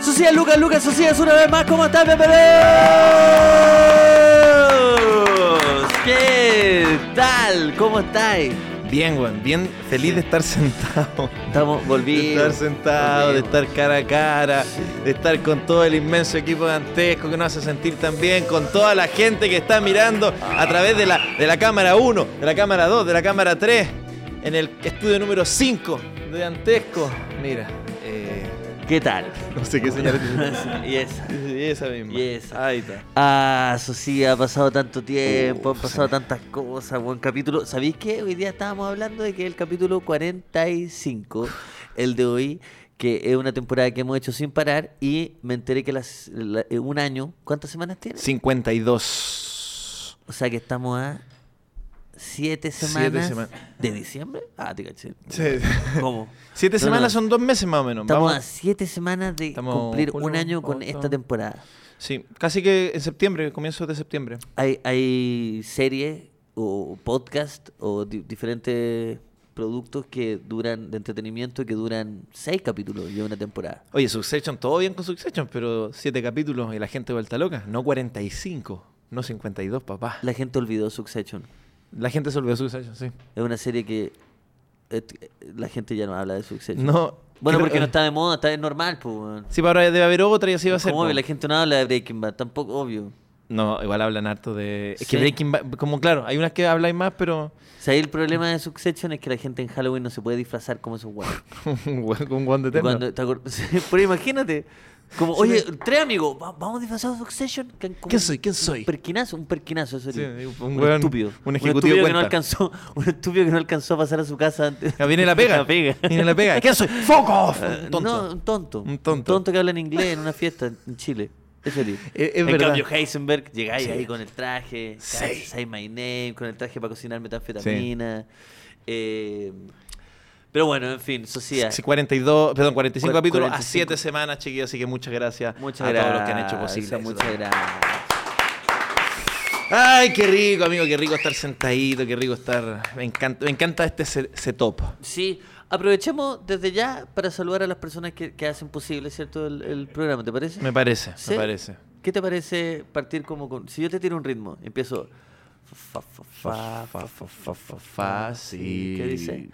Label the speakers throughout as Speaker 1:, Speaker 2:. Speaker 1: Socias, Lucas, Lucas Socias, una vez más, ¿cómo están, bienvenidos? ¿Qué tal? ¿Cómo estáis?
Speaker 2: Bien, weón, bien feliz de estar sentado.
Speaker 1: Estamos
Speaker 2: De
Speaker 1: volviendo.
Speaker 2: estar sentado, de estar cara a cara, de estar con todo el inmenso equipo gigantesco que nos hace sentir tan bien, con toda la gente que está mirando a través de la, de la cámara 1, de la cámara 2, de la cámara 3, en el estudio número 5 de Dantesco. Mira, eh,
Speaker 1: ¿Qué tal?
Speaker 2: no sé qué señal
Speaker 1: y esa.
Speaker 2: es. Y esa misma.
Speaker 1: Y esa.
Speaker 2: Ahí está.
Speaker 1: Ah, Socia, ha pasado tanto tiempo, han pasado tantas cosas, buen capítulo. ¿Sabéis qué? Hoy día estábamos hablando de que el capítulo 45, el de hoy, que es una temporada que hemos hecho sin parar y me enteré que las, la- eh, un año, ¿cuántas semanas tiene?
Speaker 2: 52.
Speaker 1: O sea que estamos a siete semanas
Speaker 2: semanas.
Speaker 1: de diciembre. Ah, te caché.
Speaker 2: Sí.
Speaker 1: ¿Cómo?
Speaker 2: Siete
Speaker 1: No, no.
Speaker 2: semanas son dos meses más o menos.
Speaker 1: Estamos
Speaker 2: Vamos-
Speaker 1: a siete semanas de
Speaker 2: Estamos
Speaker 1: cumplir
Speaker 2: julio,
Speaker 1: un año con
Speaker 2: agosto.
Speaker 1: esta temporada.
Speaker 2: Sí, casi que en septiembre, comienzo de septiembre.
Speaker 1: Hay, hay series o podcast o di- diferentes productos que duran de entretenimiento que duran seis capítulos y una temporada.
Speaker 2: Oye, Succession, todo bien con Succession, pero siete capítulos y la gente vuelta loca. No 45, no 52, papá. La,
Speaker 1: La gente olvidó Succession.
Speaker 2: gente se olvidó de Succession, sí.
Speaker 1: Es una serie que et- la gente ya no habla de Succession.
Speaker 2: No.
Speaker 1: bueno,
Speaker 2: creo-
Speaker 1: porque no está de moda, está es normal, pues. weón.
Speaker 2: Sí, pero ahora debe haber otra y así va a ser.
Speaker 1: Como
Speaker 2: po.
Speaker 1: obvio, la gente no habla de Breaking Bad, tampoco obvio.
Speaker 2: No, igual hablan harto de. Es
Speaker 1: Sí.
Speaker 2: que Breaking Bad, como claro, hay unas que habláis más, pero.
Speaker 1: O sea, ahí el problema de Succession es que la gente en Halloween no se puede disfrazar como esos guapos.
Speaker 2: un guan- un guante eterno.
Speaker 1: Pero imagínate, como, oye, tres amigos, va- vamos disfrazados de Succession. que han comido
Speaker 2: soy? ¿Quién soy?
Speaker 1: Un perquinazo, un perquinazo, eso
Speaker 2: Sí,
Speaker 1: era.
Speaker 2: un weón-
Speaker 1: estúpido.
Speaker 2: un ejecutivo
Speaker 1: estúpido que no
Speaker 2: cuenta.
Speaker 1: alcanzó, un estúpido que no alcanzó a pasar a su casa antes.
Speaker 2: Ya viene la pega.
Speaker 1: La pega.
Speaker 2: Viene la pega. ¿Quién soy? ¡Fuck off!
Speaker 1: Eh,
Speaker 2: Tonto.
Speaker 1: No, un tonto.
Speaker 2: Un tonto.
Speaker 1: que habla en inglés en una fiesta en- en Chile. Es feliz.
Speaker 2: Es- es
Speaker 1: en
Speaker 2: verdad.
Speaker 1: cambio, Heisenberg llegáis
Speaker 2: Sí.
Speaker 1: ahí con el traje,
Speaker 2: Sí.
Speaker 1: casi say my name, con el traje para cocinar metanfetamina. Eh, pero bueno, en fin, sociedad.
Speaker 2: Sí, 42, perdón, 45
Speaker 1: Cua-
Speaker 2: capítulos
Speaker 1: 45.
Speaker 2: a 7 semanas, chiquillos. Así que muchas gracias
Speaker 1: Muchas
Speaker 2: a
Speaker 1: gracias.
Speaker 2: todos los que han hecho posible. eso
Speaker 1: Muchas
Speaker 2: también.
Speaker 1: gracias.
Speaker 2: Ay, qué rico, amigo, qué rico estar sentadito, qué rico estar. Me encanta, me encanta este se- setup.
Speaker 1: Sí, aprovechemos desde ya para saludar a las personas que, que hacen posible, ¿cierto? El, el programa, ¿te parece?
Speaker 2: Me parece,
Speaker 1: ¿Sí?
Speaker 2: me parece.
Speaker 1: ¿Qué te parece partir como con... Si yo te tiro un ritmo, empiezo... Fa, fa, fa, fa, fa, fa, fa, fa, sí. ¿Qué dice?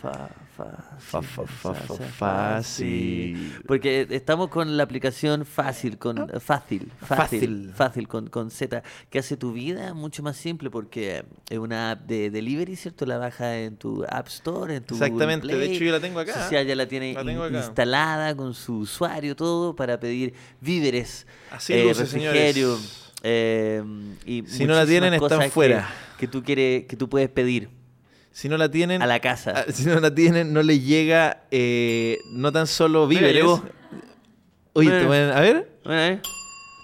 Speaker 1: Fa, fa,
Speaker 2: Fa,
Speaker 1: sí,
Speaker 2: fa, fa,
Speaker 1: sa,
Speaker 2: fa,
Speaker 1: sa,
Speaker 2: fa,
Speaker 1: sí.
Speaker 2: sí.
Speaker 1: Porque estamos con la aplicación fácil, con fácil, fácil,
Speaker 2: Ah. Fácil.
Speaker 1: fácil con, con Z, que hace tu vida mucho más simple porque es una app de delivery, ¿cierto? La baja en tu App Store, en tu Google
Speaker 2: Exactamente, de
Speaker 1: Play.
Speaker 2: hecho yo la tengo acá.
Speaker 1: Socia ya la tiene
Speaker 2: La tengo
Speaker 1: in-
Speaker 2: acá.
Speaker 1: instalada con su usuario, todo para pedir víveres, eh,
Speaker 2: Así luce,
Speaker 1: refrigerio,
Speaker 2: señores.
Speaker 1: eh, y
Speaker 2: Si no la
Speaker 1: muchísimas
Speaker 2: tienen, están
Speaker 1: cosas que-
Speaker 2: fuera.
Speaker 1: Que, tú quieres, que tú puedes pedir
Speaker 2: Si no la tienen.
Speaker 1: a la casa.
Speaker 2: ah, si no la tienen, no les llega eh, no tan solo víveres.
Speaker 1: llegó.
Speaker 2: Oye,
Speaker 1: Mira.
Speaker 2: te ponen- a ver.
Speaker 1: Bueno, ¿eh?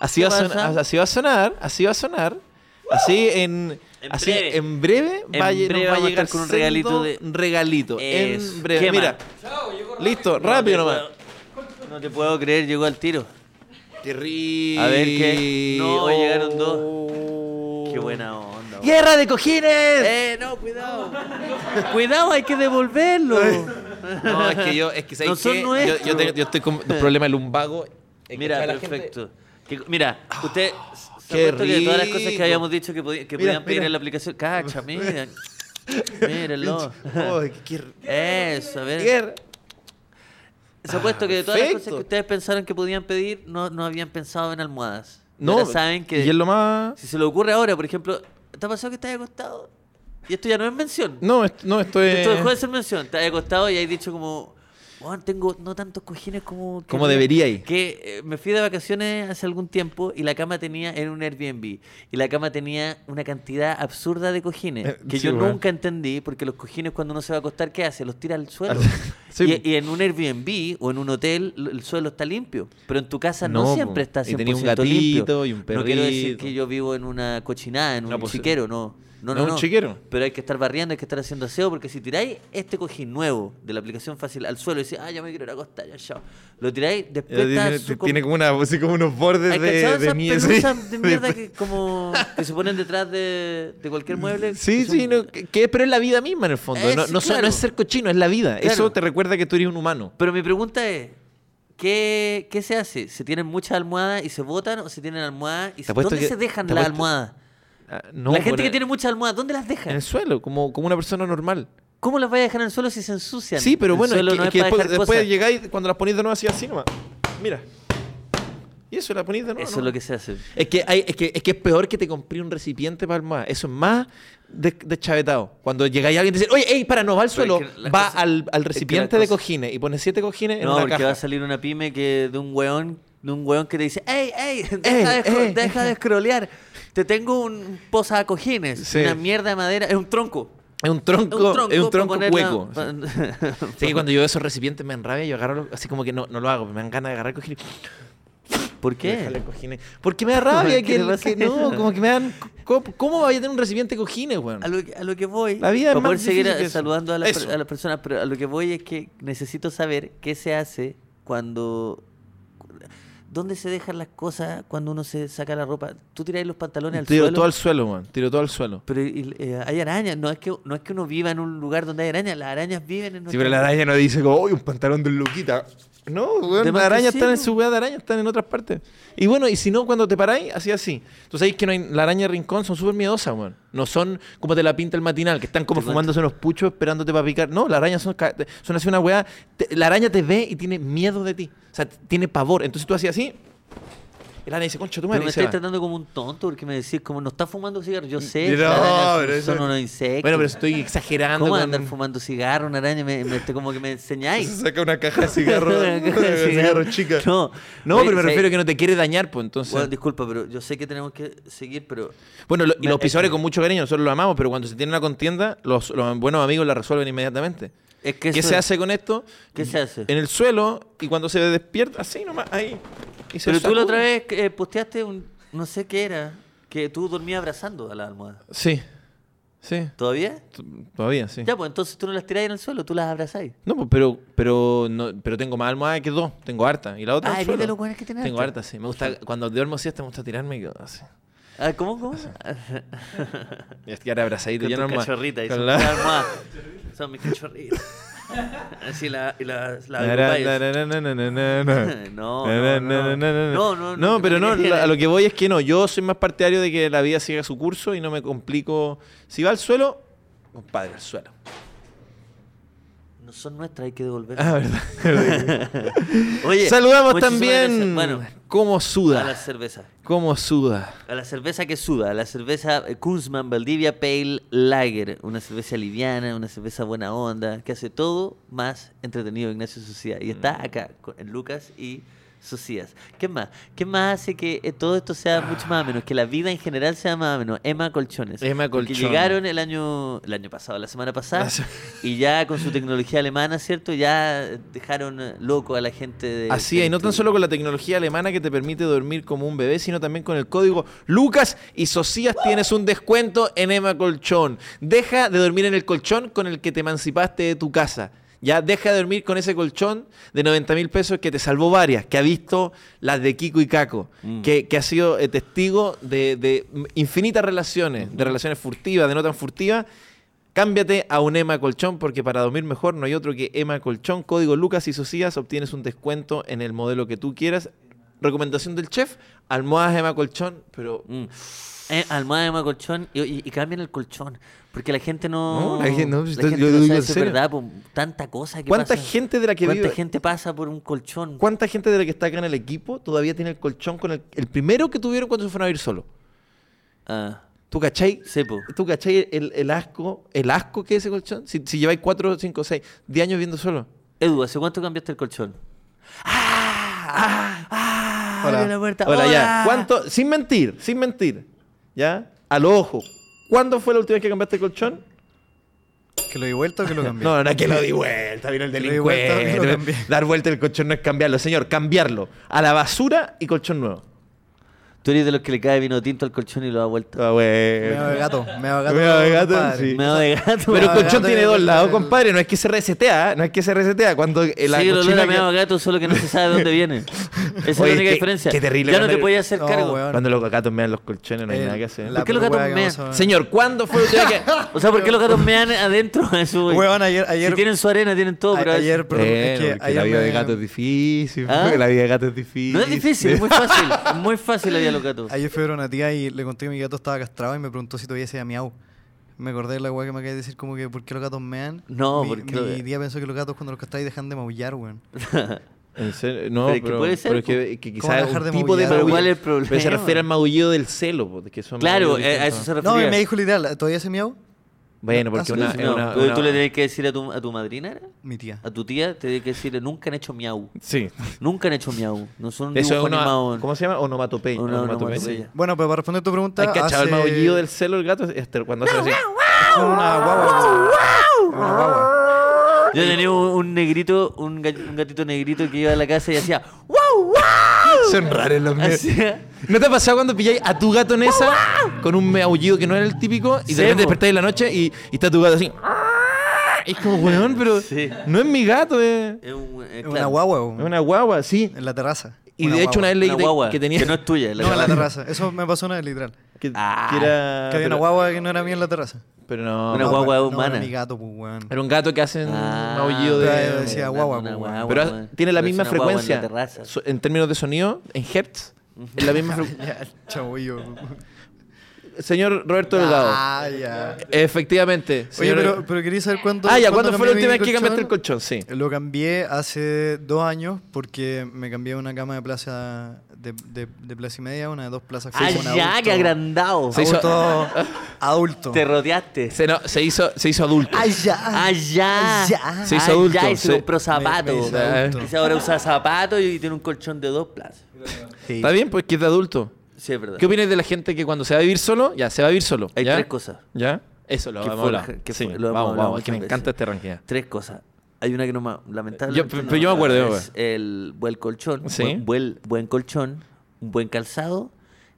Speaker 2: Así
Speaker 1: ¿Qué
Speaker 2: va, a sona-
Speaker 1: pasa?
Speaker 2: así va a sonar, así va a sonar. Así en,
Speaker 1: En
Speaker 2: así
Speaker 1: breve.
Speaker 2: en breve,
Speaker 1: En
Speaker 2: va, a lle-
Speaker 1: breve
Speaker 2: nos va
Speaker 1: vamos a
Speaker 2: a llegar
Speaker 1: estar con un
Speaker 2: siendo
Speaker 1: regalito de-
Speaker 2: un regalito.
Speaker 1: Eso.
Speaker 2: En breve.
Speaker 1: ¿Qué más?
Speaker 2: Mira. Listo, rápido nomás.
Speaker 1: No te puedo creer, llegó al tiro.
Speaker 2: Qué rico.
Speaker 1: A ver, ¿qué? No, llegaron dos.
Speaker 2: Oh.
Speaker 1: Qué buena onda. weón.
Speaker 2: Uh. ¡Guerra de cojines!
Speaker 1: Eh, no, cuidado. cuidado, hay que devolverlo.
Speaker 2: No, es que yo, es que ¿sabes
Speaker 1: No son
Speaker 2: qué? Yo- Yo,
Speaker 1: nuestros.
Speaker 2: tengo- yo estoy con un problema lumbago. Es que
Speaker 1: Mira,
Speaker 2: toda la gente- Ah,
Speaker 1: perfecto. Que- mira, usted se
Speaker 2: qué
Speaker 1: ha puesto que de todas las cosas que
Speaker 2: rico.
Speaker 1: habíamos dicho que, podía- que
Speaker 2: Mira,
Speaker 1: podían pedir
Speaker 2: mira.
Speaker 1: en la aplicación. Cacha, mira. Mírenlo.
Speaker 2: Oh, qué r-
Speaker 1: Eso, a ver.
Speaker 2: guerra. Ah,
Speaker 1: Se ha puesto que de todas las cosas
Speaker 2: Perfecto.
Speaker 1: que ustedes pensaron que podían pedir, no, no habían pensado en almohadas.
Speaker 2: No,
Speaker 1: Ahora saben que
Speaker 2: y es lo más...
Speaker 1: si se le ocurre ahora, por ejemplo, ¿te ha pasado que estás acostado? Y esto ya no es mención.
Speaker 2: No, est- no, esto es...
Speaker 1: Esto dejó de ser mención. Te has acostado y has dicho como... "Weón, tengo no tantos cojines como... que
Speaker 2: Como
Speaker 1: me-
Speaker 2: debería ir".
Speaker 1: Que eh, me fui de vacaciones hace algún tiempo y la cama tenía... Era un Airbnb. Y la cama tenía una cantidad absurda de cojines.
Speaker 2: Eh,
Speaker 1: Que
Speaker 2: sí,
Speaker 1: yo
Speaker 2: weón.
Speaker 1: nunca entendí porque los cojines cuando uno se va a acostar, ¿qué hace? Los tira al suelo.
Speaker 2: Sí,
Speaker 1: y, y en un Airbnb o en un hotel l- el suelo está limpio. Pero en tu casa no,
Speaker 2: No,
Speaker 1: siempre
Speaker 2: po.
Speaker 1: está 100%
Speaker 2: Y tenía un
Speaker 1: limpio.
Speaker 2: gatito y un
Speaker 1: No quiero decir
Speaker 2: perrito.
Speaker 1: que yo vivo en una cochinada, en un
Speaker 2: No, pues,
Speaker 1: chiquero, no. No,
Speaker 2: es
Speaker 1: no,
Speaker 2: un
Speaker 1: no.
Speaker 2: chiquero.
Speaker 1: Pero hay que estar barriendo, hay que estar haciendo aseo, porque si tiráis este cojín nuevo de la aplicación fácil al suelo y decís, ah, ya me quiero ir a acostar, ya, chao. Lo tiráis, después está
Speaker 2: Tiene,
Speaker 1: su com-
Speaker 2: tiene como, una, así como unos bordes
Speaker 1: ¿Has
Speaker 2: de,
Speaker 1: cachado
Speaker 2: de
Speaker 1: esas
Speaker 2: mie- sí.
Speaker 1: pelusas de
Speaker 2: De-
Speaker 1: mierda que, como, que se ponen detrás de, de cualquier mueble?
Speaker 2: Mm, Sí,
Speaker 1: Que son-
Speaker 2: sí, no, que, que- pero es la vida misma en el fondo.
Speaker 1: Es-
Speaker 2: no, no so- no
Speaker 1: claro.
Speaker 2: es ser cochino, es la vida.
Speaker 1: Claro.
Speaker 2: Eso te recuerda que tú eres un humano.
Speaker 1: Pero mi pregunta es, ¿Qué, ¿Qué se hace? ¿Se tienen muchas almohadas y se botan o se tienen almohadas y
Speaker 2: Te
Speaker 1: se...
Speaker 2: apuesto
Speaker 1: ¿Dónde
Speaker 2: que-
Speaker 1: se dejan
Speaker 2: te
Speaker 1: las
Speaker 2: apuesto-
Speaker 1: almohadas?
Speaker 2: Ah, no,
Speaker 1: la gente
Speaker 2: por
Speaker 1: que
Speaker 2: el-
Speaker 1: tiene muchas almohadas, ¿dónde las
Speaker 2: En
Speaker 1: deja?
Speaker 2: el suelo, como, como una persona normal.
Speaker 1: ¿Cómo las voy a dejar en el suelo si se ensucian?
Speaker 2: Sí, pero
Speaker 1: El
Speaker 2: bueno, es
Speaker 1: suelo
Speaker 2: que,
Speaker 1: no
Speaker 2: es
Speaker 1: es
Speaker 2: que
Speaker 1: para
Speaker 2: después,
Speaker 1: dejar
Speaker 2: después
Speaker 1: cosas.
Speaker 2: llegáis, cuando las ponéis de nuevo así, así nomás. Mira. Y eso, la ponéis de nuevo.
Speaker 1: Eso es lo que se hace.
Speaker 2: Es que, hay- es, que, es que es peor que te compré un recipiente para almohada. Eso es más des- deschavetado. Cuando llegáis alguien y dice, oye, ey, para, no va al
Speaker 1: Pero
Speaker 2: suelo,
Speaker 1: es que las
Speaker 2: va
Speaker 1: cosas-
Speaker 2: al, al
Speaker 1: es que las
Speaker 2: recipiente de
Speaker 1: cosas-
Speaker 2: cojines y pones siete cojines en
Speaker 1: No,
Speaker 2: una
Speaker 1: porque va a
Speaker 2: caja.
Speaker 1: salir una pyme que de un weón, de un weón que te dice, ¡Ey, ey!
Speaker 2: Ey,
Speaker 1: Deja, de,
Speaker 2: ey.
Speaker 1: scro- deja de scrollear. Te tengo un posa cojines,
Speaker 2: Sí.
Speaker 1: una mierda de madera, es un tronco.
Speaker 2: Es un tronco, es un
Speaker 1: para
Speaker 2: tronco
Speaker 1: ponerla-
Speaker 2: hueco.
Speaker 1: pa-
Speaker 2: Así que cuando yo veo esos recipientes me enrabia y yo agarro, los- así como que no, no lo hago, me dan ganas de agarrar cojines.
Speaker 1: ¿Por
Speaker 2: y
Speaker 1: qué?
Speaker 2: dejarle cojines. Porque me da rabia
Speaker 1: ¿Qué
Speaker 2: que,
Speaker 1: le
Speaker 2: el-
Speaker 1: pasa
Speaker 2: que
Speaker 1: a
Speaker 2: no,
Speaker 1: eso?
Speaker 2: como que me dan. co- ¿Cómo vaya a tener un recipiente de cojines, weón?
Speaker 1: A lo, que- a lo que voy,
Speaker 2: La vida es
Speaker 1: para
Speaker 2: más
Speaker 1: poder seguir
Speaker 2: difícil que
Speaker 1: a-
Speaker 2: eso.
Speaker 1: saludando a las, per-
Speaker 2: Eso.
Speaker 1: a las personas, pero a lo que voy es que necesito saber qué se hace cuando... ¿Dónde se dejan las cosas cuando uno se saca la ropa? Tú tiráis los pantalones al
Speaker 2: Tiro
Speaker 1: suelo.
Speaker 2: todo al suelo, weón. Tiro todo al suelo.
Speaker 1: Pero y- eh, hay arañas, no es, que, no es que uno viva en un lugar donde hay arañas, las arañas viven en
Speaker 2: Sí,
Speaker 1: nuestro
Speaker 2: pero la araña no dice como, uy, un pantalón de Luquita. No,
Speaker 1: De
Speaker 2: weón,
Speaker 1: más
Speaker 2: las
Speaker 1: que
Speaker 2: arañas
Speaker 1: sí,
Speaker 2: están en
Speaker 1: po.
Speaker 2: su weá de araña, están en otras partes. Y bueno, y si no, cuando te paráis, así así. Tú sabes que no hay, la araña de rincón son súper miedosas, weón. No son como te la pinta el matinal, que están como
Speaker 1: Te cuento.
Speaker 2: fumándose unos puchos esperándote para picar. No, las arañas son, ca- son así una weá. te- la araña te ve y tiene miedo de ti. O sea, t- tiene pavor. Entonces tú así así. Y la araña dice, concha, tú
Speaker 1: Pero
Speaker 2: madre.
Speaker 1: me
Speaker 2: y se
Speaker 1: estáis
Speaker 2: va.
Speaker 1: tratando como un tonto porque me decís, como no está fumando cigarro, yo sé.
Speaker 2: No,
Speaker 1: que las arañas
Speaker 2: pero
Speaker 1: son
Speaker 2: eso-
Speaker 1: unos insectos.
Speaker 2: Bueno, pero estoy exagerando.
Speaker 1: ¿Cómo
Speaker 2: con-
Speaker 1: andar fumando cigarro, una araña? Me, me- como que me enseñáis.
Speaker 2: saca una caja de
Speaker 1: Una caja de cigarro. No.
Speaker 2: No,
Speaker 1: Oye,
Speaker 2: pero me
Speaker 1: ¿sabes?
Speaker 2: refiero que no te quiere dañar, pues entonces.
Speaker 1: Bueno, disculpa, pero yo sé que tenemos que seguir, pero
Speaker 2: Bueno, lo- y
Speaker 1: Me-
Speaker 2: los pisadores con mucho cariño, nosotros los amamos, pero cuando se tiene una contienda, los, los buenos amigos la resuelven inmediatamente.
Speaker 1: es que
Speaker 2: ¿Qué,
Speaker 1: eso
Speaker 2: se
Speaker 1: es-
Speaker 2: hace con esto?
Speaker 1: ¿Qué se hace?
Speaker 2: En el suelo y cuando se despierta, así nomás, ahí. y se
Speaker 1: Pero tú la otra
Speaker 2: sacude.
Speaker 1: vez eh, posteaste un, no sé qué era, que tú dormías abrazando a la almohada.
Speaker 2: Sí, sí,
Speaker 1: ¿Todavía?
Speaker 2: t- todavía sí.
Speaker 1: Ya, pues entonces tú no las tiráis en el suelo, tú las abrazáis.
Speaker 2: No, pues, pero, pero, no, pero tengo más almohada que dos, tengo harta. Y la otra.
Speaker 1: Ah,
Speaker 2: al
Speaker 1: eres de
Speaker 2: suelo.
Speaker 1: los buenos que tiene
Speaker 2: Tengo
Speaker 1: harta.
Speaker 2: harta, sí. Me gusta, cuando duermo siesta, me gusta tirarme y quedo así.
Speaker 1: Ah, ¿Cómo? ¿Cómo?
Speaker 2: Y es que ahora abrazadito,
Speaker 1: Con
Speaker 2: ya
Speaker 1: tus
Speaker 2: normal.
Speaker 1: cachorritas. y
Speaker 2: Con
Speaker 1: son
Speaker 2: la-
Speaker 1: todas almohadas. Son mis cachorritas. Así la, y la, la agrupáis.
Speaker 2: No,
Speaker 1: No, no, no. No, no, no,
Speaker 2: no,
Speaker 1: no
Speaker 2: pero
Speaker 1: te
Speaker 2: no,
Speaker 1: quería.
Speaker 2: la- a lo que voy es que no, yo soy más partidario de que la vida siga su curso y no me complico. Si va al suelo, compadre, al suelo.
Speaker 1: No son nuestras, hay que devolverlas.
Speaker 2: Ah, verdad.
Speaker 1: Oye,
Speaker 2: Saludamos
Speaker 1: muchísimas gracias.
Speaker 2: también
Speaker 1: Bueno,
Speaker 2: cómo
Speaker 1: a la
Speaker 2: suda,
Speaker 1: cerveza.
Speaker 2: cómo suda.
Speaker 1: A la cerveza que suda, a la cerveza eh, Kunzmann Valdivia Pale Lager, una cerveza liviana, una cerveza buena onda, que hace todo más entretenido Ignacio Socias. Y está
Speaker 2: Mm.
Speaker 1: acá con- en Lucas y Socias. ¿Qué más? ¿Qué más hace que eh, todo esto
Speaker 2: Ah.
Speaker 1: sea mucho más o menos? Que la vida en general sea más o menos. Emma Colchones.
Speaker 2: Emma
Speaker 1: Porque
Speaker 2: Colchones.
Speaker 1: llegaron el año, el año pasado, la semana pasada,
Speaker 2: La se-
Speaker 1: y ya con su tecnología alemana, ¿cierto? Ya dejaron eh, loco a la gente de...
Speaker 2: Así
Speaker 1: del
Speaker 2: es, y no tan
Speaker 1: estudio.
Speaker 2: solo con la tecnología alemana que te permite dormir como un bebé, sino también con el código Lucas y Socias tienes un descuento en Emma Colchón. Deja de dormir en el colchón con el que te emancipaste de tu casa. Ya deja de dormir con ese colchón de 90 mil pesos que te salvó varias, que ha visto las de Kiko y Caco,
Speaker 1: Mm.
Speaker 2: que, que ha sido eh, testigo de, de infinitas relaciones, de relaciones furtivas, de no tan furtivas. Cámbiate a un EMA Colchón porque para dormir mejor no hay otro que EMA Colchón. Código Lucas y Socias obtienes un descuento en el modelo que tú quieras. Recomendación del chef, almohadas EMA Colchón, pero...
Speaker 1: Mm. Eh, almohada de más colchón y, y- y cambian el colchón. Porque la gente no.
Speaker 2: No, la gente no, si
Speaker 1: la
Speaker 2: estoy-
Speaker 1: gente
Speaker 2: yo
Speaker 1: no
Speaker 2: lo digo
Speaker 1: sabe
Speaker 2: en
Speaker 1: si es
Speaker 2: serio.
Speaker 1: verdad, po, tanta cosa que
Speaker 2: ¿Cuánta
Speaker 1: pasa.
Speaker 2: gente de la que
Speaker 1: ¿Cuánta
Speaker 2: vive-
Speaker 1: gente pasa por un colchón?
Speaker 2: ¿Cuánta gente de la que está acá en el equipo todavía tiene el colchón con el, el primero que tuvieron cuando se fueron a ir solo?
Speaker 1: Ah,
Speaker 2: ¿Tú cachai?
Speaker 1: sí, pues. po.
Speaker 2: ¿Tú cachai el, el asco, el asco que es ese colchón? Si, si lleváis 4, 5, 6, 10 años viendo solo.
Speaker 1: Edu, ¿hace cuánto cambiaste el colchón? ¡Ah! ¡Ah! ¡Ah! Abre la puerta.
Speaker 2: Hola, ya.
Speaker 1: ¡Hola!
Speaker 2: ¿Cuánto? Sin mentir, sin mentir. ¿Ya? Al ojo. ¿Cuándo fue la última vez que cambiaste el colchón?
Speaker 3: ¿Que lo di vuelta o que lo cambié?
Speaker 2: No, no, no, que lo di vuelta, vino el
Speaker 3: Que lo di vuelta,
Speaker 2: delincuente.
Speaker 3: lo cambié.
Speaker 2: Dar vuelta el colchón no es cambiarlo, señor, cambiarlo. A la basura y colchón nuevo.
Speaker 1: Tú eres de los que le cae vino tinto al colchón y lo da vuelta.
Speaker 2: Ah,
Speaker 3: Me
Speaker 2: bueno.
Speaker 3: va de gato, me va de gato.
Speaker 2: Me va de gato,
Speaker 3: compadre.
Speaker 2: sí.
Speaker 1: Me da de gato.
Speaker 2: Pero el
Speaker 3: Gato
Speaker 2: colchón
Speaker 3: de-
Speaker 2: tiene dos lados, compadre. No es que se resetea, ¿eh? no es que se resetea. Cuando eh, la
Speaker 1: sí, el olor
Speaker 2: cochina
Speaker 1: a meado
Speaker 2: que-
Speaker 1: gato, solo que no se sabe de dónde viene. Esa es la
Speaker 2: Oye,
Speaker 1: única
Speaker 2: qué-
Speaker 1: diferencia.
Speaker 2: qué terrible
Speaker 1: Ya no
Speaker 2: cuando-
Speaker 1: te podías hacer
Speaker 3: No,
Speaker 1: cargo.
Speaker 3: weón.
Speaker 2: Cuando los gatos mean los colchones, no hay
Speaker 3: Eh,
Speaker 2: nada que hacer.
Speaker 3: la
Speaker 1: ¿Por qué los gatos
Speaker 3: weá que
Speaker 1: mean?
Speaker 3: vamos a ver.
Speaker 2: Señor, ¿cuándo fue usted que.?
Speaker 1: O sea, ¿por qué los gatos mean adentro? a Eso, güey?
Speaker 3: Weón, ayer, ayer,
Speaker 1: Si tienen su arena, tienen todo.
Speaker 3: a-
Speaker 1: pero a veces-
Speaker 3: ayer, perdón, es que
Speaker 2: Bueno, porque
Speaker 3: ayer
Speaker 2: la vida de
Speaker 3: me-
Speaker 2: gato es difícil.
Speaker 1: ¿Ah?
Speaker 2: porque La vida de gato es difícil.
Speaker 1: No es difícil, es muy fácil. Es muy fácil la vida de los gatos.
Speaker 3: Ayer fui a ver a una tía y le conté que mi gato estaba castrado y me preguntó si todavía se llama miau. Me acordé de la weá que me acabé de decir como que ¿por qué los gatos mean?
Speaker 1: No,
Speaker 3: mi,
Speaker 1: porque
Speaker 3: Mi
Speaker 1: lo-
Speaker 3: tía pensó que los gatos cuando los castráis dejan de maullar, weón.
Speaker 2: En serio, No,
Speaker 1: Pero
Speaker 2: pero,
Speaker 1: es que puede ser, pues,
Speaker 2: pero es que, que
Speaker 3: ¿Cómo
Speaker 2: quizás
Speaker 3: dejar
Speaker 2: un
Speaker 3: de
Speaker 2: tipo de
Speaker 3: maullar? Pero
Speaker 2: maullido.
Speaker 1: ¿cuál es el
Speaker 2: Pero se
Speaker 1: problema?
Speaker 2: refiere al maullido del celo. po, que son
Speaker 1: Claro, eh,
Speaker 2: maullidos
Speaker 1: a
Speaker 2: distintos.
Speaker 1: eso se
Speaker 3: No,
Speaker 1: refiere.
Speaker 3: y me dijo literal, ¿todavía se miau?
Speaker 2: Bueno, porque
Speaker 3: Ah,
Speaker 2: una,
Speaker 1: Sí,
Speaker 2: es
Speaker 1: no,
Speaker 2: una-
Speaker 1: tú,
Speaker 2: una-
Speaker 1: tú le tenés que decir a tu, a tu madrina, ¿era?
Speaker 3: Mi tía.
Speaker 2: Ah,
Speaker 1: a tu tía, tenés que decirle, nunca han hecho miau.
Speaker 2: Sí.
Speaker 1: Nunca han hecho miau. No son un
Speaker 2: Eso es
Speaker 1: dibujo
Speaker 2: una.
Speaker 1: animado.
Speaker 2: ¿Cómo se llama? Onomatopeya.
Speaker 1: Una
Speaker 2: Onomatopeya.
Speaker 1: onomatopeya.
Speaker 3: Bueno, pero para responder tu pregunta,
Speaker 2: ¿Has cachado el
Speaker 3: hace-
Speaker 2: maullido del celo del gato? Este, cuando hace así.
Speaker 3: Es como una guagua. Es una guagua.
Speaker 1: Yo tenía un, un negrito, un, ga- un gatito negrito que iba a la casa y hacía ¡Wow! ¡Wow!
Speaker 2: Son raros los míos.
Speaker 1: Hacía-
Speaker 2: ¿No te ha pasado cuando pilláis a tu gato en esa con un maullido que no era el típico y
Speaker 1: Sí,
Speaker 2: de repente
Speaker 1: po.
Speaker 2: despertáis en la noche y, y está tu gato así? Y es como, weón, pero
Speaker 1: Sí.
Speaker 2: no es mi gato, es,
Speaker 1: Es un- eh,
Speaker 3: Es
Speaker 1: claro,
Speaker 3: una guagua,
Speaker 2: es
Speaker 3: weón.
Speaker 2: una guagua, sí.
Speaker 3: En la terraza.
Speaker 2: Y de hecho una vez
Speaker 1: una
Speaker 2: leí de-
Speaker 1: guagua
Speaker 2: que tenía...
Speaker 1: que no es tuya. la
Speaker 3: No, en la
Speaker 1: guagua.
Speaker 3: terraza. Eso me pasó una vez, literal.
Speaker 2: que-
Speaker 1: Ah.
Speaker 2: que era...
Speaker 3: que había
Speaker 2: pero-
Speaker 3: una guagua que no era mía en la terraza.
Speaker 2: Pero no...
Speaker 1: Una
Speaker 3: No,
Speaker 1: guagua
Speaker 3: pero- No,
Speaker 1: humana.
Speaker 3: era mi gato, pues, weón.
Speaker 2: Era un gato que hace un
Speaker 1: Ah,
Speaker 2: maullido
Speaker 3: pero
Speaker 2: de...
Speaker 3: yo decía guagua,
Speaker 1: una
Speaker 3: pues, weón.
Speaker 1: Ah, guagua,
Speaker 2: pero ha-
Speaker 1: weón.
Speaker 2: tiene la
Speaker 1: Pero es
Speaker 2: misma
Speaker 1: una guagua en
Speaker 2: frecuencia.
Speaker 1: la terraza.
Speaker 2: so- en términos de sonido, en hertz, es la misma frecuencia.
Speaker 3: Ya, chavillo.
Speaker 2: Señor Roberto Delgado,
Speaker 3: Ah, ya.
Speaker 2: efectivamente.
Speaker 3: Oye,
Speaker 2: señor-
Speaker 3: pero, pero quería saber cuándo.
Speaker 2: ah, ya, ¿cuándo fue la
Speaker 3: cambié
Speaker 2: última
Speaker 3: mi
Speaker 2: vez que cambiaste el colchón? Sí.
Speaker 3: Lo cambié hace dos años porque me cambié a una cama de plaza de, de, de plaza y media, una de dos plazas
Speaker 1: Ah,
Speaker 3: como un
Speaker 1: ya,
Speaker 3: adulto.
Speaker 1: que agrandado.
Speaker 2: Se hizo-
Speaker 3: Adulto. adulto.
Speaker 1: Te rodeaste.
Speaker 2: Se, no, se hizo, se hizo adulto.
Speaker 3: Ah, ya.
Speaker 1: Allá,
Speaker 3: Ya.
Speaker 2: Se hizo
Speaker 1: allá
Speaker 2: adulto,
Speaker 1: y se
Speaker 2: sí.
Speaker 1: compró
Speaker 3: Me-
Speaker 1: zapatos.
Speaker 3: me hizo
Speaker 2: adulto.
Speaker 1: Quizá ahora usa zapatos y tiene un colchón de dos plazas.
Speaker 3: Sí.
Speaker 2: Está bien, pues que es de adulto.
Speaker 1: Sí, es verdad.
Speaker 2: ¿Qué opinas de la gente que cuando se va a vivir solo, ya, se va a vivir solo?
Speaker 1: Hay
Speaker 2: ¿ya?
Speaker 1: tres cosas.
Speaker 2: ¿Ya? Eso lo
Speaker 1: Que
Speaker 2: vamos a
Speaker 1: forja-
Speaker 2: hablar.
Speaker 1: que
Speaker 2: Sí,
Speaker 1: for- lo hemos
Speaker 2: vamos,
Speaker 1: hablado
Speaker 2: vamos, que me
Speaker 1: muchas
Speaker 2: encanta
Speaker 1: veces.
Speaker 2: este ranking.
Speaker 1: Tres cosas. Hay una que no más, lamentable.
Speaker 2: Yo- pero yo me acuerdo, yo me
Speaker 1: Es el buen colchón,
Speaker 2: Sí.
Speaker 1: buen, buen- buen colchón, un buen calzado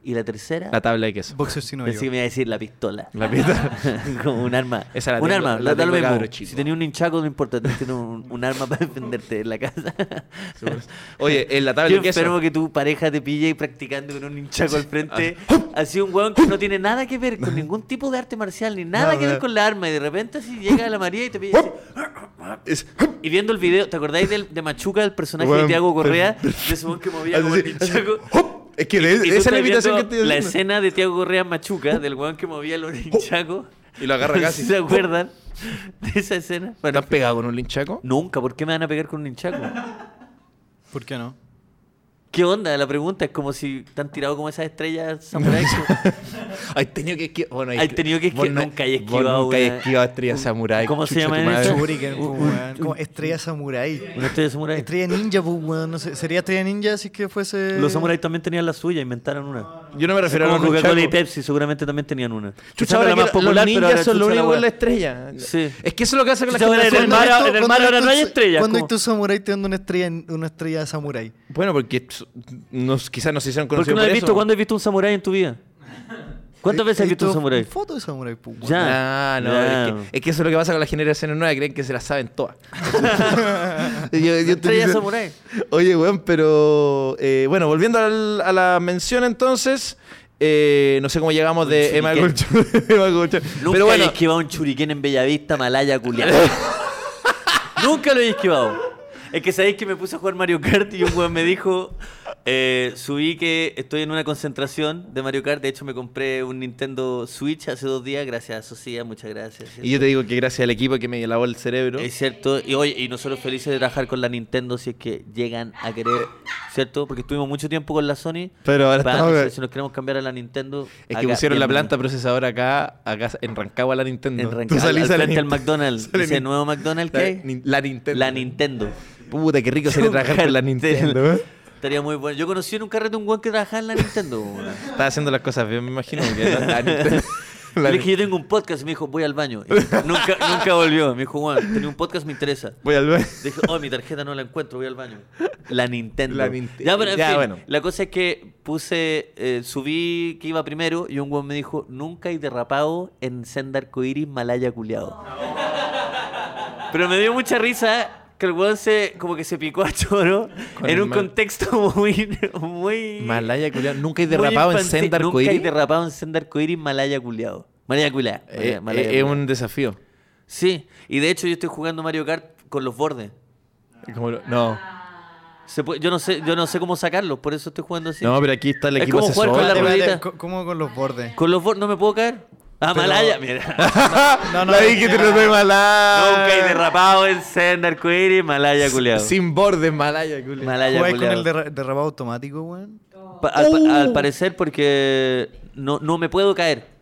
Speaker 1: y la tercera.
Speaker 2: La tabla de queso.
Speaker 3: Boxer sin hoyo.
Speaker 1: pensé que me iba a decir la pistola.
Speaker 2: La pista.
Speaker 1: Como un arma.
Speaker 2: Esa la
Speaker 1: un
Speaker 2: tengo-
Speaker 1: arma, da-
Speaker 2: la
Speaker 1: da
Speaker 2: tengo
Speaker 1: lo mismo.
Speaker 2: cabro chico.
Speaker 1: Si tenía un hinchaco, no importa. Tienes un, un arma para defenderte en la casa.
Speaker 2: Oye, en la tabla
Speaker 1: Qué
Speaker 2: de queso.
Speaker 1: enfermo que tu pareja te pille y practicando con un hinchaco al frente.
Speaker 2: Ah.
Speaker 1: Así un weón que no tiene nada que ver con ningún tipo de arte marcial, ni nada
Speaker 3: No,
Speaker 1: que ver
Speaker 3: no.
Speaker 1: con la arma. Y de repente así llega la María y te pilla así. Y viendo el video, ¿te acordáis del, de Machuca, el personaje de
Speaker 2: Weón,
Speaker 1: Tiago Correa?
Speaker 2: per-
Speaker 1: De ese weón que movía
Speaker 2: Así,
Speaker 1: como el
Speaker 2: así, así.
Speaker 1: hinchaco.
Speaker 2: ¡Hop! Es que le-
Speaker 1: Y tú
Speaker 2: esa es la
Speaker 1: estás
Speaker 2: invitación que
Speaker 1: viendo
Speaker 2: estoy
Speaker 1: La
Speaker 2: haciendo.
Speaker 1: escena de Tiago Correa en Machuca, del weón que movía los hinchacos.
Speaker 2: Y lo agarra
Speaker 1: No sé si
Speaker 2: casi.
Speaker 1: ¿Se acuerdan de esa escena?
Speaker 2: ¿Te
Speaker 1: Bueno,
Speaker 2: has pegado con un linchaco?
Speaker 1: nunca, ¿por qué me van a pegar con un hinchaco?
Speaker 3: ¿Por qué no?
Speaker 1: ¿Qué onda? La pregunta es como si te han tirado como esas estrellas samurai.
Speaker 2: Hay tenido que esquivar. Bueno,
Speaker 1: Hay tenido que
Speaker 2: vos
Speaker 1: esquivar.
Speaker 2: no-
Speaker 1: Nunca hay
Speaker 2: vos
Speaker 1: esquivado.
Speaker 2: Nunca hay
Speaker 1: una-
Speaker 2: esquivado estrella
Speaker 1: un-
Speaker 2: samurái.
Speaker 1: ¿Cómo se
Speaker 2: chucha tu
Speaker 1: llaman
Speaker 2: madre.
Speaker 1: esos?
Speaker 3: Shuriken, pues, weón. Como estrella samurái.
Speaker 1: Una estrella samurái.
Speaker 3: Estrella ninja, pues, weón. No sé, sería estrella ninja si es que fuese.
Speaker 1: Los samuráis también tenían la suya, inventaron una.
Speaker 2: Yo no me refiero a
Speaker 1: Como
Speaker 2: los
Speaker 1: Coca-Cola y
Speaker 2: nunchakus.
Speaker 1: Pepsi seguramente también tenían una. Quizás
Speaker 2: Chucha,
Speaker 1: no
Speaker 2: ahora
Speaker 1: la
Speaker 2: que
Speaker 1: más popular,
Speaker 2: los
Speaker 1: pero
Speaker 2: ninjas
Speaker 1: ahora
Speaker 2: son lo
Speaker 1: chucha la
Speaker 2: único que es la
Speaker 1: weá.
Speaker 2: estrella.
Speaker 1: Sí.
Speaker 2: Es que eso es lo que hace con la
Speaker 1: Chucha, ahora en
Speaker 2: generación.
Speaker 1: el mar-
Speaker 3: hay tu-
Speaker 1: en el mar
Speaker 3: cuando hay
Speaker 1: ahora
Speaker 3: tu-
Speaker 1: no hay estrellas,
Speaker 3: Cuando
Speaker 1: como-
Speaker 3: hay tu samurái te dando una estrella, una estrella de samurái.
Speaker 2: Bueno, porque ps- nos, quizás nos hicieron
Speaker 1: ¿Por qué
Speaker 2: conocidos
Speaker 1: no
Speaker 2: por,
Speaker 1: has
Speaker 2: eso.
Speaker 1: visto? ¿Cuándo has visto un samurái en tu vida? ¿Cuántas
Speaker 3: Eh,
Speaker 1: veces has visto un samurái?
Speaker 3: Foto de samurái, pues, weón.
Speaker 1: Ya.
Speaker 2: Ah, no,
Speaker 1: Ya.
Speaker 2: Es, que, es que eso es lo que pasa con las generaciones nuevas, creen que se las saben todas. Yo- yo te
Speaker 1: Estrella
Speaker 2: digo-
Speaker 1: samurái.
Speaker 2: Oye, weón, pero eh, bueno, volviendo al- a la mención entonces, eh, no sé cómo llegamos de Emma
Speaker 1: Shuriken.
Speaker 2: Colchón. Emma Colchón.
Speaker 1: Nunca
Speaker 2: Pero
Speaker 1: he
Speaker 2: bueno,
Speaker 1: esquivado un churiquén en Bellavista, Malaya, culiado. Nunca lo he esquivado. Es que sabéis que me puse a jugar Mario Kart y un weón me dijo, eh, subí que estoy en una concentración de Mario Kart. De hecho, me compré un Nintendo Switch hace dos días. Gracias, Socia, muchas gracias.
Speaker 2: y yo te digo que gracias al equipo que me lavó el cerebro.
Speaker 1: Es cierto, y hoy, y nosotros felices de trabajar con la Nintendo si es que llegan a querer, ¿cierto? Porque estuvimos mucho tiempo con la Sony.
Speaker 2: Pero ahora
Speaker 1: Va,
Speaker 2: estamos-
Speaker 1: entonces, si nos queremos cambiar a la Nintendo.
Speaker 2: Es que
Speaker 1: acá,
Speaker 2: pusieron la
Speaker 1: bienvenido.
Speaker 2: planta procesadora acá, acá en Rancagua la Nintendo.
Speaker 1: En
Speaker 2: Tú
Speaker 1: Rancagua,
Speaker 2: salís
Speaker 1: al
Speaker 2: a la
Speaker 1: frente al
Speaker 2: Nintendo.
Speaker 1: McDonald's.
Speaker 2: Sale
Speaker 1: Ese
Speaker 2: Nin-
Speaker 1: nuevo McDonald's que
Speaker 2: la,
Speaker 1: hay.
Speaker 2: Nin- la Nintendo.
Speaker 1: La Nintendo.
Speaker 2: Puta, qué rico sería trabajar con la Nintendo. ¿eh?
Speaker 1: Estaría muy bueno. Yo conocí en un carrete un guan que trabajaba en la Nintendo. weón.
Speaker 2: Estaba haciendo las cosas bien, me imagino. porque la- la Nintendo-
Speaker 1: Yo Le dije, yo tengo un podcast y me dijo, voy al baño. Y nunca, nunca volvió. Me dijo, Juan, tenía un podcast, me interesa.
Speaker 2: Voy al baño.
Speaker 1: Dije, oh, mi tarjeta no la encuentro, voy al baño. La Nintendo.
Speaker 2: La Ninte-
Speaker 1: ya, pero en
Speaker 2: Ya,
Speaker 1: fin,
Speaker 2: bueno.
Speaker 1: la cosa es que puse, eh, subí que iba primero y un weón me dijo, nunca hay derrapado en senda arcoíris malaya culiado. Pero me dio mucha risa que el weón se, como que se picó a choro
Speaker 2: Con
Speaker 1: en
Speaker 2: el
Speaker 1: un
Speaker 2: mal-
Speaker 1: contexto muy... muy
Speaker 2: Malaya, culiao. Nunca he
Speaker 1: muy
Speaker 2: derrapado en
Speaker 1: infantil.
Speaker 2: senda
Speaker 1: Nunca hay
Speaker 2: arcoíris.
Speaker 1: derrapado en senda arcoíris malaya culiado. Malaya culiao,
Speaker 2: Eh,
Speaker 1: malaya- malaya
Speaker 2: eh, es
Speaker 1: culiao.
Speaker 2: un desafío.
Speaker 1: Sí, y de hecho yo estoy jugando Mario Kart con los bordes.
Speaker 2: Como lo- no,
Speaker 1: Se puede- yo no sé, yo no sé cómo sacarlos, por eso estoy jugando así.
Speaker 2: no, pero aquí está el
Speaker 1: Es
Speaker 2: equipo
Speaker 1: como jugar con
Speaker 2: asesor.
Speaker 1: la
Speaker 3: Espérate, espérate,
Speaker 1: ruedita.
Speaker 3: co- ¿Cómo con los bordes?
Speaker 1: Con los bordes no me puedo caer. Ah,
Speaker 3: Pero-
Speaker 1: Malaya, mira.
Speaker 3: No, no,
Speaker 2: la
Speaker 3: no,
Speaker 2: vi que
Speaker 3: no.
Speaker 2: te lo doy Malaya.
Speaker 1: Nunca hay derrapado en senda arcoíris malaya culiado.
Speaker 2: Sin bordes, Malaya, culiao.
Speaker 1: Malaya
Speaker 3: ¿Jugáis con el
Speaker 1: culiao.
Speaker 3: derra- derrapado automático, weón?
Speaker 1: Pa- al, pa-
Speaker 3: Uh.
Speaker 1: al parecer porque no, no me puedo caer.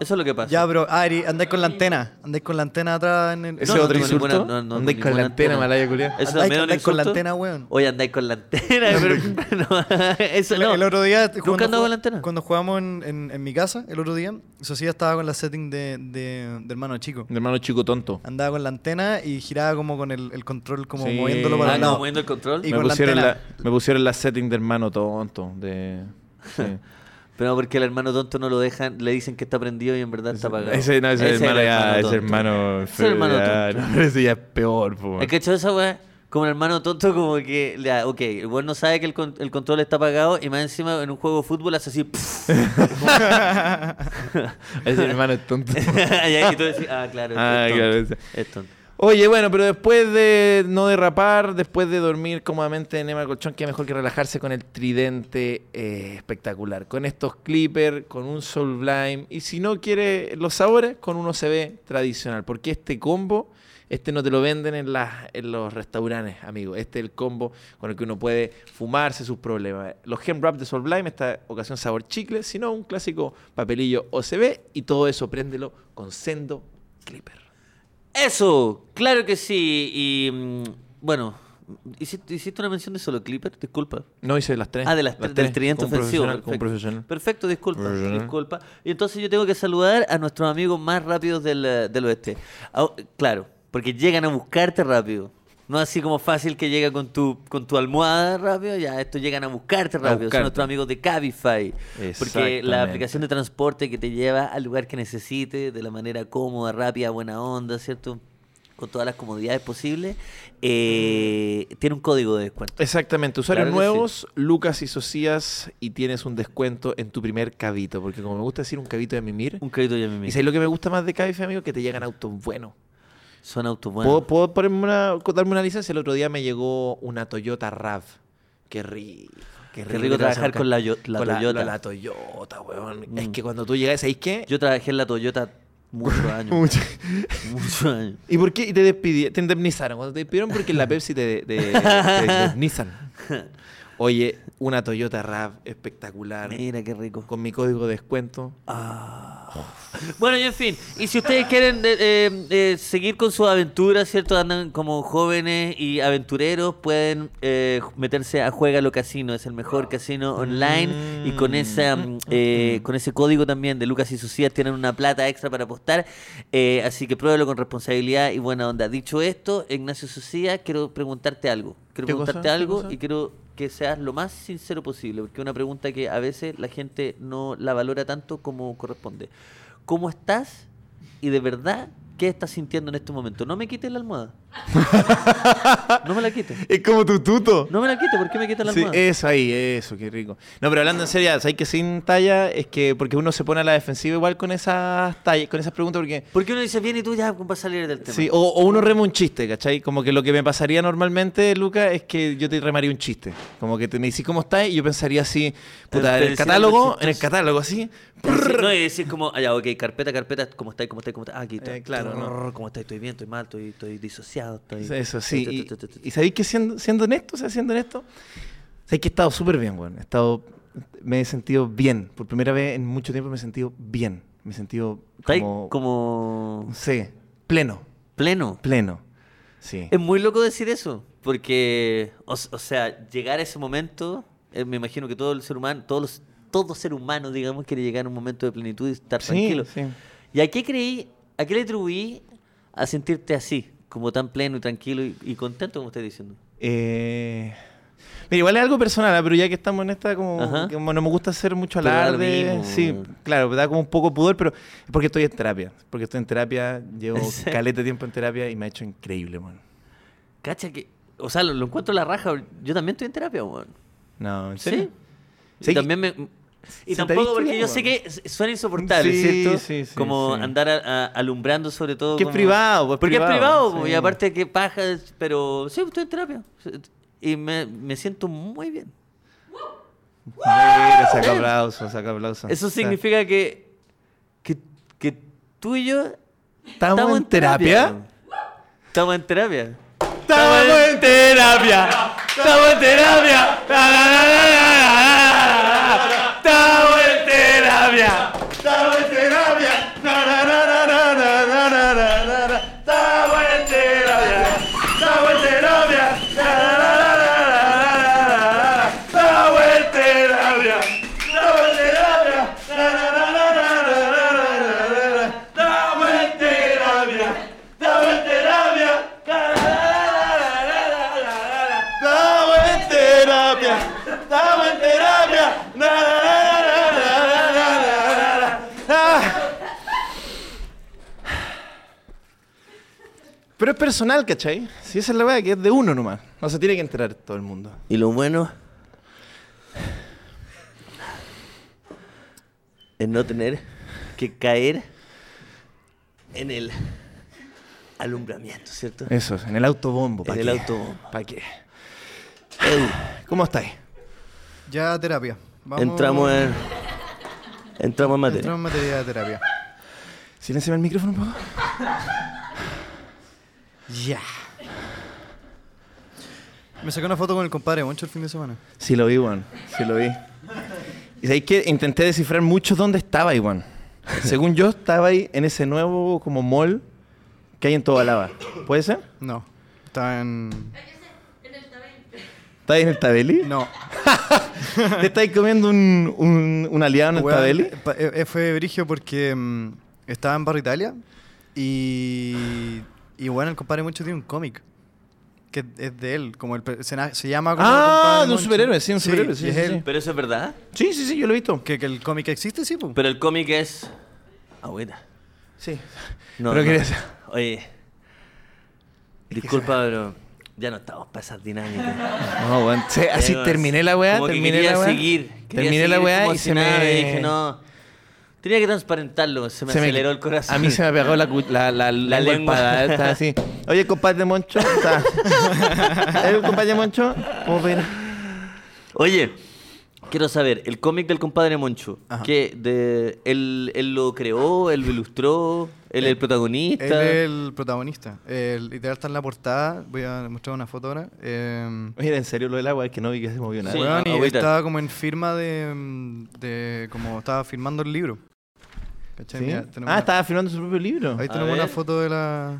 Speaker 1: Eso es lo que pasa.
Speaker 3: Ya, bro, Ari, andáis con la antena. Andáis con la antena atrás en el.
Speaker 2: ¿Ese
Speaker 1: No, no
Speaker 2: otro
Speaker 1: tengo
Speaker 2: insulto?
Speaker 1: ninguna- no, no tengo
Speaker 2: Andáis con la
Speaker 1: ninguna
Speaker 2: antena,
Speaker 1: antena.
Speaker 2: malaya, culiao.
Speaker 1: Eso
Speaker 3: Andáis-
Speaker 1: me da un
Speaker 3: andáis con la
Speaker 1: insulto.
Speaker 3: antena, weón.
Speaker 1: Oye, andáis con la antena, pero no, eso
Speaker 3: El,
Speaker 1: no.
Speaker 3: el otro día.
Speaker 1: Nunca andaba
Speaker 3: jug-
Speaker 1: con la antena.
Speaker 3: Cuando jugábamos en, en- en mi casa, el otro día, Socia estaba con la setting de, de, de hermano chico.
Speaker 2: Mi hermano chico tonto.
Speaker 3: Andaba con la antena y giraba como con el, el control, como
Speaker 2: Sí.
Speaker 3: moviéndolo para
Speaker 1: Ah,
Speaker 3: el
Speaker 1: como
Speaker 3: lado.
Speaker 1: moviendo el control.
Speaker 3: Y
Speaker 2: Me
Speaker 3: con la
Speaker 2: pusieron, la,
Speaker 3: antena.
Speaker 2: me pusieron la setting de hermano tonto. De, sí.
Speaker 1: Pero porque el hermano tonto no lo dejan, le dicen que está prendido y en verdad está apagado.
Speaker 2: Ese, no, ese, hermano,
Speaker 1: era
Speaker 2: ya,
Speaker 1: el
Speaker 2: ese
Speaker 1: tonto.
Speaker 2: hermano.
Speaker 1: Ese era el hermano
Speaker 2: ya,
Speaker 1: tonto.
Speaker 2: no, pero ese ya es peor, po.
Speaker 1: Es que hecho esa weá, como el hermano tonto, como que, ya, ok, el weón no sabe que el, con- el control está apagado y más encima en un juego de fútbol hace así.
Speaker 2: Ese hermano es tonto.
Speaker 1: y ahí tú decís, ah, claro,
Speaker 2: Ah,
Speaker 1: es
Speaker 2: claro,
Speaker 1: tonto.
Speaker 2: ese.
Speaker 1: Es tonto.
Speaker 2: Oye, bueno, pero después de no derrapar, después de dormir cómodamente en Emma Colchón, qué mejor que relajarse con el tridente eh, espectacular. Con estos clippers, con un Soul Blime. Y si no quiere los sabores, con un OCB tradicional. Porque este combo, este no te lo venden en, las- en los restaurantes, amigo. Este es el combo con el que uno puede fumarse sus problemas. Los Gem Wrap de Soul Blime, esta ocasión sabor chicle, sino un clásico papelillo OCB. Y todo eso, préndelo con Sendo Clipper.
Speaker 1: Eso, claro que sí. Y mm, bueno, ¿hiciste, hiciste una mención de solo Clipper, disculpa.
Speaker 2: No hice las tres.
Speaker 1: Ah, de las, tres, del tridente
Speaker 2: como
Speaker 1: ofensivo.
Speaker 2: profesional, como
Speaker 1: perfecto.
Speaker 2: profesional.
Speaker 1: Perfecto, disculpa,
Speaker 2: Profesional.
Speaker 1: disculpa. Y entonces yo tengo que saludar a nuestros amigos más rápidos del, eh, del oeste. Au- claro, porque llegan a buscarte rápido. No así como fácil que llega con tu, con tu almohada rápido, ya, estos llegan a buscarte rápido.
Speaker 2: buscarte.
Speaker 1: Son nuestros amigos de Cabify. Porque
Speaker 2: Exactamente.
Speaker 1: la aplicación de transporte que te lleva al lugar que necesites, de la manera cómoda, rápida, buena onda, ¿cierto? Con todas las comodidades posibles. eh, tiene un código de descuento.
Speaker 2: Exactamente, usuarios
Speaker 1: Claro que
Speaker 2: nuevos, Lucas y Socias, y tienes un descuento en tu primer cabito, porque como me gusta decir un cabito de mimir,
Speaker 1: Un crédito ya
Speaker 2: y sabes lo que me gusta más de Cabify, amigo, que te llegan autos buenos.
Speaker 1: Son autos buenos.
Speaker 2: ¿Puedo, puedo ponerme una, darme una licencia? El otro día me llegó una Toyota RAV. Qué rico. Qué
Speaker 1: rico trabajar
Speaker 2: acá.
Speaker 1: con la yo- la
Speaker 2: Con
Speaker 1: Toyota.
Speaker 2: La, Toyota, weón. Es
Speaker 1: Mm.
Speaker 2: que cuando tú llegas, ¿sabes qué?
Speaker 1: Yo trabajé en la Toyota muchos años.
Speaker 2: Mucho.
Speaker 1: muchos años.
Speaker 2: ¿Y por qué te despidieron? Te indemnizaron. Cuando te despidieron porque en la Pepsi te, te- te indemnizan. Oye, una Toyota RAV espectacular.
Speaker 1: Mira Ah. qué rico.
Speaker 2: Con mi código de descuento.
Speaker 1: Bueno, y en fin, y si ustedes quieren eh, eh, eh, seguir con sus aventuras, ¿cierto? Andan como jóvenes y aventureros, pueden eh, meterse a Juegalo Casino, es el mejor casino
Speaker 2: Mm.
Speaker 1: online. Y con, esa, mm, eh, con ese código también de Lucas y Socias tienen una plata extra para apostar. eh, así que pruébelo con responsabilidad y buena onda. Dicho esto, Ignacio Socias, quiero preguntarte algo. Quiero
Speaker 2: ¿Qué cosa?
Speaker 1: preguntarte
Speaker 2: ¿Qué
Speaker 1: algo
Speaker 2: cosa?
Speaker 1: y quiero que seas lo más sincero posible, porque es una pregunta que a veces la gente no la valora tanto como corresponde. ¿Cómo estás y de verdad qué estás sintiendo en este momento? No me quites la almohada. No me la quites.
Speaker 2: Es como tu tuto.
Speaker 1: No me la quites, ¿por qué me quitas la
Speaker 2: Sí,
Speaker 1: almohada?
Speaker 2: eso ahí, eso, qué rico. No, pero hablando en serio, hay que sin talla es que porque uno se pone a la defensiva igual con esas tallas, con esas preguntas porque
Speaker 1: Porque uno dice bien y tú ya vas a salir del tema.
Speaker 2: Sí, o, o uno rema un chiste, ¿cachai? Como que lo que me pasaría normalmente, Luca, es que yo te remaría un chiste. Como que te me decís cómo estás y yo pensaría así, puta, en
Speaker 1: Pero si
Speaker 2: el catálogo,
Speaker 1: algo
Speaker 2: en el
Speaker 1: chistoso.
Speaker 2: catálogo, así.
Speaker 1: Decir- no, y decir como, ah, ya, ok, carpeta, carpeta, ¿cómo estáis? ¿Cómo estáis? ¿Cómo estáis? Ah, aquí está.
Speaker 2: Eh, claro, ¿no?
Speaker 1: Trrr, ¿Cómo estáis? Estoy bien, estoy mal, estoy, estoy disociado. Estoy...
Speaker 2: Eso, sí.
Speaker 1: Tu,
Speaker 2: Y,
Speaker 1: tu, tu, tu, tu.
Speaker 2: y sabéis que siendo, siendo honesto, o sea, siendo honesto, sabéis que he estado súper bien, weón. He estado, me he sentido bien. Por primera vez en mucho tiempo me he sentido bien. Me he sentido
Speaker 1: Estáis
Speaker 2: como,
Speaker 1: como...
Speaker 2: no sé, pleno,
Speaker 1: pleno.
Speaker 2: pleno. Sí.
Speaker 1: Es muy loco decir eso, porque, o, s- o sea, llegar a ese momento, eh, me imagino que todo el ser humano, todos los- todo ser humano, digamos, quiere llegar a un momento de plenitud y estar
Speaker 2: Sí,
Speaker 1: tranquilo.
Speaker 2: sí.
Speaker 1: ¿Y a qué creí, a qué le atribuí a sentirte así, como tan pleno y tranquilo y, y contento como estás diciendo?
Speaker 2: Eh, Mira, igual es algo personal, ¿ah? pero ya que estamos en esta, como,
Speaker 1: Ajá.
Speaker 2: como no me gusta hacer mucho
Speaker 1: Pero da lo
Speaker 2: alarde.
Speaker 1: mismo,
Speaker 2: Sí,
Speaker 1: weón.
Speaker 2: claro, me da como un poco de pudor, pero es porque estoy en terapia. Porque estoy en terapia, llevo
Speaker 1: ¿En serio?
Speaker 2: caleta de tiempo en terapia y me ha hecho increíble, man.
Speaker 1: Cacha que, o sea, lo, lo encuentro la raja, yo también estoy en terapia, weón.
Speaker 2: No, ¿en serio?
Speaker 1: Sí.
Speaker 2: Sí,
Speaker 1: Y también me.
Speaker 2: se
Speaker 1: Y
Speaker 2: te
Speaker 1: tampoco
Speaker 2: viste
Speaker 1: porque
Speaker 2: bien,
Speaker 1: yo sé
Speaker 2: weón.
Speaker 1: que s- suena insoportable,
Speaker 2: Sí,
Speaker 1: ¿cierto?
Speaker 2: sí, sí,
Speaker 1: como
Speaker 2: sí.
Speaker 1: andar a- a- alumbrando sobre todo.
Speaker 2: Que es
Speaker 1: como-
Speaker 2: privado, pues,
Speaker 1: Porque
Speaker 2: privado,
Speaker 1: es privado, po,
Speaker 2: sí.
Speaker 1: y aparte que paja, es- pero sí, estoy en terapia. Y me, me siento muy bien.
Speaker 2: Mira, saca aplauso, saca aplauso.
Speaker 1: Eso
Speaker 2: O sea,
Speaker 1: significa que, que, que tú y yo
Speaker 2: ¿Estamos, en terapia?
Speaker 1: Estamos en terapia.
Speaker 2: ¡Estamos en terapia! ¡Estamos en terapia! ¡La, la, la, la, la, la, la! ¡Estamos en terapia! ¡Estamos en terapia! ¡Na, na, na, na, na, na, na, na, na, na, na! ¡Estamos en terapia! ¡Estamos en terapia! ¡Na, na, na, na, na, na, na, na, na! ¡Estamos en terapia! ¡Estamos en terapia! ¡Na, na, na, na, na, na, na, na, na, na! ¡Estamos en terapia! ¡Estamos en terapia! ¡Na, na, Estamos en terapia, estamos en terapia. Na, na, na, na, na, na, na, na, na, na. Ah. Pero es personal, ¿cachai? Si esa es la verdad, que es de uno nomás. No se tiene que enterar todo el mundo.
Speaker 1: Y lo bueno es no tener que caer en el alumbramiento, ¿cierto?
Speaker 3: Eh,
Speaker 2: Eso, en el autobombo.
Speaker 1: En el autobombo.
Speaker 2: ¿Para qué?
Speaker 1: Edu,
Speaker 2: ¿Cómo estáis?
Speaker 3: Ya terapia. Vamos-
Speaker 1: entramos en entramos en materia.
Speaker 3: entramos en materia de terapia.
Speaker 2: Silenciame el micrófono un poco.
Speaker 3: Ya. Me saqué una foto con el compadre Moncho el fin de semana.
Speaker 2: Sí lo vi, Juan. Sí lo vi. Y sabéis que intenté descifrar mucho dónde estaba, Juan. Según yo, estaba ahí en ese nuevo como mall que hay en Tobalaba. ¿Puede ser?
Speaker 3: No. Estaba en.
Speaker 2: ¿Está ahí en el Tabeli?
Speaker 3: No.
Speaker 2: ¿Te estáis comiendo un, un, un aliado en el
Speaker 3: Weón,
Speaker 2: Tabeli?
Speaker 3: pa- eh, eh, fue brigio porque mm, estaba en Barrio Italia y. Y bueno, el compadre Moncho tiene un cómic. Que es de él, como el per- se, na- se llama como el
Speaker 2: Ah,
Speaker 3: compadre
Speaker 2: de un
Speaker 3: Moncho.
Speaker 2: superhéroe, sí, un superhéroe, sí,
Speaker 3: y es
Speaker 2: sí,
Speaker 3: él.
Speaker 2: sí.
Speaker 1: Pero eso es verdad.
Speaker 2: Sí, sí, sí, yo lo he visto.
Speaker 3: Que, que el cómic existe, sí, pues.
Speaker 1: Pero el cómic es agüita.
Speaker 2: Sí.
Speaker 1: No,
Speaker 2: Pero
Speaker 1: no.
Speaker 2: quería sa-
Speaker 1: Oye. Disculpa, pero ya no estamos para esas dinámicas.
Speaker 2: No, weón. Sí, así
Speaker 1: Pero,
Speaker 2: terminé la weá,
Speaker 1: como que
Speaker 2: terminé
Speaker 1: quería
Speaker 2: la weá.
Speaker 1: seguir, quería
Speaker 2: terminé la
Speaker 1: seguir
Speaker 2: weá
Speaker 1: como
Speaker 2: y
Speaker 1: si
Speaker 2: se
Speaker 1: nada,
Speaker 2: me...
Speaker 1: dije, no. Tenía que transparentarlo, se me
Speaker 2: Se me-
Speaker 1: aceleró el corazón.
Speaker 2: A mí se me pegó la, cu- la, la, la lengua.
Speaker 1: lengua.
Speaker 2: espada, está así. Oye, compadre Moncho. Está. Eh, compadre Moncho? ¿Cómo ven?
Speaker 1: Oye, quiero saber, el cómic del compadre Moncho,
Speaker 3: Ajá.
Speaker 1: que de, él, él lo creó, él lo ilustró, él
Speaker 2: Eh,
Speaker 1: es el protagonista.
Speaker 3: Él es el protagonista. El, literal está en la portada. Voy a mostrar una foto ahora. Eh,
Speaker 2: Mira, en serio lo del agua, es que no vi que se movió nada.
Speaker 1: Sí,
Speaker 3: weón, y
Speaker 1: agüita.
Speaker 3: estaba como en firma de, mm, de- como estaba firmando el libro. ¿Cachai?
Speaker 2: ¿Sí?
Speaker 3: Mira, tenemos
Speaker 2: Ah,
Speaker 3: una-
Speaker 2: estaba firmando su propio libro.
Speaker 3: Ahí
Speaker 1: A
Speaker 3: tenemos una
Speaker 1: ver.
Speaker 3: foto de la.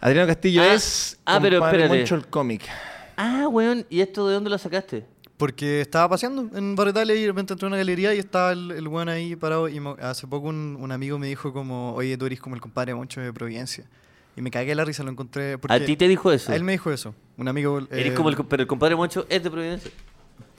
Speaker 2: Adriano Castillo
Speaker 1: Ah,
Speaker 2: es
Speaker 1: ah, pero
Speaker 2: compadre
Speaker 1: espérate.
Speaker 2: Moncho el cómic.
Speaker 1: Ah, weón, ¿y esto de dónde lo sacaste?
Speaker 3: Porque estaba paseando en Barrio Italia y de repente entré a una galería y estaba el, el weón ahí parado. Y mo- hace poco un, un amigo me dijo como, oye, tú eres como el compadre Moncho de Providencia. Y me cagué la risa, lo encontré. Porque
Speaker 1: ¿A ti te dijo eso?
Speaker 3: a él me dijo eso. Un amigo.
Speaker 1: Eres
Speaker 3: eh,
Speaker 1: como el, co- pero el compadre Moncho es de Providencia.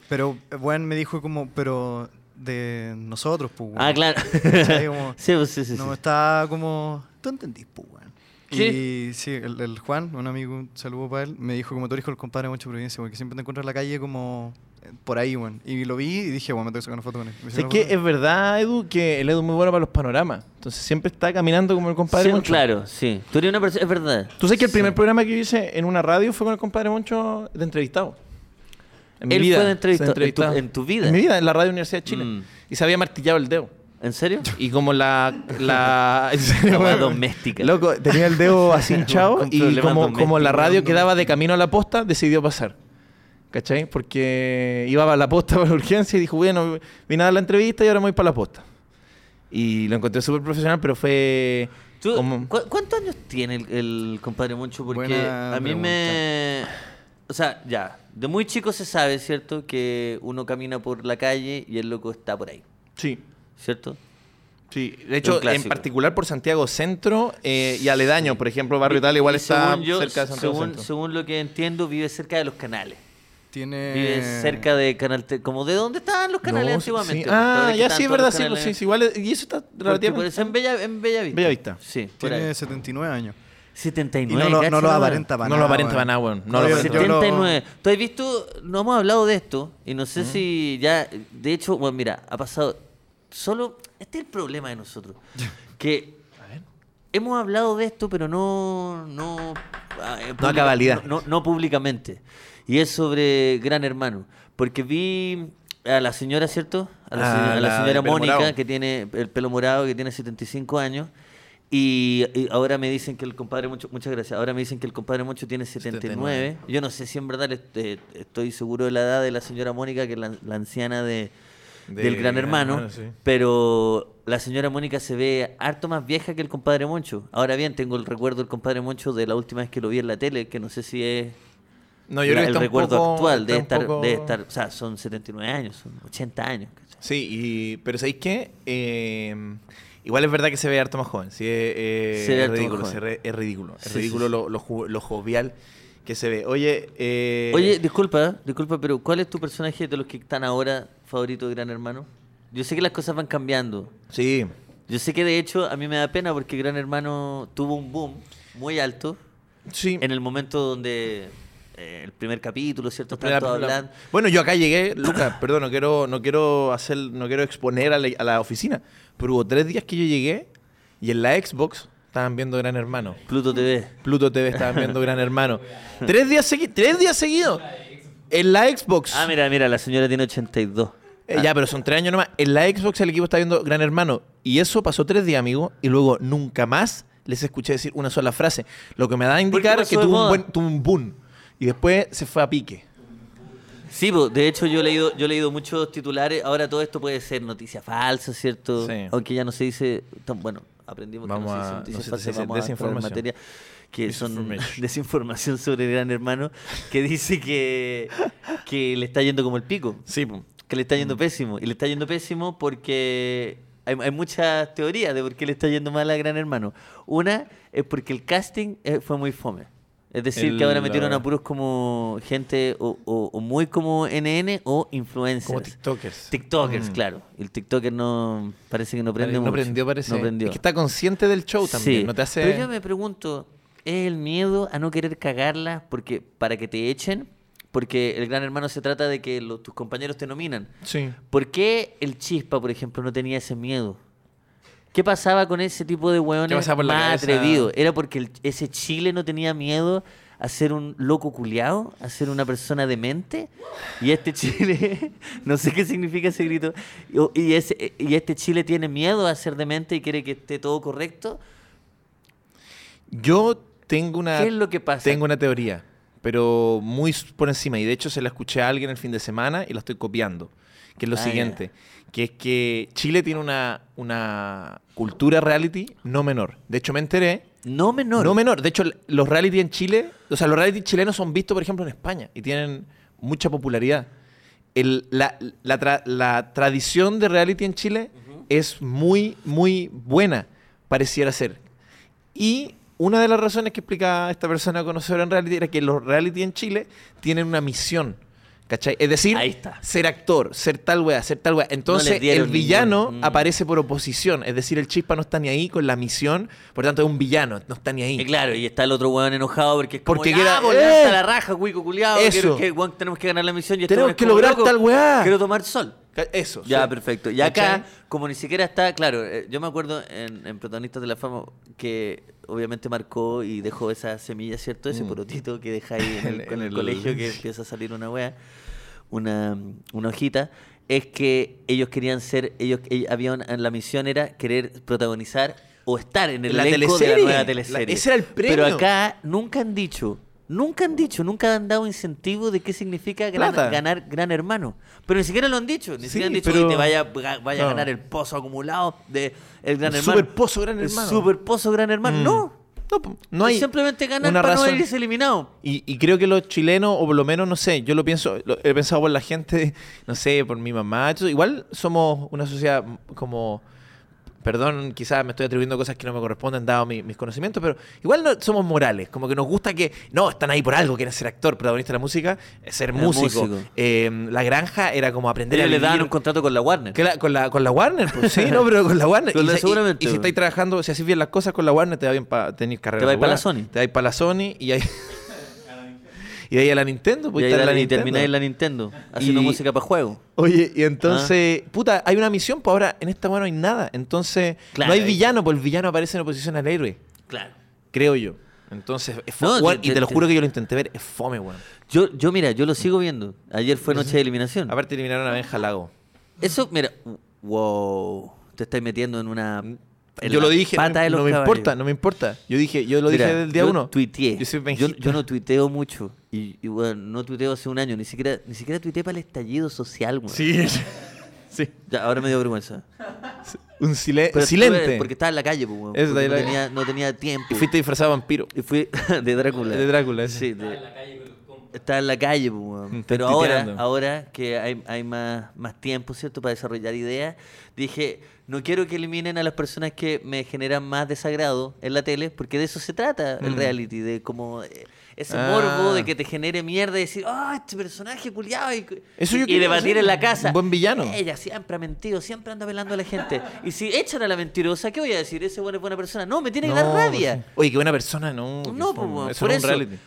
Speaker 3: Pero eh, weón me dijo como, pero de nosotros, pues. weón".
Speaker 1: Ah, claro.
Speaker 3: ¿Cachai? Como-
Speaker 1: sí, pues, sí, sí. sí.
Speaker 3: no,
Speaker 2: este
Speaker 3: está como... Tú entendís, pues, weón.
Speaker 1: Sí.
Speaker 3: Y sí, el, el Juan, un amigo, un saludo para él, me dijo como tú eres el compadre de Moncho Providencia, porque siempre te encuentras en la calle como eh, por ahí, weón. Y lo vi y dije, bueno, me tengo que sacar una foto con él. Me
Speaker 2: Es
Speaker 3: hice una
Speaker 2: que
Speaker 3: foto
Speaker 2: es
Speaker 3: con él.
Speaker 2: verdad, Edu, que el Edu es muy bueno para los panoramas. Entonces siempre está caminando como el compadre
Speaker 1: Sí, pues,
Speaker 2: Moncho.
Speaker 1: Claro, sí. Tú eres una persona, es verdad.
Speaker 2: Tú sabes que el primer programa que yo hice en una radio fue con el compadre Moncho de entrevistado. En
Speaker 1: Él fue de
Speaker 2: se
Speaker 1: entrevistado, en tu-
Speaker 2: entrevistaba.
Speaker 1: en tu vida.
Speaker 2: En mi vida, en la radio Universidad de Chile.
Speaker 1: Mm.
Speaker 2: Y se había martillado el dedo.
Speaker 1: ¿En serio?
Speaker 2: Y como la... la en serio,
Speaker 1: La weá
Speaker 2: weón.
Speaker 1: doméstica.
Speaker 2: Loco, tenía el dedo así hinchado
Speaker 1: Con
Speaker 2: y
Speaker 1: problemas
Speaker 2: como, como la
Speaker 1: domésticos,
Speaker 2: radio
Speaker 1: weón.
Speaker 2: quedaba de camino a la posta, decidió pasar. ¿Cachai? Porque iba a la posta para urgencia y dijo, bueno, vine a dar la entrevista y ahora me voy para la posta. Y lo encontré súper profesional, pero fue...
Speaker 1: Tú-
Speaker 2: como-
Speaker 1: ¿cu- ¿Cuántos años tiene el, el compadre Moncho? Porque
Speaker 3: Buena
Speaker 1: a mí me... O sea, ya, de muy chico se sabe, ¿cierto? Que uno camina por la calle y el loco está por ahí,
Speaker 2: Sí.
Speaker 1: ¿cierto?
Speaker 2: Sí, de hecho, en
Speaker 1: clásico.
Speaker 2: particular por Santiago Centro eh, y aledaño, por ejemplo, Barrio Italia igual
Speaker 1: Y
Speaker 2: está
Speaker 1: según yo,
Speaker 2: cerca de Santiago
Speaker 1: según,
Speaker 2: Centro.
Speaker 1: según lo que entiendo, vive cerca de los canales.
Speaker 3: Tiene.
Speaker 1: Vive cerca de Canal Te- como de dónde estaban los canales
Speaker 2: Eh. No, sí,
Speaker 1: antiguamente.
Speaker 2: sí.
Speaker 1: ¿no? Ahora
Speaker 2: Ah,
Speaker 1: que
Speaker 2: ya
Speaker 1: están
Speaker 2: sí, es
Speaker 1: todos los
Speaker 2: verdad, sí, pues
Speaker 1: canales-
Speaker 2: sí, sí, igual, es- y eso está
Speaker 1: Porque por
Speaker 2: relativamente...
Speaker 1: eso en Bella, en Bella Vista.
Speaker 2: Bella Vista.
Speaker 1: Sí, por
Speaker 3: Tiene
Speaker 1: ahí.
Speaker 3: 79 años. Y
Speaker 1: 79.
Speaker 3: no, lo, no
Speaker 1: cacha
Speaker 3: lo
Speaker 1: la
Speaker 3: aparenta para
Speaker 2: No lo
Speaker 3: nada,
Speaker 2: aparenta
Speaker 3: weón.
Speaker 2: para nada, weón. No lo
Speaker 3: Yo-
Speaker 2: aparenta.
Speaker 3: yo
Speaker 1: 79. ¿Tú has visto? No hemos hablado de esto y no sé si ya. De hecho, bueno, mira, ha pasado. Solo. Este es el problema de nosotros. Que. Hemos hablado de esto, pero no. No, ah, eh,
Speaker 2: No a cabalidad.
Speaker 1: No, no- no públicamente. Y es sobre Gran Hermano. Porque vi a la señora, ¿cierto? A la,
Speaker 2: Ah,
Speaker 1: señora- a la
Speaker 2: la
Speaker 1: señora
Speaker 2: del pelo
Speaker 1: Mónica,
Speaker 2: morado.
Speaker 1: que tiene el pelo morado, que tiene 75 años. Y, y ahora me dicen que el compadre Mucho, muchas gracias, ahora me dicen que el compadre Mucho tiene 79. Yo no sé si en verdad le- eh, estoy seguro de la edad de la señora Mónica, que es la, la anciana de,
Speaker 2: De
Speaker 1: del Gran
Speaker 2: Gran
Speaker 1: Hermano,
Speaker 2: Hermano, sí.
Speaker 1: pero la señora Mónica se ve harto más vieja que el compadre Moncho. Ahora bien, tengo el recuerdo del compadre Moncho de la última vez que lo vi en la tele, que no sé si es
Speaker 2: No, yo
Speaker 1: la-
Speaker 2: creo que
Speaker 1: el
Speaker 2: está un
Speaker 1: recuerdo
Speaker 2: poco-
Speaker 1: actual,
Speaker 2: está
Speaker 1: debe
Speaker 2: un
Speaker 1: estar,
Speaker 2: poco-
Speaker 1: debe estar, o sea, son 79 años, son 80 años. ¿cachai?
Speaker 2: Sí, y, pero ¿sabéis qué? Eh, igual es verdad que se ve harto más joven. Sí, eh, eh,
Speaker 1: Se ve
Speaker 2: es,
Speaker 1: harto más
Speaker 2: ridículo,
Speaker 1: joven.
Speaker 2: se re- es ridículo. Es
Speaker 1: Sí, sí,
Speaker 2: ridículo
Speaker 1: sí.
Speaker 2: Lo, lo ju- lo jovial que se ve. Oye, eh,
Speaker 1: Oye, disculpa, ¿eh? disculpa, pero ¿cuál es tu personaje de los que están ahora favorito de Gran Hermano? Yo sé que las cosas van cambiando.
Speaker 2: sí.
Speaker 1: Yo sé que de hecho a mí me da pena porque Gran Hermano tuvo un boom muy alto
Speaker 2: Sí.
Speaker 1: en el momento donde eh, el primer capítulo, ¿cierto?
Speaker 2: La-
Speaker 1: Están todos
Speaker 2: la-
Speaker 1: hablando.
Speaker 2: Bueno, yo acá llegué, Lucas, perdón, no quiero, no quiero hacer, no quiero exponer a la, a la oficina, pero hubo tres días que yo llegué y en la Xbox estaban viendo Gran Hermano.
Speaker 1: Pluto TV.
Speaker 2: Pluto TV estaban viendo Gran Hermano. Tres días seguidos, tres días seguidos. En la Xbox.
Speaker 1: Ah, mira, mira, la señora tiene 82.
Speaker 2: Eh, ya, pero son tres años nomás. En la Xbox el equipo está viendo Gran Hermano. Y eso pasó tres días, amigo. Y luego nunca más les escuché decir una sola frase. Lo que me da a
Speaker 1: qué
Speaker 2: indicar
Speaker 1: pasó
Speaker 2: que
Speaker 1: de
Speaker 2: tuvo un,
Speaker 1: moda?
Speaker 2: buen, tuvo un boom. Y después se fue a pique.
Speaker 1: Sí, po, de hecho yo he leído, yo he leído muchos titulares. Ahora todo esto puede ser noticia falsa, ¿cierto?
Speaker 2: Sí.
Speaker 1: Aunque ya no se dice. tan- bueno, aprendimos
Speaker 2: Vamos
Speaker 1: que no se dice
Speaker 2: a- no
Speaker 1: noticia
Speaker 2: se
Speaker 1: falsa. vamos
Speaker 2: dice
Speaker 1: a entrar en
Speaker 2: desinformación.
Speaker 1: materia que son
Speaker 2: Disinformation.
Speaker 1: desinformación sobre Gran Hermano, que dice que, que le está yendo como el pico.
Speaker 2: Sí,
Speaker 1: Que le está
Speaker 2: Mm.
Speaker 1: yendo pésimo. Y le está yendo pésimo porque hay, hay muchas teorías de por qué le está yendo mal a Gran Hermano. Una es porque el casting eh, fue muy fome. Es decir, que ahora
Speaker 2: El-
Speaker 1: metieron a puros como gente o, o- o muy como NN o influencers.
Speaker 2: como TikTokers.
Speaker 1: TikTokers,
Speaker 2: Mm.
Speaker 1: claro. Y el TikToker no parece que no prende
Speaker 2: no
Speaker 1: mucho.
Speaker 2: prendió, parece.
Speaker 1: No prendió.
Speaker 2: Es que está consciente del show también.
Speaker 1: Sí,
Speaker 2: No te hace.
Speaker 1: Pero yo me pregunto, ¿es el miedo a no querer cagarla porque para que te echen? Porque el gran hermano se trata de que lo- tus compañeros te nominan.
Speaker 2: Sí.
Speaker 1: ¿Por qué el Chispa, por ejemplo, no tenía ese miedo? ¿Qué pasaba con ese tipo de
Speaker 2: ¿Qué
Speaker 1: hueones
Speaker 2: pasaba por
Speaker 1: más
Speaker 2: la cabeza?
Speaker 1: atrevido? ¿Era porque el- ese Chile no tenía miedo a ser un loco culiao? ¿A ser una persona demente? Y este Chile, no sé qué significa ese grito, y- y, ese- y este Chile tiene miedo a ser demente y quiere que esté todo correcto.
Speaker 2: Yo tengo una.
Speaker 1: ¿Qué es lo que pasa?
Speaker 2: Tengo una teoría, pero muy s- por encima. Y de hecho se la escuché a alguien el fin de semana y la estoy copiando. Que es lo
Speaker 1: Ah, ya.
Speaker 2: siguiente. Que es que Chile tiene una, una cultura reality no menor. De hecho, me enteré.
Speaker 1: No menor.
Speaker 2: No menor. De hecho, l- los reality en Chile, o sea, los reality chilenos son vistos, por ejemplo, en España y tienen mucha popularidad. El- la, la tra- la tradición de reality en Chile es muy, muy buena, pareciera ser. Y una de las razones que explicaba esta persona conocedora en reality era que los reality en Chile tienen una misión. ¿Cachai? Es decir,
Speaker 1: Ahí está.
Speaker 2: ser actor, ser tal wea, ser tal wea. Entonces, el
Speaker 1: dieron
Speaker 2: villano
Speaker 1: ningún- Mm.
Speaker 2: aparece por oposición. Es decir, el chispa no está ni ahí con la misión. Por tanto, es un villano, no está ni ahí.
Speaker 1: Y claro, y está el otro hueón enojado porque es como,
Speaker 2: Porque
Speaker 1: porque
Speaker 2: quiera-
Speaker 1: ah, vos lanza
Speaker 2: ¡Eh!
Speaker 1: la raja, cuico culiado,
Speaker 2: Eso.
Speaker 1: que, hueón, tenemos que ganar la misión y este
Speaker 2: Tenemos
Speaker 1: hueón es
Speaker 2: que
Speaker 1: como,
Speaker 2: lograr
Speaker 1: "Loco,
Speaker 2: tal weá".
Speaker 1: Quiero tomar sol.
Speaker 2: Ca- Eso.
Speaker 1: Ya,
Speaker 2: sí.
Speaker 1: perfecto. Y acá,
Speaker 2: ¿Cachai?
Speaker 1: como ni siquiera está, claro, eh, yo me acuerdo en, en Protagonistas de la Fama que obviamente marcó y dejó esa semilla, ¿cierto? Ese
Speaker 2: Mm.
Speaker 1: porotito que deja ahí en el,
Speaker 2: En
Speaker 1: en el
Speaker 2: el-
Speaker 1: colegio que empieza a salir una wea, una, una hojita, es que ellos querían ser, ellos, ell- habían, la misión era querer protagonizar o estar en el
Speaker 2: La
Speaker 1: elenco de
Speaker 2: teleserie.
Speaker 1: la nueva
Speaker 2: La-
Speaker 1: teleserie.
Speaker 2: ese era el
Speaker 1: Pero
Speaker 2: premio.
Speaker 1: acá nunca han dicho... Nunca han dicho, nunca han dado incentivo de qué significa gran-
Speaker 2: Plata.
Speaker 1: ganar Gran Hermano. Pero ni siquiera lo han dicho. Ni
Speaker 2: Sí,
Speaker 1: siquiera han dicho
Speaker 2: pero-
Speaker 1: "Oye, te vaya, ga- vaya
Speaker 2: No.
Speaker 1: a ganar el pozo acumulado de el gran
Speaker 2: El
Speaker 1: hermano.
Speaker 2: superpozo Gran
Speaker 1: El
Speaker 2: Hermano.
Speaker 1: superpozo gran hermano.
Speaker 2: Mm.
Speaker 1: No.
Speaker 2: No, po, no hay.
Speaker 1: Simplemente ganar
Speaker 2: una
Speaker 1: para
Speaker 2: razón.
Speaker 1: no irse eliminado.
Speaker 2: Y, y creo que los chilenos, o por lo menos, no sé, yo lo pienso, lo- he pensado por la gente, no sé, por mi mamá. yo- igual somos una sociedad como Perdón, quizás me estoy atribuyendo cosas que no me corresponden dado mi- mis conocimientos, pero igual no, somos morales. Como que nos gusta que. No, están ahí por algo, quieren ser actor, protagonista de la música, eh, ser
Speaker 1: Era
Speaker 2: músico.
Speaker 1: músico.
Speaker 2: Eh, la granja era como aprender
Speaker 1: Ellos
Speaker 2: a
Speaker 1: le daban
Speaker 2: vivir-
Speaker 1: un contrato con la Warner.
Speaker 2: que la- con, la, con la Warner, pues, sí, no, pero con la Warner.
Speaker 1: Con
Speaker 2: y,
Speaker 1: la-
Speaker 2: si- y-
Speaker 1: seguramente,
Speaker 2: y si
Speaker 1: weón.
Speaker 2: estáis trabajando, si haces bien las cosas con la Warner, te va bien para tener carrera.
Speaker 1: Te va
Speaker 2: de
Speaker 1: ir pa la
Speaker 2: weón.
Speaker 1: Sony.
Speaker 2: Te va a ir para la Sony y ahí. y de ahí a la Nintendo,
Speaker 1: y
Speaker 2: pues
Speaker 1: ahí
Speaker 2: estar en
Speaker 1: la-
Speaker 2: la
Speaker 1: y
Speaker 2: Nintendo.
Speaker 1: termináis en la Nintendo, haciendo
Speaker 2: Y-
Speaker 1: música para juego.
Speaker 2: Oye, y entonces,
Speaker 1: Ah.
Speaker 2: puta, hay una misión, pues ahora en esta mano no hay nada. Entonces,
Speaker 1: Claro,
Speaker 2: no hay
Speaker 1: ahí-
Speaker 2: villano, pues el villano aparece en oposición al héroe,
Speaker 1: Claro.
Speaker 2: creo yo. Entonces, es fome,
Speaker 1: No,
Speaker 2: weón,
Speaker 1: te-
Speaker 2: y te
Speaker 1: te-
Speaker 2: lo
Speaker 1: te-
Speaker 2: juro que yo lo intenté ver, es fome, weón.
Speaker 1: Yo, yo, mira, yo lo sigo viendo. Ayer fue noche de eliminación.
Speaker 2: Aparte eliminaron a Benja Lago.
Speaker 1: Eso, mira, wow, te estáis metiendo en una. en
Speaker 2: yo
Speaker 1: la
Speaker 2: lo dije, no,
Speaker 1: pata de
Speaker 2: no
Speaker 1: los
Speaker 2: me
Speaker 1: caballos.
Speaker 2: importa, no me importa. Yo dije, yo lo
Speaker 1: Mira,
Speaker 2: dije del día
Speaker 1: yo
Speaker 2: uno.
Speaker 1: Tuiteé.
Speaker 2: Yo soy
Speaker 1: Yo,
Speaker 2: benjista.
Speaker 1: yo no tuiteo mucho. Y, y, bueno, no tuiteo hace un año. Ni siquiera, ni siquiera tuiteé para el estallido social, weón.
Speaker 2: Sí, sí.
Speaker 1: Ya, ahora me dio vergüenza.
Speaker 2: Un sile-
Speaker 1: Pero estuve-
Speaker 2: silente.
Speaker 1: Porque estaba en la calle, pues, weón,
Speaker 2: Eso,
Speaker 1: porque
Speaker 2: ahí
Speaker 1: no,
Speaker 2: la-
Speaker 1: tenía, no tenía tiempo.
Speaker 2: Y fuiste disfrazado de vampiro.
Speaker 1: Y fui de Drácula.
Speaker 2: De Drácula, ese.
Speaker 1: Sí, de- Estaba en la calle, pues, weón.
Speaker 2: Están
Speaker 1: Pero ahora,
Speaker 2: titeando.
Speaker 1: ahora que hay, hay más, más tiempo, ¿cierto? Para desarrollar ideas, dije, no quiero que eliminen a las personas que me generan más desagrado en la tele, porque de eso se trata el
Speaker 2: Mm.
Speaker 1: reality, de como eh, ese
Speaker 2: Ah.
Speaker 1: morbo de que te genere mierda y decir, ah, este personaje culiado. Y,
Speaker 2: Eso yo
Speaker 1: y
Speaker 2: quiero
Speaker 1: debatir
Speaker 2: hacer,
Speaker 1: en la casa.
Speaker 2: un buen villano.
Speaker 1: Ella siempre ha mentido, siempre anda velando a la gente. Y si echan a la mentirosa, ¿qué voy a decir? Ese bueno es buena persona. No, me tiene que dar
Speaker 2: No,
Speaker 1: rabia.
Speaker 2: sí. Oye, qué buena persona, no. qué
Speaker 1: No,
Speaker 2: fome.
Speaker 1: pues, weón,
Speaker 2: Eso
Speaker 1: por
Speaker 2: no es
Speaker 1: eso.
Speaker 2: un reality.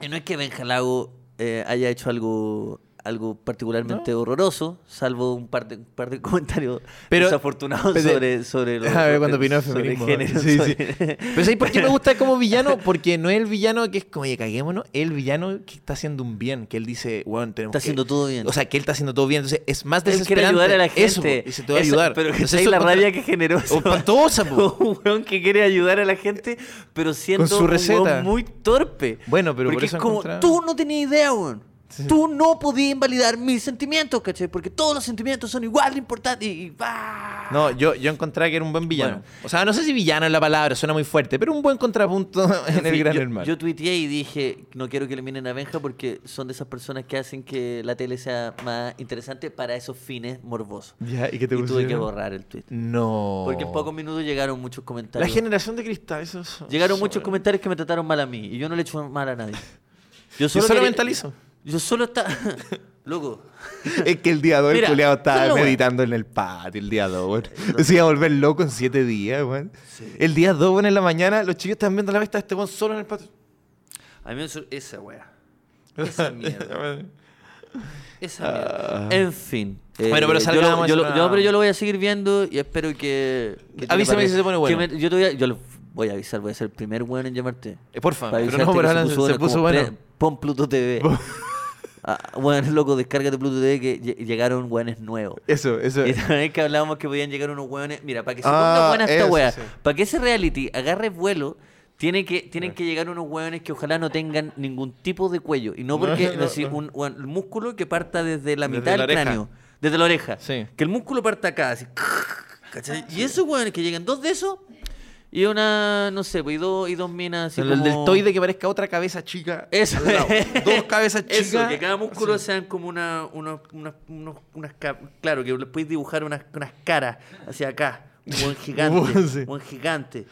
Speaker 1: Y no es que Benjalago haya hecho algo algo particularmente horroroso, salvo un par de, un par de comentarios
Speaker 2: Pero-
Speaker 1: desafortunados
Speaker 2: pero-
Speaker 1: sobre, sobre los-
Speaker 2: A ver, cuando opinó
Speaker 1: sobre
Speaker 2: feminismo.
Speaker 1: género,
Speaker 2: Sí, sí.
Speaker 1: sobre-
Speaker 2: Pero ¿sabes por qué me gusta como villano? Porque no es el villano que es como, oye, caguémonos, es el villano que está haciendo un bien, que él dice, bueno, tenemos
Speaker 1: Está
Speaker 2: que-
Speaker 1: haciendo todo bien.
Speaker 2: O sea, que él está haciendo todo bien, entonces es más
Speaker 1: Él quiere
Speaker 2: desesperante.
Speaker 1: ayudar a la gente.
Speaker 2: Eso, po, y se te va a
Speaker 1: Eso,
Speaker 2: ayudar.
Speaker 1: Pero que
Speaker 2: Entonces,
Speaker 1: sabes
Speaker 2: eso
Speaker 1: la
Speaker 2: encuentro-
Speaker 1: rabia que generó ese
Speaker 2: Espantosa, po.
Speaker 1: Un weón que quiere ayudar a la gente, pero siendo
Speaker 2: su
Speaker 1: un
Speaker 2: receta.
Speaker 1: weón muy torpe.
Speaker 2: Bueno, pero por
Speaker 1: Porque
Speaker 2: eso
Speaker 1: es como,
Speaker 2: encontraba-
Speaker 1: tú no tenías idea, weón. Tú no podías invalidar mis sentimientos, ¿cachai? Porque todos los sentimientos son igual de importantes y, y va.
Speaker 2: No, yo, yo encontré que era un buen villano.
Speaker 1: Bueno.
Speaker 2: O sea, no sé si villano es la palabra, suena muy fuerte, pero un buen contrapunto en el
Speaker 1: Sí,
Speaker 2: Gran
Speaker 1: yo,
Speaker 2: Hermano.
Speaker 1: Yo tuiteé y dije, no quiero que eliminen a Benja porque son de esas personas que hacen que la tele sea más interesante para esos fines morbosos.
Speaker 2: Ya, ¿y qué
Speaker 1: Y
Speaker 2: te
Speaker 1: tuve
Speaker 2: pusieron?
Speaker 1: que borrar el tweet.
Speaker 2: No.
Speaker 1: Porque en pocos minutos llegaron muchos
Speaker 2: La
Speaker 1: comentarios.
Speaker 2: generación de cristal, eso es-
Speaker 1: Llegaron
Speaker 2: eso,
Speaker 1: muchos
Speaker 2: bueno.
Speaker 1: comentarios que me trataron mal a mí y yo no le he hecho mal a nadie. Yo
Speaker 2: solo
Speaker 1: quería-
Speaker 2: mentalizo.
Speaker 1: Yo solo está loco.
Speaker 2: Es que el día 2
Speaker 1: Mira, solo, Eh, weón.
Speaker 2: en el patio, el día 2, weón. Se iba a volver loco en 7 días, weón. El día 2, en la mañana, los chicos están viendo la vista de este weón solo en el patio.
Speaker 1: A mí me sur- esa wea. Esa mierda. Esa mierda. En fin. Ah. eh,
Speaker 2: Bueno, pero
Speaker 1: yo, lo,
Speaker 2: salgamos,
Speaker 1: yo, lo-
Speaker 2: no.
Speaker 1: yo- pero yo lo voy a seguir viendo y espero que. que te
Speaker 2: Avísame
Speaker 1: pare-
Speaker 2: si se pone
Speaker 1: que
Speaker 2: bueno.
Speaker 1: me- yo te voy a, yo lo voy a avisar, voy a ser el primer weón en llamarte.
Speaker 2: Eh, porfa,
Speaker 1: Para
Speaker 2: pero
Speaker 1: avisarte
Speaker 2: no,
Speaker 1: que
Speaker 2: pero Alan se puso,
Speaker 1: como
Speaker 2: bueno.
Speaker 1: pre- Pon Pluto TV. Ah, bueno, loco, descárgate Pluto TV que lle- llegaron weones nuevos.
Speaker 2: Eso, eso.
Speaker 1: Y también que hablábamos que podían llegar unos hueones. Mira, para que se
Speaker 2: Ah,
Speaker 1: ponga buena esta
Speaker 2: eso,
Speaker 1: hueá,
Speaker 2: sí.
Speaker 1: para que ese reality agarre vuelo, tiene que,
Speaker 2: Eh.
Speaker 1: tienen que llegar unos hueones que ojalá no tengan ningún tipo de cuello. Y no
Speaker 2: No,
Speaker 1: porque,
Speaker 2: no,
Speaker 1: así,
Speaker 2: no.
Speaker 1: un hueón- el músculo que parta desde la
Speaker 2: Desde
Speaker 1: mitad
Speaker 2: la
Speaker 1: del
Speaker 2: oreja.
Speaker 1: cráneo, desde la oreja.
Speaker 2: Sí.
Speaker 1: Que el músculo parta acá, así. ¿cachai? Y esos hueones que llegan, dos de esos y una, no sé, pues, y, dos, y dos minas así.
Speaker 2: el
Speaker 1: como- Eh.
Speaker 2: deltoide que parezca otra cabeza chica.
Speaker 1: Eso.
Speaker 2: al lado. Dos cabezas chicas.
Speaker 1: Eso, que cada músculo sean como una, unos- unas, unos- unas ca- claro, que le puedes dibujar unas, unas caras hacia acá. Un buen gigante.
Speaker 2: Sí.
Speaker 1: un buen gigante.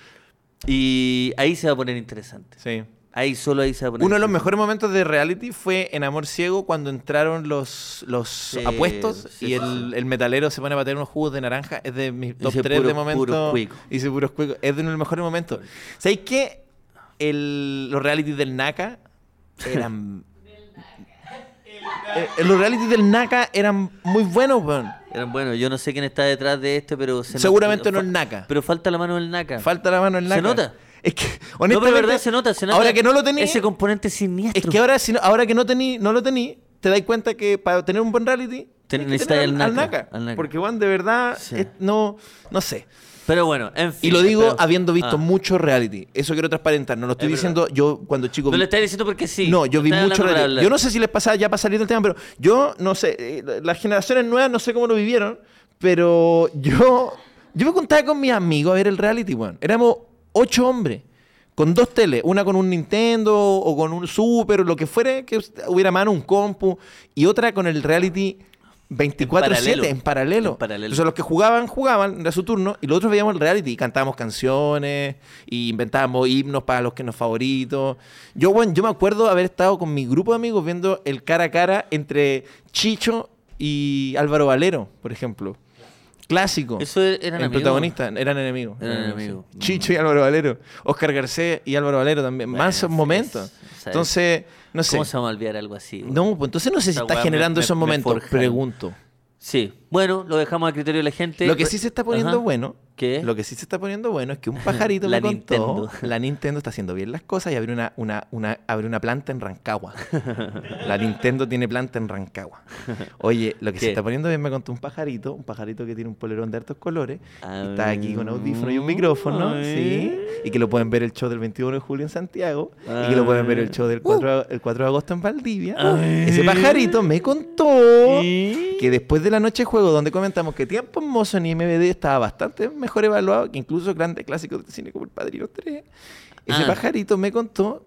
Speaker 1: Y ahí se va a poner interesante.
Speaker 2: Sí.
Speaker 1: Ahí, solo ahí se va a poner
Speaker 2: Uno de los
Speaker 1: interesante.
Speaker 2: mejores momentos de reality fue en Amor Ciego cuando entraron los, los apuestos
Speaker 1: sí,
Speaker 2: y
Speaker 1: sí,
Speaker 2: el, el metalero se pone a bater unos jugos de naranja. Es de mis top
Speaker 1: Hice
Speaker 2: 3 de
Speaker 1: puro-
Speaker 2: momento.
Speaker 1: puros cuicos.
Speaker 2: Hice puros cuicos. Es de uno de los mejores momentos. ¿Sabéis qué? El, los realities del NACA eran. Eh, los realities del NACA eran muy buenos, weón.
Speaker 1: Eran buenos. Yo no sé quién está detrás de este, pero. se nota-
Speaker 2: Seguramente no es
Speaker 1: fa-
Speaker 2: Naka.
Speaker 1: Pero falta la mano del Naka.
Speaker 2: Falta la mano en
Speaker 1: ¿Se
Speaker 2: NACA.
Speaker 1: nota?
Speaker 2: Es que, honestamente.
Speaker 1: No, pero de verdad se nota, se nota
Speaker 2: Ahora que no lo tenéis.
Speaker 1: Ese componente siniestro.
Speaker 2: Es que ahora, si no- ahora que no, tení, no lo tení, te das cuenta que para tener un buen reality,
Speaker 1: Ten-
Speaker 2: tenés que
Speaker 1: necesitas el
Speaker 2: tener al- al
Speaker 1: naca,
Speaker 2: naca.
Speaker 1: al naca.
Speaker 2: Porque, Juan, de verdad,
Speaker 1: Sí.
Speaker 2: es- no, no sé.
Speaker 1: Pero bueno, en fin.
Speaker 2: Y lo digo
Speaker 1: espero-
Speaker 2: habiendo visto
Speaker 1: Ah.
Speaker 2: mucho reality. Eso quiero transparentar. No lo estoy
Speaker 1: Es
Speaker 2: diciendo yo cuando chico.
Speaker 1: No
Speaker 2: vi-
Speaker 1: le estás diciendo porque sí.
Speaker 2: no, yo vi
Speaker 1: Estás
Speaker 2: mucho
Speaker 1: hablando para
Speaker 2: reality.
Speaker 1: hablar.
Speaker 2: Yo no sé si les pasaba ya para salir del tema, pero yo no sé. eh, la- Las generaciones nuevas no sé cómo lo vivieron, pero yo. Yo me contaba con mis amigos a ver el reality, weón. Éramos ocho hombres. Con dos teles, una con un Nintendo o con un Super o lo que fuere, que us- hubiera a mano, un compu, y otra con el reality
Speaker 1: En
Speaker 2: 24-7
Speaker 1: paralelo.
Speaker 2: en paralelo.
Speaker 1: En paralelo.
Speaker 2: Entonces los que jugaban, jugaban, era su turno, y los otros veíamos el reality y cantábamos canciones, y inventábamos himnos para los que nos favoritos. Yo, bueno, yo me acuerdo haber estado con mi grupo de amigos viendo el cara a cara entre Chicho y Álvaro Valero, por ejemplo. Clásico.
Speaker 1: Eso eran
Speaker 2: el
Speaker 1: amigos.
Speaker 2: protagonista, eran enemigos.
Speaker 1: Eran enemigos.
Speaker 2: sí. Chicho y Álvaro Valero. Oscar Garcés y Álvaro Valero también.
Speaker 1: Bueno,
Speaker 2: Más
Speaker 1: es-
Speaker 2: momentos.
Speaker 1: es-
Speaker 2: Entonces, no sé.
Speaker 1: ¿Cómo se va a olvidar algo así? güey?
Speaker 2: No, pues entonces no sé si
Speaker 1: Esa
Speaker 2: está
Speaker 1: weá me-
Speaker 2: generando
Speaker 1: me-
Speaker 2: esos
Speaker 1: me
Speaker 2: momentos.
Speaker 1: forja.
Speaker 2: Pregunto.
Speaker 1: Sí. Bueno, lo dejamos a criterio de la gente.
Speaker 2: Lo que sí se está poniendo
Speaker 1: Ajá.
Speaker 2: bueno.
Speaker 1: ¿Qué?
Speaker 2: Lo que sí se está poniendo bueno es que un pajarito
Speaker 1: La
Speaker 2: me contó.
Speaker 1: Nintendo.
Speaker 2: La Nintendo está haciendo bien las cosas y abrió una, una, una, abrió una planta en Rancagua. la Nintendo tiene planta en Rancagua. Oye, lo que se
Speaker 1: ¿Qué?
Speaker 2: está poniendo bien me contó un pajarito, un pajarito que tiene un polerón de hartos colores.
Speaker 1: Ah,
Speaker 2: y está aquí con audífono y un micrófono.
Speaker 1: ah,
Speaker 2: Sí.
Speaker 1: eh.
Speaker 2: Y que lo pueden ver el show del 21 de julio en Santiago. y
Speaker 1: Ah,
Speaker 2: que lo pueden ver el
Speaker 1: eh.
Speaker 2: show del 4, de- el 4 de agosto en Valdivia.
Speaker 1: Ah,
Speaker 2: Ese
Speaker 1: eh.
Speaker 2: pajarito me contó que después de la noche de juego, donde comentamos que Tiempo Mozo en IMBD estaba bastante mejor evaluado que incluso grandes clásicos de cine como El Padrino 3, ese
Speaker 1: Ah.
Speaker 2: pajarito me contó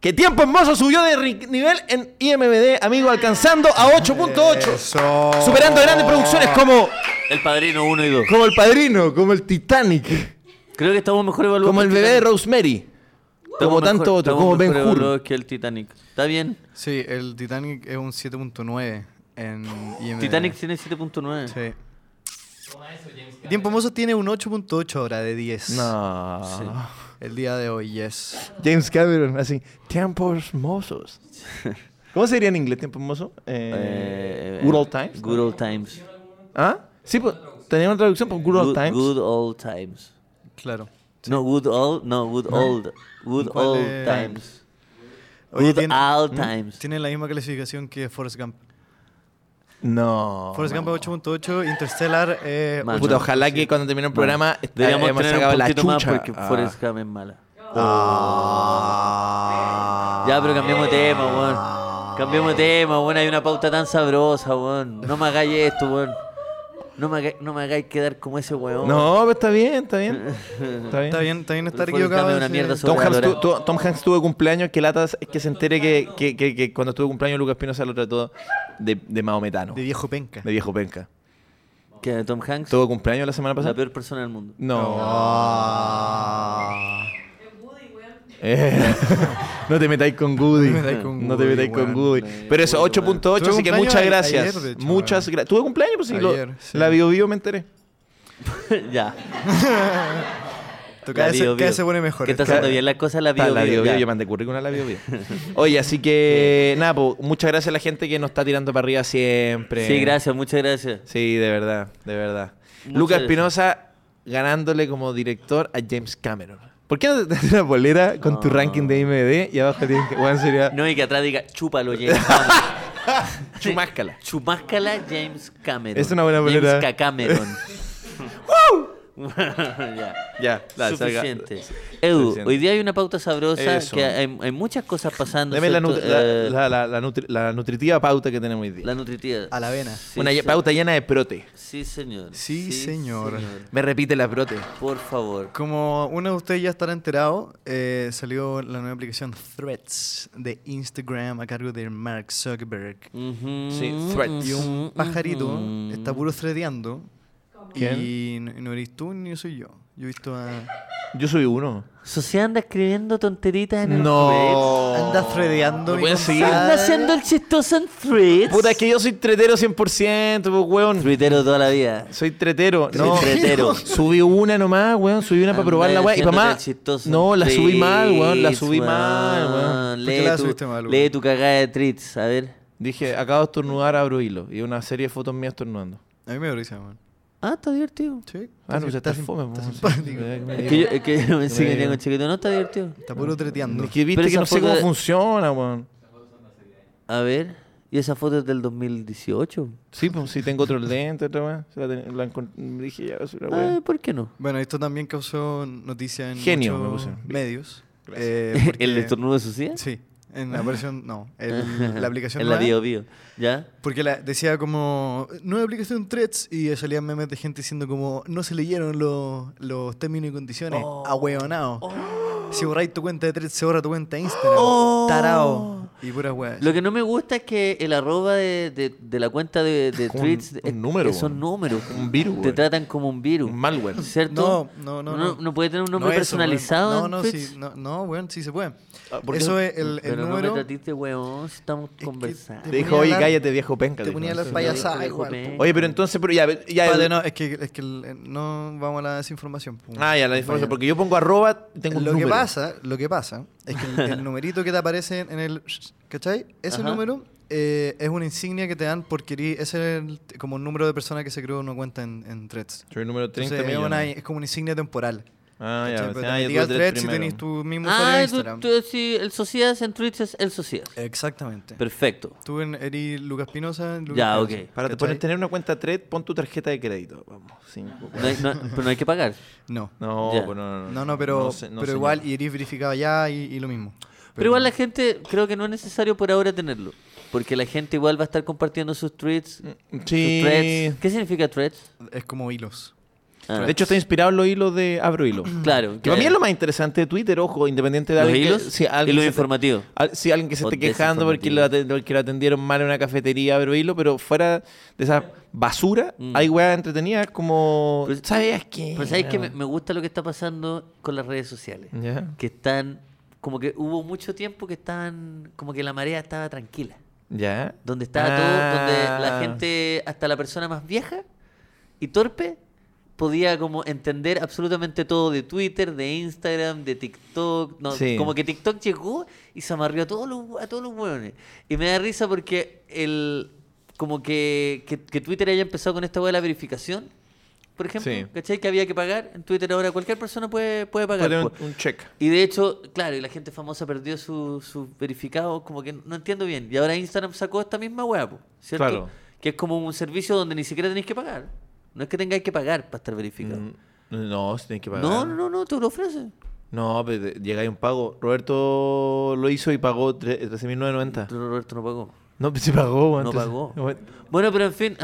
Speaker 2: que Tiempo Mozo subió de ri- nivel en IMBD, amigo, alcanzando a 8.8.
Speaker 3: Eso.
Speaker 2: Superando grandes producciones como,
Speaker 1: El padrino 1 y 2.
Speaker 2: como El Padrino, como El Titanic,
Speaker 1: Creo que estamos mejor evaluados.
Speaker 2: como
Speaker 1: que
Speaker 2: El Bebé de
Speaker 1: Titanic.
Speaker 2: Rosemary,
Speaker 1: Estamos
Speaker 2: como
Speaker 1: mejor-
Speaker 2: tanto otro,
Speaker 1: estamos
Speaker 2: como Ben
Speaker 1: mejor
Speaker 2: Hur.
Speaker 1: evaluados que el Titanic. Está bien.
Speaker 3: Sí, el Titanic es un 7.9 en IMDb.
Speaker 1: Titanic tiene 7.9.
Speaker 3: Sí. Tiempo Mozo tiene un 8.8 ahora de 10.
Speaker 2: No.
Speaker 3: El día de hoy, yes.
Speaker 2: James Cameron, así, tiempos mozos. ¿Cómo se diría en inglés tiempos mozos? Eh,
Speaker 1: Eh,
Speaker 2: good old times.
Speaker 1: Good old times.
Speaker 2: ¿Ah? Sí, pues, tenía una traducción por good old times.
Speaker 1: Good old times.
Speaker 3: Claro.
Speaker 1: No, good old, no, good old. Good
Speaker 3: ¿Cuál
Speaker 1: old
Speaker 3: es?
Speaker 1: times.
Speaker 3: Oye,
Speaker 1: Good
Speaker 3: tiene,
Speaker 2: ¿Mm?
Speaker 1: old times.
Speaker 3: tiene la misma clasificación que Forrest Gump.
Speaker 1: Oh,
Speaker 2: No.
Speaker 3: Forrest Gump es 8.8, Interstellar eh,
Speaker 1: Más.
Speaker 2: Puta,
Speaker 1: Ah, no.
Speaker 2: ojalá que cuando termine el programa est-
Speaker 1: Deberíamos
Speaker 2: hayamos
Speaker 1: tener
Speaker 2: sacado
Speaker 1: un
Speaker 2: la
Speaker 1: poquito
Speaker 2: chucha.
Speaker 1: más porque
Speaker 2: Ah.
Speaker 1: Forrest Gump es mala.
Speaker 2: Ah.
Speaker 1: Ya, pero cambiamos de tema, weón. Cambiamos de tema, weón. Hay una pauta tan sabrosa, weón. No me hagáis esto, weón. No me hagáis, no me hagáis quedar como ese weón.
Speaker 2: No, pero está bien, está bien. Está bien.
Speaker 3: Está bien, está bien estar
Speaker 1: Forrest Gump
Speaker 3: equivocado.
Speaker 1: es una
Speaker 3: sí.
Speaker 1: mierda
Speaker 2: Tom Hanks, tu-
Speaker 1: Sobrevalorado.
Speaker 2: tu- Tom Hanks tuvo cumpleaños, que lata que se entere que, que, que, que cuando estuvo cumpleaños Lucas Pino se lo trató de, de maometano,
Speaker 3: De
Speaker 2: de
Speaker 3: viejo penca.
Speaker 2: viejo penca.
Speaker 1: Que Tom Hanks,
Speaker 2: ¿Tuvo cumpleaños la semana
Speaker 1: la
Speaker 2: pasada?
Speaker 1: peor persona del mundo.
Speaker 2: No.
Speaker 3: Ah.
Speaker 2: Eh, no te metáis con Goody.
Speaker 3: No te metáis con
Speaker 2: No te
Speaker 3: Goody,
Speaker 2: metáis con
Speaker 3: weón.
Speaker 2: Goody.
Speaker 1: No,
Speaker 2: Pero eso,
Speaker 1: weón.
Speaker 2: 8.8,
Speaker 3: Tuve
Speaker 2: así que
Speaker 3: cumpleaños
Speaker 2: muchas
Speaker 3: a-
Speaker 2: gracias.
Speaker 3: ayer, de hecho,
Speaker 2: muchas
Speaker 3: weón.
Speaker 2: gracias. Tuve cumpleaños, pues sí. lo-
Speaker 3: Ayer, sí.
Speaker 2: La bio bio me enteré.
Speaker 1: ya.
Speaker 3: Tú
Speaker 1: La
Speaker 3: cada, vez-
Speaker 1: Bio Bio.
Speaker 3: cada vez se pone mejor.
Speaker 1: Que está
Speaker 3: Cada-
Speaker 1: haciendo bien las cosas la
Speaker 2: Está
Speaker 1: bio,
Speaker 2: la
Speaker 1: bio,
Speaker 2: bio bio,
Speaker 1: ya.
Speaker 2: yo mandé currículum a la bio bio. Oye, así que nada, po, muchas gracias a la gente que nos está tirando para arriba siempre.
Speaker 1: Sí, gracias, muchas gracias.
Speaker 2: Sí, de verdad, de verdad.
Speaker 1: Muchas
Speaker 2: Lucas
Speaker 1: gracias.
Speaker 2: Espinosa ganándole como director a James Cameron. ¿Por qué no te haces una bolera con tu
Speaker 1: No.
Speaker 2: ranking de IMD y abajo tienes que. Bueno, sería.
Speaker 1: No, y que atrás diga, chúpalo, James Cameron.
Speaker 2: Chumáscala.
Speaker 1: Chumáscala James Cameron.
Speaker 2: Es una buena bolera.
Speaker 1: James K. Cameron. ya.
Speaker 2: Ya, la salga.
Speaker 1: Suficiente. Edu,
Speaker 2: Suficiente.
Speaker 1: hoy día hay una pauta sabrosa
Speaker 2: Eso.
Speaker 1: que hay, hay muchas cosas pasando.
Speaker 2: Dame la,
Speaker 1: ¿cierto?
Speaker 2: nut- la-
Speaker 1: Eh,
Speaker 2: la- la- la nutri- la nutritiva pauta que tenemos hoy día.
Speaker 1: la nutritiva.
Speaker 3: A la avena.
Speaker 1: Sí,
Speaker 2: Una ye-
Speaker 1: se-
Speaker 2: pauta llena de prote.
Speaker 1: Sí, señor.
Speaker 3: Sí, señor.
Speaker 2: Me repite la prote.
Speaker 1: Por favor.
Speaker 3: Como uno de ustedes ya estará enterado, eh, salió la nueva aplicación Threads de Instagram a cargo de Mark Zuckerberg.
Speaker 1: Ujú,
Speaker 2: Sí, threads.
Speaker 3: Y un
Speaker 1: ujú,
Speaker 3: pajarito
Speaker 1: ujú.
Speaker 3: está puro threadeando.
Speaker 2: ¿Quién?
Speaker 3: Y n- no eres tú ni soy yo. Yo he visto a.
Speaker 2: Yo soy uno.
Speaker 1: So, se anda escribiendo tonteritas en el Threads.
Speaker 2: No.
Speaker 3: Anda threadeando.
Speaker 2: Oh. ¿Me
Speaker 3: mi
Speaker 2: puedes
Speaker 1: Se
Speaker 2: seguir?
Speaker 1: anda
Speaker 3: compadre.
Speaker 1: haciendo el chistoso en threads.
Speaker 2: Puta, es que yo soy tretero 100%, pues, weón.
Speaker 1: Twittero toda la vida.
Speaker 2: Soy tretero.
Speaker 1: Soy
Speaker 2: No,
Speaker 1: tretero.
Speaker 2: Subí una nomás, weón. Subí una para
Speaker 1: Anda
Speaker 2: probar la weá. Y para
Speaker 1: haciéndote el
Speaker 2: más.
Speaker 1: chistoso en
Speaker 2: No, la subí mal, weón. La
Speaker 1: threads,
Speaker 2: subí mal, weón.
Speaker 3: ¿Por qué
Speaker 1: Lee
Speaker 3: la subiste mal,
Speaker 1: tu,
Speaker 3: weón?
Speaker 1: lee tu cagada de tweets, a ver.
Speaker 2: Dije, acabo de estornudar, abro hilo. Y una serie de fotos mías estornudando.
Speaker 3: A mí me da risa, man.
Speaker 1: Ah, está divertido.
Speaker 3: Sí.
Speaker 2: Ah, no, se está fome,
Speaker 3: Está
Speaker 2: weón.
Speaker 3: simpático.
Speaker 1: Es que yo, es que yo pensé que venía con chiquito. No, está divertido.
Speaker 3: Está puro treteando.
Speaker 2: Es que viste
Speaker 1: Pero
Speaker 2: que
Speaker 1: esa
Speaker 2: no sé cómo
Speaker 1: foto-
Speaker 2: funciona, weón.
Speaker 1: A ver. ¿Y esa foto es del 2018?
Speaker 2: Sí, pues sí, tengo otro lente, otra weá. Se la ten- la encont- Dije, ya, es una
Speaker 1: Ah,
Speaker 2: weá.
Speaker 1: ¿Por qué no?
Speaker 3: Bueno, esto también causó noticia en
Speaker 2: Genio,
Speaker 3: muchos
Speaker 2: me puse.
Speaker 3: medios. eh,
Speaker 1: ¿El
Speaker 3: porque-
Speaker 1: estornudo de Sucia?
Speaker 3: Sí, en la versión, no, el- la aplicación
Speaker 1: En la
Speaker 3: nueva.
Speaker 1: bio bio. ¿Ya?
Speaker 3: Porque la, decía como, nueva aplicación Threads y salían memes de gente diciendo como, no se leyeron los, los términos y condiciones, ahueonao. Si borráis tu cuenta de Threads, se borra tu cuenta de Instagram. Tarao. Y puras weas.
Speaker 1: Lo que no me gusta es que el arroba de, de- de la cuenta de, de
Speaker 2: Como un-
Speaker 1: tweets
Speaker 2: un
Speaker 1: es-
Speaker 2: número,
Speaker 1: son
Speaker 2: weón.
Speaker 1: números.
Speaker 2: Un virus,
Speaker 1: Te
Speaker 2: weón.
Speaker 1: tratan como un virus.
Speaker 2: Un malware.
Speaker 1: ¿Cierto?
Speaker 3: No, no, no,
Speaker 1: No,
Speaker 3: no.
Speaker 1: puede tener un
Speaker 3: No
Speaker 1: nombre
Speaker 3: eso, weón.
Speaker 1: personalizado. en
Speaker 3: No, no,
Speaker 1: Twitch.
Speaker 3: sí, no, no, weón, sí se puede.
Speaker 2: Ah, ¿por qué?
Speaker 3: Eso es el, el
Speaker 1: Pero
Speaker 3: número.
Speaker 1: no me tratiste, weón, si estamos
Speaker 3: que
Speaker 1: conversando.
Speaker 2: Te
Speaker 3: ponía
Speaker 2: dijo, oye,
Speaker 3: a hablar-
Speaker 2: cállate, viejo penca.
Speaker 3: te
Speaker 2: dijo.
Speaker 3: ponía las
Speaker 1: sí,
Speaker 3: payasadas
Speaker 1: viejo
Speaker 3: igual.
Speaker 1: pendejo.
Speaker 3: po.
Speaker 2: Oye, pero entonces, pero ya, ya
Speaker 3: Vale, no, es que, es que el- eh, no vamos a la desinformación. po.
Speaker 2: Ah, ya la diferencia,
Speaker 3: Vaya.
Speaker 2: porque yo pongo arroba, tengo un
Speaker 3: lo
Speaker 2: número.
Speaker 3: que pasa, lo que pasa es que el, el numerito que te aparece en el, ¿cachai? Ese
Speaker 1: Ajá.
Speaker 3: número eh, es una insignia que te dan por querer, ese es el- como un número de personas que se creó una cuenta en, en Threads.
Speaker 2: Soy el número 30
Speaker 3: Entonces, es, una-
Speaker 2: millones.
Speaker 3: es como una insignia temporal.
Speaker 2: Ah,
Speaker 3: ¿cachai?
Speaker 2: ya.
Speaker 3: Pero
Speaker 2: ah,
Speaker 3: te
Speaker 2: yo
Speaker 3: metí al
Speaker 2: tuve tres
Speaker 3: Threads y
Speaker 2: primero.
Speaker 3: tenés tu mismo usuario
Speaker 1: Ah,
Speaker 3: en
Speaker 1: tú,
Speaker 3: Instagram.
Speaker 1: tú- sí, el Socias en Twitch es el Socias.
Speaker 2: Eh.
Speaker 3: Exactamente.
Speaker 1: Perfecto.
Speaker 3: Tú en, eres Lucas Pinoza. Lucas
Speaker 1: Ya,
Speaker 3: Pinoza,
Speaker 1: ok.
Speaker 2: Para
Speaker 3: ¿cachai?
Speaker 2: poder tener una cuenta Thread, pon tu tarjeta de crédito. Vamos, cinco.
Speaker 1: No hay- no- pero no hay que pagar.
Speaker 3: No.
Speaker 2: No,
Speaker 1: Ya.
Speaker 2: pues no, no,
Speaker 3: No, no, pero,
Speaker 2: sé- no,
Speaker 3: pero
Speaker 2: señor.
Speaker 3: igual, y eres verificado allá y, y lo mismo.
Speaker 1: Pero igual la gente, creo que no es necesario por ahora tenerlo. Porque la gente igual va a estar compartiendo sus tweets.
Speaker 2: Sí.
Speaker 1: Sus threads. ¿Qué significa threads?
Speaker 3: Es como hilos.
Speaker 1: Ah,
Speaker 2: De hecho, está inspirado en los hilos de Abro Hilo.
Speaker 1: claro.
Speaker 2: Que para mí es lo más interesante de Twitter, ojo, independiente de
Speaker 1: Los
Speaker 2: alguien que-
Speaker 1: hilos
Speaker 2: si
Speaker 1: y
Speaker 2: alguien
Speaker 1: lo
Speaker 2: se-
Speaker 1: informativo.
Speaker 2: al- si alguien que se
Speaker 1: O
Speaker 2: esté quejando porque lo,
Speaker 1: desinformativo.
Speaker 2: aten- que lo atendieron mal en una cafetería, Abro Hilo, pero fuera de esa basura,
Speaker 1: Mm.
Speaker 2: hay weas entretenidas como.
Speaker 1: Pues-
Speaker 2: ¿Sabías qué?
Speaker 1: Pero sabes que me, me gusta lo que está pasando con las redes sociales.
Speaker 2: Ya.
Speaker 1: Que están, como que hubo mucho tiempo que estaban, como que la marea estaba tranquila.
Speaker 2: Ya.
Speaker 1: Donde estaba todo, donde
Speaker 2: Ah.
Speaker 1: la gente, hasta la persona más vieja y torpe, podía como entender absolutamente todo de Twitter, de Instagram, de TikTok. no,
Speaker 2: Sí.
Speaker 1: Como que TikTok llegó y se amarrió a todos los, a todos los hueones. Y me da risa porque el como que, que, que Twitter haya empezado con esta hueá de la verificación, por ejemplo,
Speaker 2: Sí.
Speaker 1: ¿cachai? Que había que pagar. En Twitter ahora cualquier persona puede, puede pagar.
Speaker 2: Ponle un,
Speaker 1: po.
Speaker 2: un check.
Speaker 1: Y de hecho, claro, y la gente famosa perdió su, su verificado, como que no entiendo bien. Y ahora Instagram sacó esta misma hueá, po, ¿cierto?
Speaker 2: Claro.
Speaker 1: Que es como un servicio donde ni siquiera tenéis que pagar. No es que tengáis que pagar para estar verificado.
Speaker 2: Mm, No, se tiene que pagar.
Speaker 1: No, no, no, no, te lo ofrecen.
Speaker 2: No, pero te- llega ahí un pago. Roberto lo hizo y pagó tre-
Speaker 1: Pero
Speaker 2: 13.990.
Speaker 1: Roberto no pagó.
Speaker 2: No, pues sí pagó. weón,
Speaker 1: No
Speaker 2: entonces-
Speaker 1: pagó.
Speaker 2: Ah. Bueno,
Speaker 1: Bueno, pero en fin.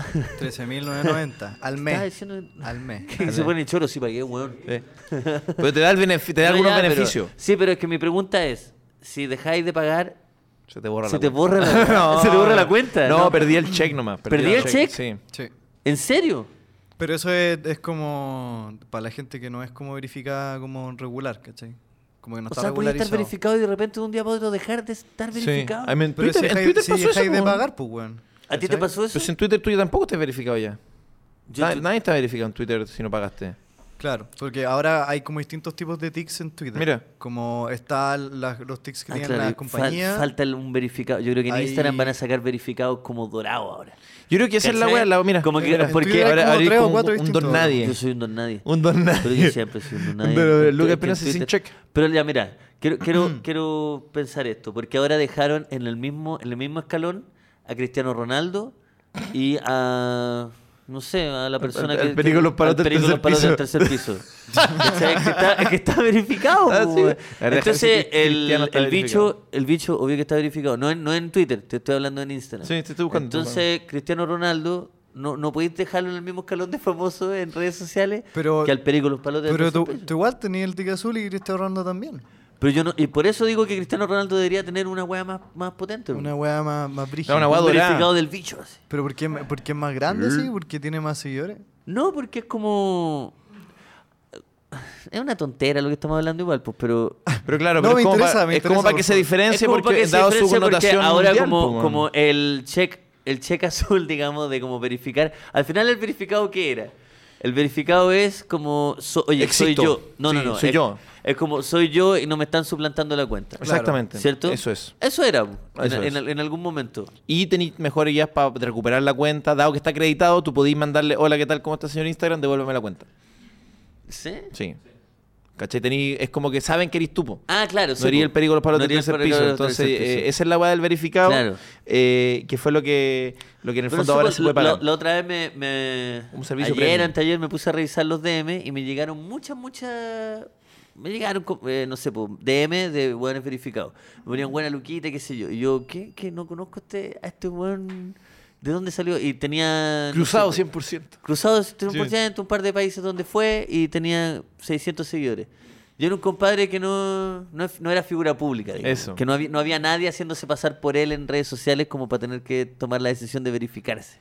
Speaker 3: 13.990 al
Speaker 1: Estaba
Speaker 3: mes.
Speaker 1: diciendo-
Speaker 3: Al mes.
Speaker 1: Que se ponen choros, sí pagué, weón.
Speaker 2: eh. Pero te da, el benef- te da
Speaker 1: No,
Speaker 2: algunos
Speaker 1: ya, pero-
Speaker 2: beneficios.
Speaker 1: sí, pero es que mi pregunta es, si dejáis de pagar,
Speaker 2: Se te borra
Speaker 1: se
Speaker 2: la
Speaker 1: te
Speaker 2: cuenta.
Speaker 1: borra la,
Speaker 2: No,
Speaker 1: se te borra la cuenta.
Speaker 2: No, perdí el check nomás.
Speaker 1: ¿Perdí el check?
Speaker 2: Sí.
Speaker 3: Sí.
Speaker 1: ¿En serio?
Speaker 3: Pero eso es, es como para la gente que no es como verificada como regular, ¿cachai? Como que no
Speaker 1: o
Speaker 3: está
Speaker 1: sea, podía estar
Speaker 3: regularizado.
Speaker 1: verificado y de repente de un día a otro dejar de estar
Speaker 2: Sí.
Speaker 1: verificado.
Speaker 2: I mean, en
Speaker 3: Pero si
Speaker 2: Twitter, en
Speaker 3: dejáis-
Speaker 2: Twitter
Speaker 3: si
Speaker 2: pasó eso,
Speaker 3: dejáis de
Speaker 2: weón.
Speaker 3: pagar, pues, weón.
Speaker 1: ¿A ti te
Speaker 3: ¿cachai?
Speaker 1: pasó eso?
Speaker 2: Pero si en Twitter tú ya tampoco estás verificado ya.
Speaker 1: Yo
Speaker 2: Na-
Speaker 1: tu-
Speaker 2: Nadie está verificado en Twitter si no pagaste.
Speaker 3: Claro, porque ahora hay como distintos tipos de tics en Twitter.
Speaker 2: Mira.
Speaker 3: Como están las- los tics que
Speaker 1: Ah,
Speaker 3: tienen
Speaker 1: claro, y
Speaker 3: las
Speaker 1: fal-
Speaker 3: compañías.
Speaker 1: falta el- un verificado. Yo creo que en
Speaker 3: Ahí-
Speaker 1: Instagram van a sacar verificados como dorado ahora.
Speaker 2: Yo creo que esa es la
Speaker 1: ¿Cachai?
Speaker 2: wea. la- Mira,
Speaker 1: Como que-
Speaker 2: mira,
Speaker 1: porque
Speaker 2: ahora-
Speaker 1: hay
Speaker 2: ahora
Speaker 3: como
Speaker 2: hay
Speaker 3: tres o
Speaker 2: como un-
Speaker 3: cuatro
Speaker 2: un
Speaker 3: distintos.
Speaker 2: don nadie.
Speaker 1: Yo soy un don nadie.
Speaker 2: Un don nadie.
Speaker 1: Pero yo siempre soy un don nadie.
Speaker 2: Pero
Speaker 1: en- en-
Speaker 2: Lucas
Speaker 1: en
Speaker 2: Espinosa sin
Speaker 1: Twitter.
Speaker 2: check.
Speaker 1: Pero ya, mira, quiero, quiero, quiero pensar esto, porque ahora dejaron en el mismo, en el mismo escalón a Cristiano Ronaldo y a no sé, a la persona
Speaker 2: al
Speaker 1: que.
Speaker 2: Perico Los Palotes
Speaker 1: al
Speaker 2: del
Speaker 1: Perico Los
Speaker 2: tercer
Speaker 1: Palotes del
Speaker 2: piso.
Speaker 1: tercer piso. ¿Cachai? que, está, que está verificado.
Speaker 2: Ah,
Speaker 1: po,
Speaker 2: sí.
Speaker 1: weón.
Speaker 2: Ahora
Speaker 1: Entonces,
Speaker 2: dejaron que
Speaker 1: el,
Speaker 2: Cristiano está
Speaker 1: el bicho,
Speaker 2: verificado.
Speaker 1: el bicho, obvio que está verificado. No en, no en Twitter, te estoy hablando en Instagram.
Speaker 2: Sí, te estoy buscando, te estoy
Speaker 1: Entonces, Cristiano Ronaldo, no, no podéis dejarlo en el mismo escalón de famoso en redes sociales
Speaker 3: Pero-
Speaker 1: que al perico los palos de
Speaker 3: Pero tú,
Speaker 1: Alfonso Pérez.
Speaker 3: tú igual tenías el tic azul y Cristiano Ronaldo también.
Speaker 1: Pero yo no, y por eso digo que Cristiano Ronaldo debería tener una wea más, más potente. bro.
Speaker 3: Una weá más, más brígida.
Speaker 2: No, una weá
Speaker 1: un
Speaker 2: dorada.
Speaker 1: verificado del bicho. así.
Speaker 3: Pero porque, porque es más grande, sí, porque tiene más seguidores.
Speaker 1: No, porque es como. Es una tontera lo que estamos hablando igual, pues, pero.
Speaker 2: Pero claro, pero
Speaker 3: No, me
Speaker 2: es como
Speaker 3: interesa,
Speaker 2: para-
Speaker 3: me
Speaker 2: es como
Speaker 3: interesa,
Speaker 2: para
Speaker 3: por
Speaker 2: que se
Speaker 3: favor.
Speaker 2: diferencie
Speaker 1: Es como para
Speaker 2: porque
Speaker 1: que se
Speaker 2: dado su
Speaker 1: diferencie porque
Speaker 2: connotación
Speaker 1: ahora
Speaker 2: mundial,
Speaker 1: como,
Speaker 2: po, weón.
Speaker 1: como el check el check azul digamos de como verificar al final el verificado qué era el verificado es como so- oye
Speaker 2: Existo.
Speaker 1: soy yo no no
Speaker 2: Sí,
Speaker 1: no
Speaker 2: soy
Speaker 1: es,
Speaker 2: yo.
Speaker 1: es como soy yo y no me están suplantando la cuenta
Speaker 2: Exactamente.
Speaker 1: cierto
Speaker 2: Eso es.
Speaker 1: eso era po, en-
Speaker 2: Eso
Speaker 1: en,
Speaker 2: es.
Speaker 1: al- en algún momento
Speaker 2: Y tenéis mejores guías para recuperar la cuenta. Dado que está acreditado, tú podéis mandarle, hola, ¿qué tal? ¿Cómo está, señor Instagram? Devuélveme la cuenta.
Speaker 1: sí
Speaker 2: Sí. ¿Cachai? Tení, es como que saben que eres tupo.
Speaker 1: ah claro sí,
Speaker 2: no haría
Speaker 1: po.
Speaker 2: el peligro de los palos
Speaker 1: No haría
Speaker 2: del
Speaker 1: el
Speaker 2: tercer
Speaker 1: peligro
Speaker 2: piso.
Speaker 1: de los
Speaker 2: Entonces,
Speaker 1: tercer piso.
Speaker 2: eh, esa es la weá del verificado.
Speaker 1: Claro.
Speaker 2: eh, que fue lo que, lo que en el
Speaker 1: Pero pues,
Speaker 2: fondo ahora
Speaker 1: supo-
Speaker 2: se puede
Speaker 1: la-
Speaker 2: pagar.
Speaker 1: La, otra vez me, me-
Speaker 2: Un servicio
Speaker 1: ayer,
Speaker 2: premium.
Speaker 1: anteayer me puse a revisar los DM y me llegaron muchas, muchas. Me llegaron, co- eh, no sé, po, DM de buenos verificados. Me ponían buena luquita, qué sé yo. Y yo, ¿qué? ¿Qué? No conozco a este, a este buen. ¿De dónde salió? Y tenía. no
Speaker 2: Cruzado
Speaker 1: sé, pues, po,
Speaker 2: 100%.
Speaker 1: Cruzado 100%, un par de países donde fue y tenía 600 seguidores. Yo era un compadre que no, no, no era figura pública, digamos.
Speaker 2: Eso.
Speaker 1: Que no había, no había nadie haciéndose pasar por él en redes sociales como para tener que tomar la decisión de verificarse.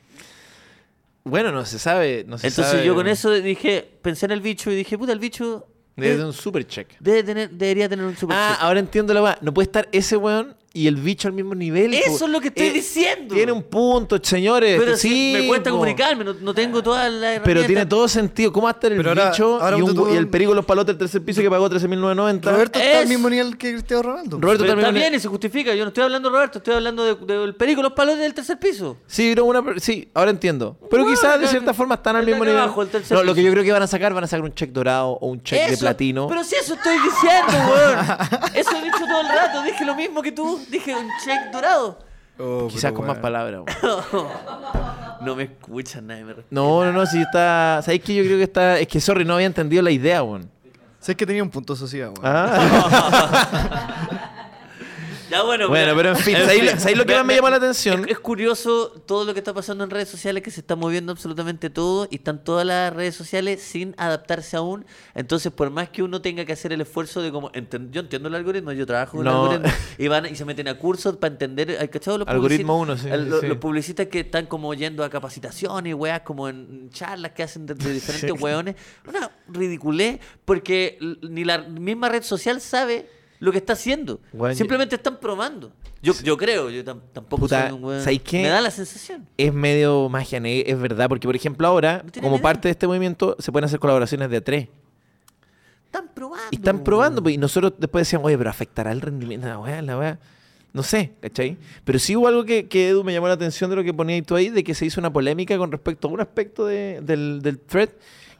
Speaker 2: Bueno, no se sabe. No se
Speaker 1: Entonces
Speaker 2: sabe-
Speaker 1: yo con eso dije, pensé en el bicho y dije, puta, el bicho
Speaker 2: Debe
Speaker 1: debe,
Speaker 2: ser un super check.
Speaker 1: debe tener, debería tener un super
Speaker 2: Ah,
Speaker 1: check.
Speaker 2: ahora entiendo la weá. No puede estar ese weón y el bicho al mismo nivel.
Speaker 1: Eso
Speaker 2: po. Eh,
Speaker 1: es lo que estoy diciendo.
Speaker 2: pues, Tiene un punto, señores.
Speaker 1: Pero si me cuesta
Speaker 2: po.
Speaker 1: comunicarme, no, no tengo todas las
Speaker 2: Pero tiene
Speaker 1: herramientas.
Speaker 2: todo sentido. ¿Cómo va a estar el
Speaker 3: Pero ahora-
Speaker 2: bicho
Speaker 3: ahora
Speaker 2: y, un
Speaker 3: ponte tú-
Speaker 2: we- y el perico de los palotes del tercer piso que pagó 13.990?
Speaker 3: Roberto está
Speaker 1: Es-
Speaker 3: al mismo nivel que Cristiano Ronaldo.
Speaker 2: Roberto
Speaker 1: Pero
Speaker 2: también.
Speaker 1: está bien y se justifica. Yo no estoy hablando de Roberto, estoy hablando de- del perico los palos del tercer piso.
Speaker 2: Sí, no, una per- sí, ahora entiendo. Pero
Speaker 1: Bueno,
Speaker 2: quizás de
Speaker 1: acá-
Speaker 2: cierta forma están al
Speaker 1: acá
Speaker 2: mismo nivel.
Speaker 1: abajo, el tercer
Speaker 2: no, lo que
Speaker 1: piso.
Speaker 2: yo creo que van a sacar, van a sacar un check dorado o un check de
Speaker 1: Eso-
Speaker 2: platino.
Speaker 1: Pero si eso estoy diciendo, weón. Eso he dicho todo el rato. Dije lo mismo que tú. Dije un check dorado.
Speaker 3: Oh,
Speaker 2: quizás con más palabras. weón.
Speaker 1: No me escuchan, nadie me responde.
Speaker 2: No, no, no, si está. ¿Sabéis que yo creo que está. Es que, sorry, no había entendido la idea, weón.
Speaker 3: Sé que tenía un punto social, weón.
Speaker 2: Ah.
Speaker 1: Ya bueno, mira.
Speaker 2: Bueno, pero en fin, ¿sabéis lo- sabéis lo que más me llamó la atención?
Speaker 1: Es, es curioso todo lo que está pasando en redes sociales, que se está moviendo absolutamente todo y están todas las redes sociales sin adaptarse aún. Entonces, por más que uno tenga que hacer el esfuerzo de como. enten- yo entiendo el algoritmo, yo trabajo con el
Speaker 2: No.
Speaker 1: algoritmo. Y, van, y se meten a cursos para entender. ¿hay cachado los
Speaker 2: Algoritmo
Speaker 1: publici-
Speaker 2: uno, sí,
Speaker 1: el- lo-
Speaker 2: sí.
Speaker 1: Los publicistas que están como yendo a capacitaciones, weas, como en charlas que hacen de, de diferentes weones. Una ridiculez, porque l- ni la misma red social sabe lo que está haciendo.
Speaker 2: Weón,
Speaker 1: Simplemente están probando. Yo, yo creo, yo tam- tampoco
Speaker 2: Puta,
Speaker 1: soy un weón.
Speaker 2: ¿sabes qué?
Speaker 1: Me da la sensación.
Speaker 2: Es medio magia, ne- es verdad, porque por ejemplo ahora,
Speaker 1: No tiene
Speaker 2: como
Speaker 1: idea.
Speaker 2: parte de este movimiento, se pueden hacer colaboraciones de a tres.
Speaker 1: Están probando.
Speaker 2: Y están
Speaker 1: po,
Speaker 2: probando,
Speaker 1: weón.
Speaker 2: pues, y nosotros después decíamos, oye, pero afectará el rendimiento de la weá, la weá. No sé, ¿cachai? Pero sí hubo algo que, que Edu me llamó la atención de lo que ponías tú ahí, de que se hizo una polémica con respecto a un aspecto de- del, del thread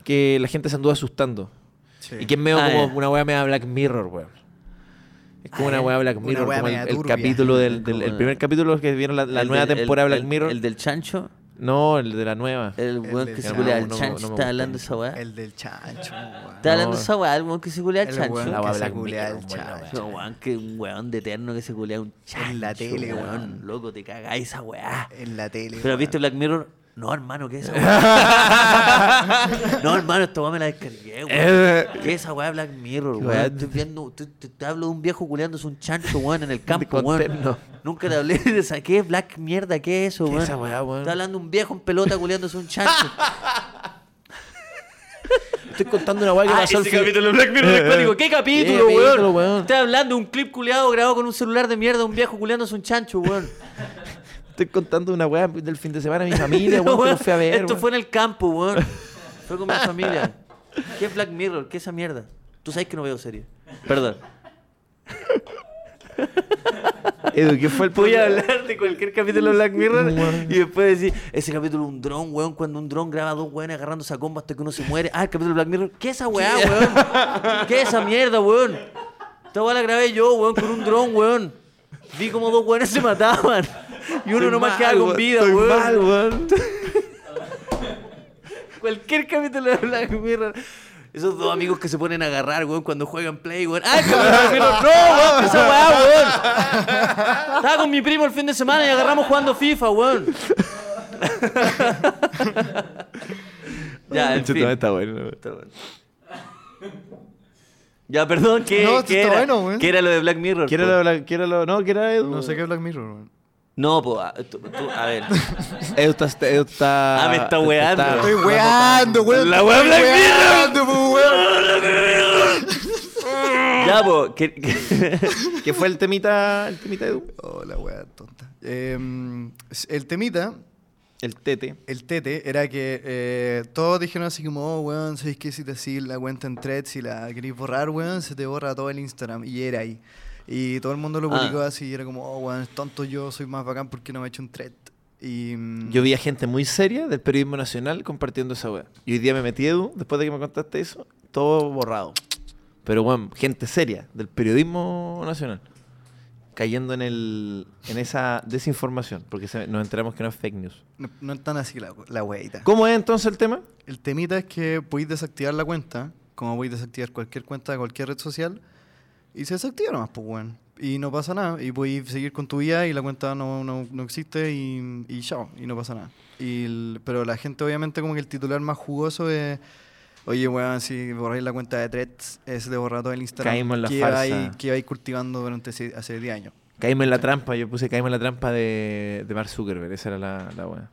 Speaker 2: que la gente se anduvo asustando.
Speaker 3: Sí.
Speaker 2: Y que es medio
Speaker 1: Ah,
Speaker 2: como
Speaker 1: ya.
Speaker 2: una weá media Black Mirror, weón. Es como
Speaker 3: Ah,
Speaker 2: una
Speaker 3: ya.
Speaker 2: weá Black
Speaker 3: Una
Speaker 2: Mirror,
Speaker 3: weá
Speaker 2: como el,
Speaker 3: media
Speaker 2: el
Speaker 3: turbia.
Speaker 2: capítulo del, del-
Speaker 1: Como
Speaker 2: el
Speaker 1: la-
Speaker 2: primer capítulo que vieron la, la
Speaker 1: El
Speaker 2: nueva
Speaker 1: del- el-
Speaker 2: temporada de
Speaker 1: el-
Speaker 2: Black Mirror.
Speaker 1: El del chancho.
Speaker 2: No, el de la nueva.
Speaker 1: El weón
Speaker 3: del
Speaker 1: que se
Speaker 3: chancho.
Speaker 1: culea al
Speaker 3: No, no,
Speaker 1: chancho.
Speaker 2: no me
Speaker 1: está
Speaker 2: gusta.
Speaker 1: hablando esa weá.
Speaker 3: El del chancho, weón.
Speaker 1: Está hablando
Speaker 2: No.
Speaker 1: esa weá. El weón que se culea al
Speaker 3: El
Speaker 1: chancho.
Speaker 3: weón
Speaker 2: La
Speaker 3: que
Speaker 2: weá
Speaker 3: se
Speaker 2: Black
Speaker 3: culea
Speaker 2: Mirror,
Speaker 3: al
Speaker 2: weón, la weá.
Speaker 3: chancho.
Speaker 1: No, weón, que un weón de eterno que se culea un chancho.
Speaker 3: En la tele, weón.
Speaker 1: Loco, te cagáis esa weá.
Speaker 2: Eh,
Speaker 3: En la tele.
Speaker 1: Pero
Speaker 3: weón.
Speaker 1: viste Black Mirror. No, hermano, ¿qué es esa weá? no, hermano, esta weá me la descargué,
Speaker 2: Eh.
Speaker 1: weón. ¿Qué es esa weá de Black Mirror,
Speaker 2: Qué
Speaker 1: weón?
Speaker 2: weá.
Speaker 1: Estoy viendo, te, te- te hablo de un viejo culeándose un chancho, weón, en el campo,
Speaker 2: Con
Speaker 1: weón.
Speaker 2: terno.
Speaker 1: Nunca te hablé de esa. ¿Qué es Black Mierda? ¿Qué es eso,
Speaker 2: ¿Qué es
Speaker 1: weón?
Speaker 2: esa weá, weón?
Speaker 1: Está hablando un viejo en pelota culeándose un chancho.
Speaker 2: Estoy contando una
Speaker 3: Ah,
Speaker 2: weá que
Speaker 1: Ah,
Speaker 2: pasó al fin-
Speaker 1: de Black Mirror
Speaker 2: es cuático.
Speaker 1: ¿Qué
Speaker 2: capítulo,
Speaker 1: capítulo,
Speaker 2: weón?
Speaker 1: weón? Estás hablando de un clip culeado grabado con un celular de mierda, un viejo culeándose un chancho, weón.
Speaker 2: Estoy contando una weá del fin de semana a mi familia, weón,
Speaker 1: Weón,
Speaker 2: que los fui a ver.
Speaker 1: Esto
Speaker 2: weón.
Speaker 1: fue en el campo, weón. Fue con mi familia. ¿Qué es Black Mirror? ¿Qué es esa mierda? Tú sabes que no veo series. Perdón.
Speaker 2: Edu, ¿qué fue el
Speaker 1: Voy a
Speaker 2: problema?
Speaker 1: hablar de cualquier capítulo de Black Mirror y después decir, ese capítulo un dron, weón, cuando un dron graba a dos weones agarrándose a comba hasta que uno se muere. Ah, el capítulo de Black Mirror. ¿Qué es esa weá, weón? ¿Qué es esa mierda, weón? Esta weá la grabé yo, weón, con un dron, weón. Vi como dos weones se mataban. Y uno
Speaker 2: Estoy
Speaker 1: nomás
Speaker 2: mal,
Speaker 1: queda con
Speaker 2: weón,
Speaker 1: vida,
Speaker 2: estoy
Speaker 1: weón.
Speaker 2: mal, weón.
Speaker 1: Cualquier capítulo de Black Mirror. Esos dos amigos que se ponen a agarrar, weón, cuando juegan Play, weón. ¡Ah, el capítulo de Black Mirror! ¡No, weón! ¡Esa weá, weón! Estaba con mi primo el fin de semana y agarramos jugando FIFA, weón. ya, en
Speaker 2: Chuta,
Speaker 1: fin.
Speaker 2: está bueno.
Speaker 1: Está bueno. Ya, perdón, ¿qué,
Speaker 3: No, esto
Speaker 1: qué
Speaker 3: está
Speaker 1: era,
Speaker 3: bueno, weón.
Speaker 1: qué era lo de Black Mirror?
Speaker 2: Quiero
Speaker 1: po?
Speaker 2: lo, la- quiero lo, no, quiero Edu.
Speaker 3: No sé qué es Black Mirror, weón.
Speaker 1: No, po, a, tú- tú- a ver.
Speaker 2: Edu está, está- Edu está.
Speaker 1: Ah, me está weando.
Speaker 3: Estoy weando, weón.
Speaker 2: La weá
Speaker 3: Estoy
Speaker 2: Black
Speaker 3: weando, po, weón.
Speaker 1: ya, po. que- que-
Speaker 2: ¿Qué fue el temita, el temita Edu?
Speaker 3: Oh, la weá tonta. Em, el temita
Speaker 2: El tete.
Speaker 3: el tete era que eh, todos dijeron así como, oh, weón, ¿sabes qué? Si te así la cuenta en threads, si la querés borrar, weón, se te borra todo el Instagram. Y era ahí. Y todo el mundo lo
Speaker 1: Ah.
Speaker 3: publicó así y era como, oh, weón, es tonto yo, soy más bacán porque no me he hecho un thread. Y, mm,
Speaker 2: Yo vi a gente muy seria del periodismo nacional compartiendo esa weá. Y hoy día me metí, Edu, después de que me contaste eso, todo borrado. Pero, weón, gente seria del periodismo nacional. Cayendo en, el, en esa desinformación, porque se- nos enteramos que no es fake news.
Speaker 3: no, no es tan así la, la weita.
Speaker 2: ¿Cómo es entonces el tema?
Speaker 3: El temita es que podéis desactivar la cuenta, como podéis desactivar cualquier cuenta de cualquier red social, y se desactiva nomás, pues, weón. Y no pasa nada, y podéis seguir con tu vida y la cuenta no, no, no existe y, y chao, y no pasa nada. Y el- pero la gente, obviamente, como que el titular más jugoso es Oye, weón, si borráis la cuenta de Threads, es de borrar todo el Instagram.
Speaker 2: Caímos en la
Speaker 3: que
Speaker 2: farsa.
Speaker 3: vais- que vais cultivando durante ese- hace 10 años.
Speaker 2: Caímos en la trampa, yo puse caímos en la trampa de, de Mark Zuckerberg, esa era la, la buena.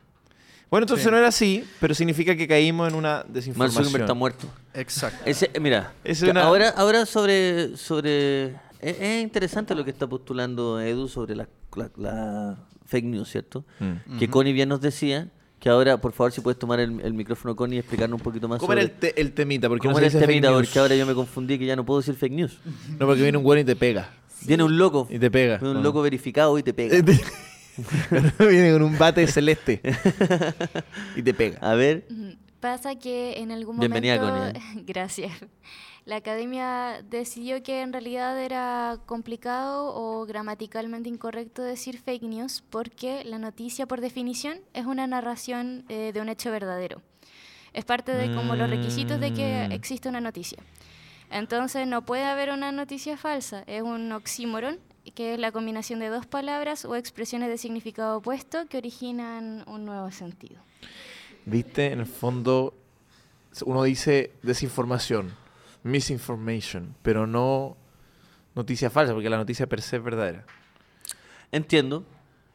Speaker 2: Bueno, entonces
Speaker 3: Sí.
Speaker 2: no era así, pero significa que caímos en una
Speaker 1: Mark
Speaker 2: desinformación.
Speaker 1: Zuckerberg está muerto.
Speaker 3: Exacto.
Speaker 1: Ese, eh, mira,
Speaker 2: Es
Speaker 1: que
Speaker 2: una-
Speaker 1: ahora, ahora sobre... sobre es, es interesante lo que está postulando Edu sobre la, la- la fake news, ¿cierto?
Speaker 2: Mm.
Speaker 1: Que Connie bien nos decía, que ahora, por favor, si puedes tomar el, el micrófono, Connie, y explicarnos un poquito más
Speaker 2: ¿Cómo
Speaker 1: sobre...
Speaker 2: era el, te- el temita? Porque
Speaker 1: ¿Cómo
Speaker 2: no se
Speaker 1: era este
Speaker 2: dice fake
Speaker 1: mira?
Speaker 2: news.
Speaker 1: Porque ahora yo me confundí que ya no puedo decir fake news.
Speaker 2: No, porque viene un güey y te pega.
Speaker 1: Viene un loco.
Speaker 2: Y te pega.
Speaker 1: Viene
Speaker 2: Ah.
Speaker 1: un loco verificado y te pega.
Speaker 2: viene con un bate celeste. y te pega.
Speaker 1: A ver.
Speaker 4: Ujú. Pasa que en algún
Speaker 1: Bienvenida,
Speaker 4: momento, gracias, la academia decidió que en realidad era complicado o gramaticalmente incorrecto decir fake news porque la noticia por definición es una narración eh, de un hecho verdadero. Es parte de como los requisitos de que
Speaker 2: Mm.
Speaker 4: existe una noticia. Entonces no puede haber una noticia falsa, es un oxímoron que es la combinación de dos palabras o expresiones de significado opuesto que originan un nuevo sentido.
Speaker 2: Viste, en el fondo, uno dice desinformación, misinformation, pero no noticia falsa, porque la noticia per se es verdadera.
Speaker 1: Entiendo.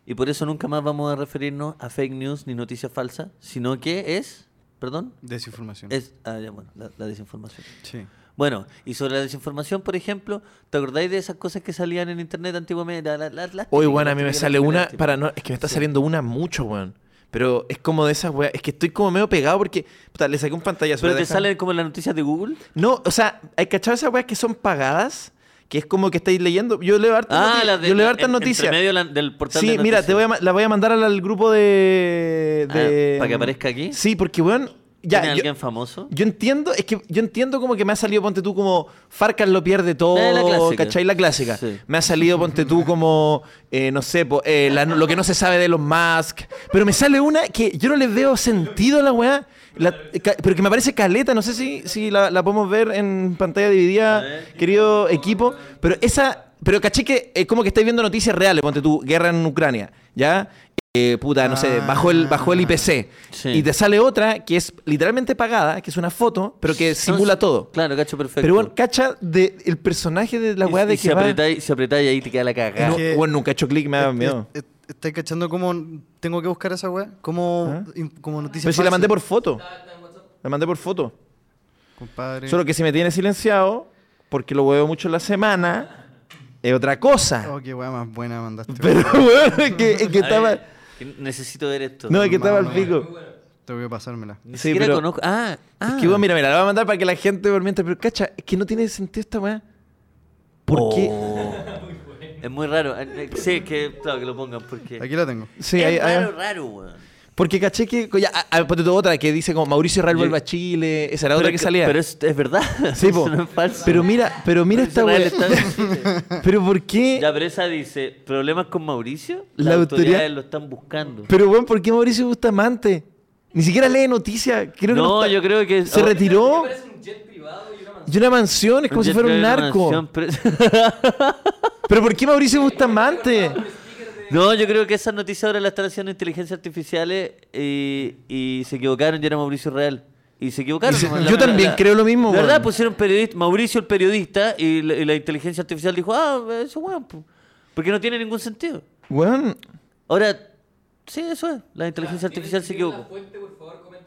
Speaker 1: Y por eso nunca más vamos a referirnos a fake news ni noticias falsas, sino que es, perdón,
Speaker 3: Desinformación.
Speaker 1: es, ah, ya, bueno, la, la desinformación.
Speaker 3: Sí.
Speaker 1: Bueno, y sobre la desinformación, por ejemplo, ¿te acordáis de esas cosas que salían en internet antiguamente? La- la- la- las
Speaker 2: Hoy,
Speaker 1: típicas,
Speaker 2: weón, a
Speaker 1: las
Speaker 2: mí me
Speaker 1: típicas,
Speaker 2: sale
Speaker 1: las
Speaker 2: una.
Speaker 1: típicas, las
Speaker 2: Para no, es que me está saliendo una mucho, weón. Pero es como de esas, weón. Es que estoy como medio pegado porque. Puta, le saqué un
Speaker 1: típicas.
Speaker 2: pantallazo.
Speaker 1: Pero
Speaker 2: le
Speaker 1: te
Speaker 2: dejan-
Speaker 1: salen como las noticias de Google.
Speaker 2: No, o sea, hay cachado esas weas que son pagadas. Que es como que estáis leyendo. Yo leo hartas
Speaker 1: Ah,
Speaker 2: noti-
Speaker 1: las de
Speaker 2: yo leo
Speaker 1: la-
Speaker 2: hartas
Speaker 1: en- entre
Speaker 2: noticias.
Speaker 1: medio la- del portal
Speaker 2: Sí,
Speaker 1: de
Speaker 2: mira,
Speaker 1: noticias.
Speaker 2: te voy a, ma- la voy a mandar al, al grupo de.
Speaker 1: Ah,
Speaker 2: de-
Speaker 1: ¿para que aparezca aquí?
Speaker 2: Sí, porque, weón. Ya,
Speaker 1: ¿Tiene
Speaker 2: yo-
Speaker 1: alguien famoso?
Speaker 2: yo entiendo, es que yo entiendo como que me ha salido, ponte tú, como Farcas lo pierde todo,
Speaker 1: Eh, la clásica.
Speaker 2: ¿cachai? La clásica.
Speaker 1: Sí.
Speaker 2: Me ha salido, ponte tú, como, eh, no sé, po, eh, la- lo que no se sabe de los Musk. Pero me sale una que yo no le veo sentido a la weá, la- eh, ca- pero que me parece caleta, no sé si, si la, la podemos ver en pantalla dividida, querido equipo, pero esa... Pero caché que es como que estáis viendo noticias reales, ponte tú, guerra en Ucrania, ¿ya? Eh, puta, no sé, bajó el, bajó el IPC.
Speaker 1: Sí.
Speaker 2: Y te sale otra que es literalmente pagada, que es una foto, pero que simula
Speaker 1: Entonces,
Speaker 2: todo.
Speaker 1: Claro, cacho perfecto.
Speaker 2: Pero bueno, cacha de el personaje de la
Speaker 1: Y-
Speaker 2: weá
Speaker 1: y
Speaker 2: de
Speaker 1: si
Speaker 2: que va...
Speaker 1: apretáis, si apretáis ahí te queda la cagada.
Speaker 2: No,
Speaker 3: que-
Speaker 2: bueno, nunca he hecho clic, me da
Speaker 3: Eh,
Speaker 2: miedo.
Speaker 3: eh, ¿Estáis cachando cómo tengo que buscar esa weá? ¿Cómo,
Speaker 2: ¿Ah?
Speaker 3: in- como noticia
Speaker 2: Pero si la
Speaker 3: falsa?
Speaker 2: mandé por foto. La mandé por foto.
Speaker 3: Compadre.
Speaker 2: Solo que si me tiene silenciado, porque lo huevo mucho en la semana, es otra cosa.
Speaker 3: Oh, qué weá más buena mandaste.
Speaker 2: Pero,
Speaker 3: weón.
Speaker 2: weón, es que, es que
Speaker 1: A
Speaker 2: estaba...
Speaker 1: ver, que necesito ver esto.
Speaker 2: No, es que estaba al
Speaker 3: Mamá.
Speaker 2: pico.
Speaker 3: Tengo que pasármela.
Speaker 1: Ni
Speaker 2: sí,
Speaker 1: siquiera
Speaker 2: pero-
Speaker 1: conozco. Ah, ah.
Speaker 2: Es que, weón, mira, mira, la voy a mandar para que la gente por mientras... Pero, cacha, es que no tiene sentido esta weá. ¿Por qué?
Speaker 1: Oh. Es muy raro. Eh, Sí, es que, claro, que lo pongan porque.
Speaker 3: Aquí la tengo.
Speaker 2: Sí,
Speaker 1: es
Speaker 2: ahí- ahí-
Speaker 1: raro, raro, weón.
Speaker 2: Porque caché que. Ya, a- a- ponte tú otra que dice como Mauricio Real
Speaker 1: Yo-
Speaker 2: vuelve a Chile. Esa era otra
Speaker 1: Pero
Speaker 2: que
Speaker 1: es-
Speaker 2: salía.
Speaker 1: Pero es, es verdad.
Speaker 2: Sí,
Speaker 1: Eso
Speaker 2: po.
Speaker 1: no es falso.
Speaker 2: Pero mira, pero mira esta
Speaker 1: Israel está
Speaker 2: wea.
Speaker 1: en Chile.
Speaker 2: Pero ¿por qué?
Speaker 1: Ya, pero esa dice: ¿problemas con Mauricio?
Speaker 2: La
Speaker 1: Las
Speaker 2: autoridad-
Speaker 1: autoridades lo están buscando.
Speaker 2: Pero bueno, ¿por qué Mauricio Bustamante? Ni siquiera lee noticias. Creo que
Speaker 1: no,
Speaker 2: está-
Speaker 1: yo creo que.
Speaker 2: Se
Speaker 1: oh,
Speaker 2: retiró. Y una mansión, es como si
Speaker 1: ya
Speaker 2: fuera un
Speaker 1: creo que
Speaker 2: narco.
Speaker 1: mansión, pero-
Speaker 2: Pero ¿por qué Mauricio Bustamante?
Speaker 1: No, yo creo que esas noticias ahora las están haciendo inteligencia artificiales y, y se equivocaron y era Mauricio Real. Y se equivocaron.
Speaker 2: Y se-
Speaker 1: nomás,
Speaker 2: yo también creo lo mismo,
Speaker 1: ¿Verdad?
Speaker 2: weón.
Speaker 1: Pusieron periodista, Mauricio el periodista y la, y la inteligencia artificial dijo, ah, eso weón, po". porque no tiene ningún sentido.
Speaker 2: Bueno,
Speaker 1: Ahora, sí, eso es. La inteligencia artificial se equivocó.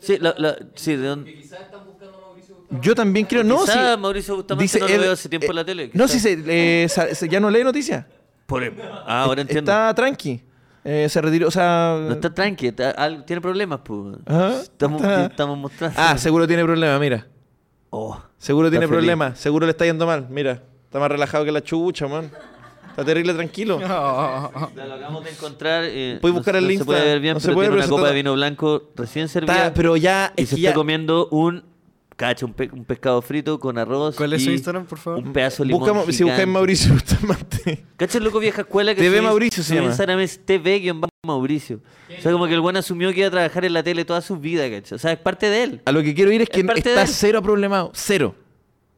Speaker 1: Sí, la, la- sí, de dónde-
Speaker 2: yo también creo. No, sí.
Speaker 1: Quizá Mauricio Bustamante no lo
Speaker 2: Ed-
Speaker 1: veo hace tiempo en la
Speaker 2: eh,
Speaker 1: tele,
Speaker 2: No,
Speaker 1: quizá.
Speaker 2: sí, se, eh, sa- se- ya no lee noticias.
Speaker 1: Por el- ah, ahora entiendo.
Speaker 2: Está tranqui. Eh, se retiró, o sea.
Speaker 1: no está tranqui, está- al- tiene problemas, pues.
Speaker 2: Ajá,
Speaker 1: Estamos,
Speaker 2: Ah, está-
Speaker 1: estamos mostrando.
Speaker 2: Ah, seguro tiene problemas, mira.
Speaker 1: Oh,
Speaker 2: Seguro
Speaker 1: está
Speaker 2: tiene
Speaker 1: feliz.
Speaker 2: problemas, seguro le está yendo mal. Mira, está más relajado que la chucha, man. Está terrible tranquilo.
Speaker 1: Ya lo acabamos de encontrar. eh,
Speaker 2: Puedes
Speaker 1: no-
Speaker 2: buscar el
Speaker 1: no
Speaker 2: Insta,
Speaker 1: Se puede ver bien,
Speaker 2: no se
Speaker 1: pero
Speaker 2: puede,
Speaker 1: tiene
Speaker 2: pero
Speaker 1: una
Speaker 2: se
Speaker 1: copa
Speaker 2: está-
Speaker 1: de vino blanco recién servida.
Speaker 2: Está- pero ya
Speaker 1: y
Speaker 2: es
Speaker 1: se
Speaker 2: que
Speaker 1: está
Speaker 2: ya-
Speaker 1: comiendo un cacho, un, pe- un pescado frito con arroz.
Speaker 3: ¿Cuál es su
Speaker 1: y
Speaker 3: Instagram, por favor?
Speaker 1: Un pedazo de limón.
Speaker 2: Busca, si buscáis
Speaker 1: gigante.
Speaker 2: Mauricio Bustamante.
Speaker 1: Cacha el loco vieja escuela que
Speaker 2: TV
Speaker 1: su-
Speaker 2: Mauricio se
Speaker 1: su
Speaker 2: llama.
Speaker 1: Instagram es TV-Mauricio. O sea, como que el buen asumió que iba a trabajar en la tele toda su vida, cacho. O sea, es parte de él.
Speaker 2: A lo que quiero ir es que
Speaker 1: Es parte de
Speaker 2: está
Speaker 1: él.
Speaker 2: cero problemado, cero.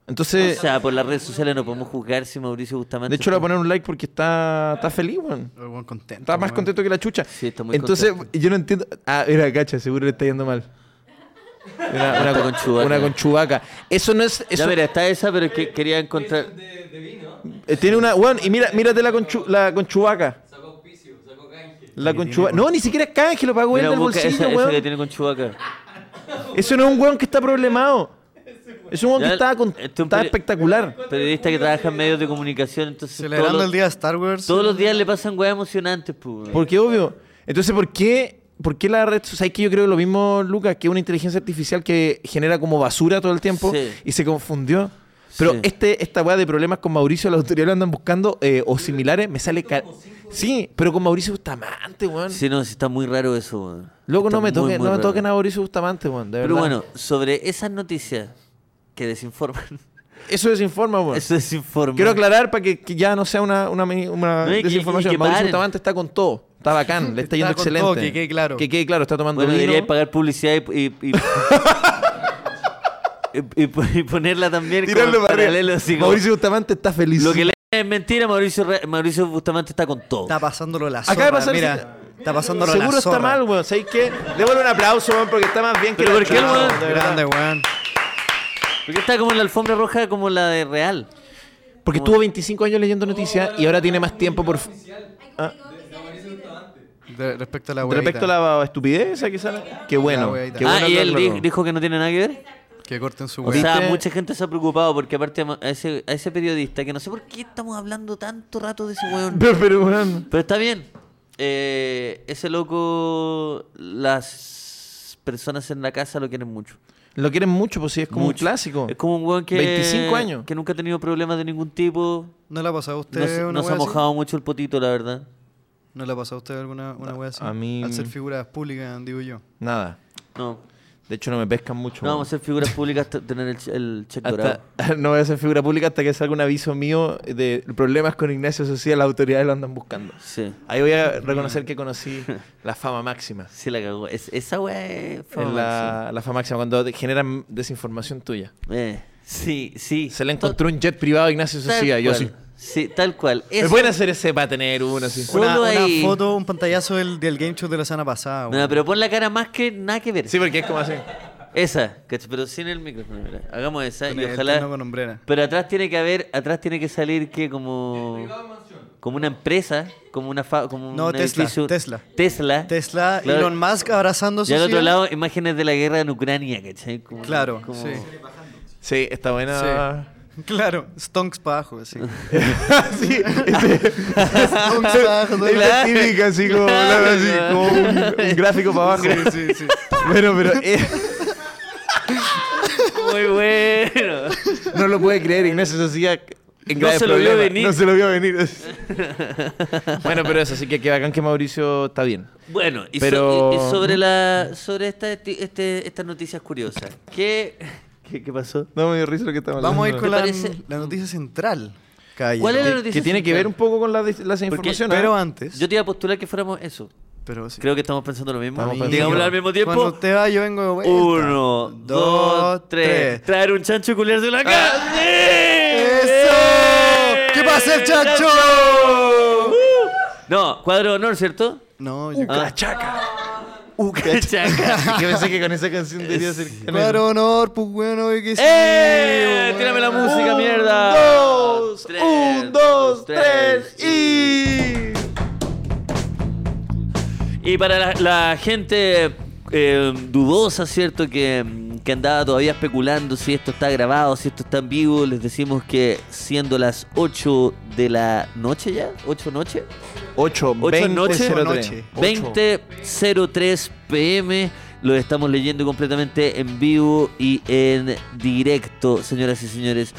Speaker 2: Entonces,
Speaker 1: O sea, por las redes sociales no podemos juzgar si Mauricio Bustamante.
Speaker 2: de hecho le voy
Speaker 1: está-
Speaker 2: a poner un like porque está, está feliz, weón.
Speaker 3: El weón contento.
Speaker 2: Está más
Speaker 3: weón.
Speaker 2: contento que la chucha.
Speaker 1: Ah. Sí, está muy
Speaker 2: Entonces,
Speaker 1: contento.
Speaker 2: yo no entiendo. Ah, mira, cacha, seguro le está yendo mal. Una, una,
Speaker 1: Con Chewbacca.
Speaker 2: una con Chewbacca. Eso no es.
Speaker 1: Ya
Speaker 2: Eso,
Speaker 1: mira, está esa, pero es que quería encontrar.
Speaker 2: eh, tiene una. Weón, y mira, mírate la con, Chu- la con Chewbacca. La con Chewbacca. No, ni siquiera es canje, lo pagó él
Speaker 1: Mira,
Speaker 2: del
Speaker 1: busca
Speaker 2: bolsillo,
Speaker 1: esa, esa
Speaker 2: weón.
Speaker 1: que tiene con Chewbacca.
Speaker 2: Eso no es un weón que está problemado. Es un weón
Speaker 1: Ya,
Speaker 2: que estaba, con,
Speaker 1: este es un
Speaker 2: estaba
Speaker 1: peri-
Speaker 2: espectacular.
Speaker 1: Periodista que trabaja en medios de comunicación, entonces. todos,
Speaker 3: Celebrando
Speaker 1: los,
Speaker 3: el día de Star Wars.
Speaker 1: todos los días le pasan weas emocionantes, pues.
Speaker 2: Porque obvio. Entonces, ¿por qué, por qué la red? O sea, es que yo creo lo mismo, Lucas, que una inteligencia artificial que genera como basura todo el tiempo
Speaker 1: Sí.
Speaker 2: y se confundió. Pero
Speaker 1: Sí.
Speaker 2: este, esta weá de problemas con Mauricio, las autoridades lo andan buscando, eh, o similares, me sale... ca- Sí, pero con Mauricio Bustamante, weón.
Speaker 1: Sí, no, sí, está muy raro eso, weón.
Speaker 2: Loco,
Speaker 1: Está
Speaker 2: no me,
Speaker 1: muy,
Speaker 2: toquen,
Speaker 1: muy
Speaker 2: no me
Speaker 1: raro.
Speaker 2: toquen a Mauricio Bustamante, weón, de
Speaker 1: Pero
Speaker 2: verdad.
Speaker 1: bueno, sobre esas noticias que desinforman,
Speaker 2: Eso desinforma, weón.
Speaker 1: eso desinforma.
Speaker 2: Quiero aclarar para que, que ya no sea una, una, me- una
Speaker 1: No, y que-
Speaker 2: desinformación.
Speaker 1: y que
Speaker 2: Mauricio
Speaker 1: paren.
Speaker 2: Bustamante está con todo. Está bacán, le está,
Speaker 3: Está
Speaker 2: yendo
Speaker 3: con
Speaker 2: excelente.
Speaker 3: todo, que quede claro.
Speaker 2: Que quede claro, está tomando
Speaker 1: Bueno,
Speaker 2: vino.
Speaker 1: debería pagar publicidad y... y, y- y- y po- y ponerla también como
Speaker 2: Tirarlo
Speaker 1: en
Speaker 2: para arriba.
Speaker 1: paralelo así como-
Speaker 2: Mauricio Bustamante está feliz.
Speaker 1: lo que le es mentira Mauricio Re- Mauricio Bustamante está con todo
Speaker 3: Está pasándolo la zorra.
Speaker 2: Acaba de pasar-
Speaker 3: Mira, está pasándolo
Speaker 2: Seguro
Speaker 3: la
Speaker 2: está
Speaker 3: zorra.
Speaker 2: mal, weón. ¿Sabéis qué? Démosle un aplauso, weón, porque está más bien que
Speaker 1: Pero
Speaker 2: la
Speaker 1: ¿por qué,
Speaker 2: chucha,
Speaker 1: weón?
Speaker 2: de verdad.
Speaker 3: Grande, weón.
Speaker 1: porque está como en la alfombra roja como la de Real
Speaker 2: Porque estuvo 25 años leyendo noticias y ahora tiene más tiempo por...
Speaker 3: De- respecto a la weón.
Speaker 2: Respecto a la estupidez esa que sale. Qué bueno.
Speaker 3: weadita.
Speaker 2: Qué
Speaker 1: ah
Speaker 2: bueno
Speaker 1: y
Speaker 2: que
Speaker 1: él
Speaker 2: aclaró.
Speaker 1: di- dijo que no tiene nada que ver
Speaker 3: Que corten su
Speaker 1: o
Speaker 3: weón.
Speaker 1: sea
Speaker 2: ¿Viste?
Speaker 1: mucha gente se ha preocupado porque aparte a ma- a ese, a ese periodista que no sé por qué estamos hablando tanto rato de ese weón
Speaker 2: Pero, pero, weón.
Speaker 1: Pero está bien. Eh, ese loco, las personas en la casa lo quieren mucho.
Speaker 2: Lo quieren mucho, pues sí, es como un
Speaker 1: Mucho.
Speaker 2: clásico.
Speaker 1: Es como un weón que.
Speaker 2: 25 años.
Speaker 1: Que nunca ha tenido problemas de ningún tipo.
Speaker 3: ¿No le ha pasado a usted
Speaker 1: No, se-
Speaker 3: una
Speaker 1: no se
Speaker 3: weá
Speaker 1: ha
Speaker 3: así?
Speaker 1: mojado mucho el potito, la verdad.
Speaker 3: ¿No le ha pasado a usted alguna una weá así?
Speaker 2: a mí- mm.
Speaker 3: Al ser figuras públicas, digo yo.
Speaker 2: Nada.
Speaker 1: No.
Speaker 2: De hecho, no me pescan mucho.
Speaker 1: No
Speaker 2: weón.
Speaker 1: vamos a ser figuras públicas hasta tener el, che- el check dorado.
Speaker 2: Hasta- no voy a ser figura pública hasta que salga un aviso mío de problemas con Ignacio Social, las autoridades lo andan buscando.
Speaker 1: Sí.
Speaker 2: Ahí voy a reconocer que conocí la fama máxima.
Speaker 1: Sí, la cagó. Es- esa weá es.
Speaker 2: Es la, la fama máxima, cuando te generan desinformación tuya.
Speaker 1: Eh, sí, sí.
Speaker 2: Se le
Speaker 1: To-
Speaker 2: encontró un jet privado a Ignacio
Speaker 1: tal
Speaker 2: Social. Yo
Speaker 1: cual.
Speaker 2: así.
Speaker 1: Sí, tal cual.
Speaker 2: Me
Speaker 1: Eso-
Speaker 2: pueden hacer ese para tener uno así.
Speaker 1: Solo
Speaker 3: Una, una
Speaker 1: ahí.
Speaker 3: foto, un pantallazo del, del game show de la semana pasada,
Speaker 1: No,
Speaker 3: weón.
Speaker 1: pero pon la cara más que nada que ver.
Speaker 2: Sí, porque es como así.
Speaker 1: Esa, ¿cachai? pero sin el micrófono. mira. Hagamos esa
Speaker 3: Con
Speaker 1: y
Speaker 3: el
Speaker 1: ojalá.
Speaker 3: terno con hombrera.
Speaker 1: Pero atrás tiene que haber, atrás tiene que salir que como como una empresa, como una fa- como
Speaker 3: No,
Speaker 1: un
Speaker 3: Tesla,
Speaker 1: edificio-
Speaker 3: Tesla.
Speaker 1: Tesla.
Speaker 3: Tesla,
Speaker 1: Claro.
Speaker 3: Elon Musk abrazando
Speaker 1: Y al otro
Speaker 3: social.
Speaker 1: lado imágenes de la guerra en Ucrania, ¿cachai? Como-
Speaker 3: Claro,
Speaker 1: como-
Speaker 3: sí.
Speaker 2: Sí, está buena.
Speaker 3: Claro, stonks para abajo, así.
Speaker 2: Sí, ese-
Speaker 3: stonks para abajo, ¿no?
Speaker 2: es la
Speaker 1: Claro.
Speaker 2: típica, así como,
Speaker 1: Claro,
Speaker 2: así,
Speaker 1: claro.
Speaker 2: como un, un gráfico para abajo.
Speaker 3: Sí, sí, sí.
Speaker 2: Bueno, pero eh,
Speaker 1: Muy bueno.
Speaker 2: no lo puede creer, Ignacio Sociedad. en
Speaker 1: No
Speaker 2: grave
Speaker 1: se lo vio
Speaker 2: problema.
Speaker 1: venir.
Speaker 2: No se lo vio venir. bueno, pero eso, así que qué bacán que Mauricio está bien.
Speaker 1: Bueno, y, so-
Speaker 2: Pero-
Speaker 1: y- y sobre la sobre esta, este- estas noticias curiosas. ¿Qué, qué, qué pasó?
Speaker 2: No me dio risa lo que estamos
Speaker 3: Vamos a ir
Speaker 2: hablando.
Speaker 3: con la,
Speaker 1: parece?
Speaker 3: la noticia central. Calle.
Speaker 1: ¿Cuál es la
Speaker 3: Que-
Speaker 1: noticia?
Speaker 2: Que tiene que ver un poco con la des- las informaciones. ¿eh?
Speaker 3: Pero antes.
Speaker 1: Yo te iba a postular que fuéramos eso.
Speaker 3: pero sí.
Speaker 1: Creo que estamos pensando lo mismo.
Speaker 2: Estamos
Speaker 3: Amigo,
Speaker 2: pensando.
Speaker 1: Digámoslo al mismo tiempo.
Speaker 3: Cuando usted va, yo vengo de vuelta.
Speaker 1: Uno, dos, tres. Traer un chancho y culiarse la cara. ¡Sí!
Speaker 3: Ah. ¡Eso! ¿Qué pasa, el chancho?
Speaker 1: ¡Uh! No, cuadro de honor, ¿cierto?
Speaker 3: No, yo.
Speaker 1: Ah. Uh, Ucachaca.
Speaker 2: que pensé que con esa canción debía ser.
Speaker 3: Claro, honor, pues bueno, oye, que sí.
Speaker 1: ¡Eh!
Speaker 3: weón.
Speaker 1: Tírame la música,
Speaker 2: Un,
Speaker 1: mierda.
Speaker 2: dos,
Speaker 1: Tres,
Speaker 2: un, dos, tres y.
Speaker 1: Y para la, la gente eh, dudosa, ¿cierto? Que, mm, que andaba todavía especulando si esto está grabado, si esto está en vivo, les decimos que siendo las 8 de la noche ya, 8 noche,
Speaker 2: 8,
Speaker 1: Ocho,
Speaker 2: 20,
Speaker 1: noche.
Speaker 2: 03. Ocho.
Speaker 1: 20.03 pm. Lo estamos leyendo completamente en vivo y en directo, señoras y señores.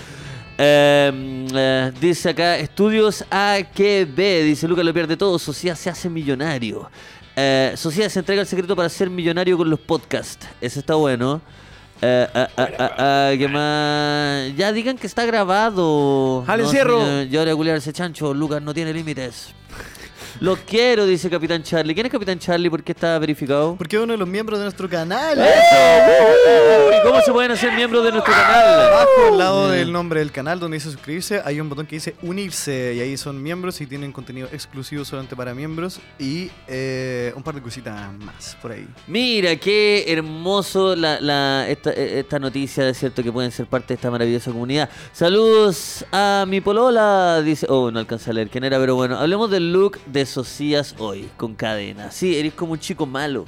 Speaker 1: Em, eh, dice acá, estudios A que B, dice Lucas lo pierde todo, Sociedad se hace millonario. Eh, Sociedad se entrega el secreto para ser millonario con los podcasts. Ese está bueno. Eh, ah, ah, ah, ah, ¿qué más? Ya digan que está grabado.
Speaker 2: ¡Al
Speaker 1: No,
Speaker 2: encierro!
Speaker 1: señor, Yo ahora culiar ese chancho, Lucas no tiene límites. Los quiero, dice Capitán Charlie. ¿Quién es Capitán Charlie? ¿Por qué está verificado?
Speaker 3: Porque es uno de los miembros de nuestro canal.
Speaker 1: ¡Eh! ¿Y cómo se pueden hacer miembros de nuestro canal?
Speaker 3: Abajo, al lado del nombre del canal donde dice suscribirse, hay un botón que dice unirse. Y ahí son miembros y tienen contenido exclusivo solamente para miembros. Y eh, un par de cositas más por ahí.
Speaker 1: Mira, qué hermoso la, la- esta, eh, esta noticia, de cierto, que pueden ser parte de esta maravillosa comunidad. Saludos a mi polola, dice... Oh, no alcancé a leer quién era, pero bueno. Hablemos del look de Socias hoy, con cadena. Sí, eres como un chico malo.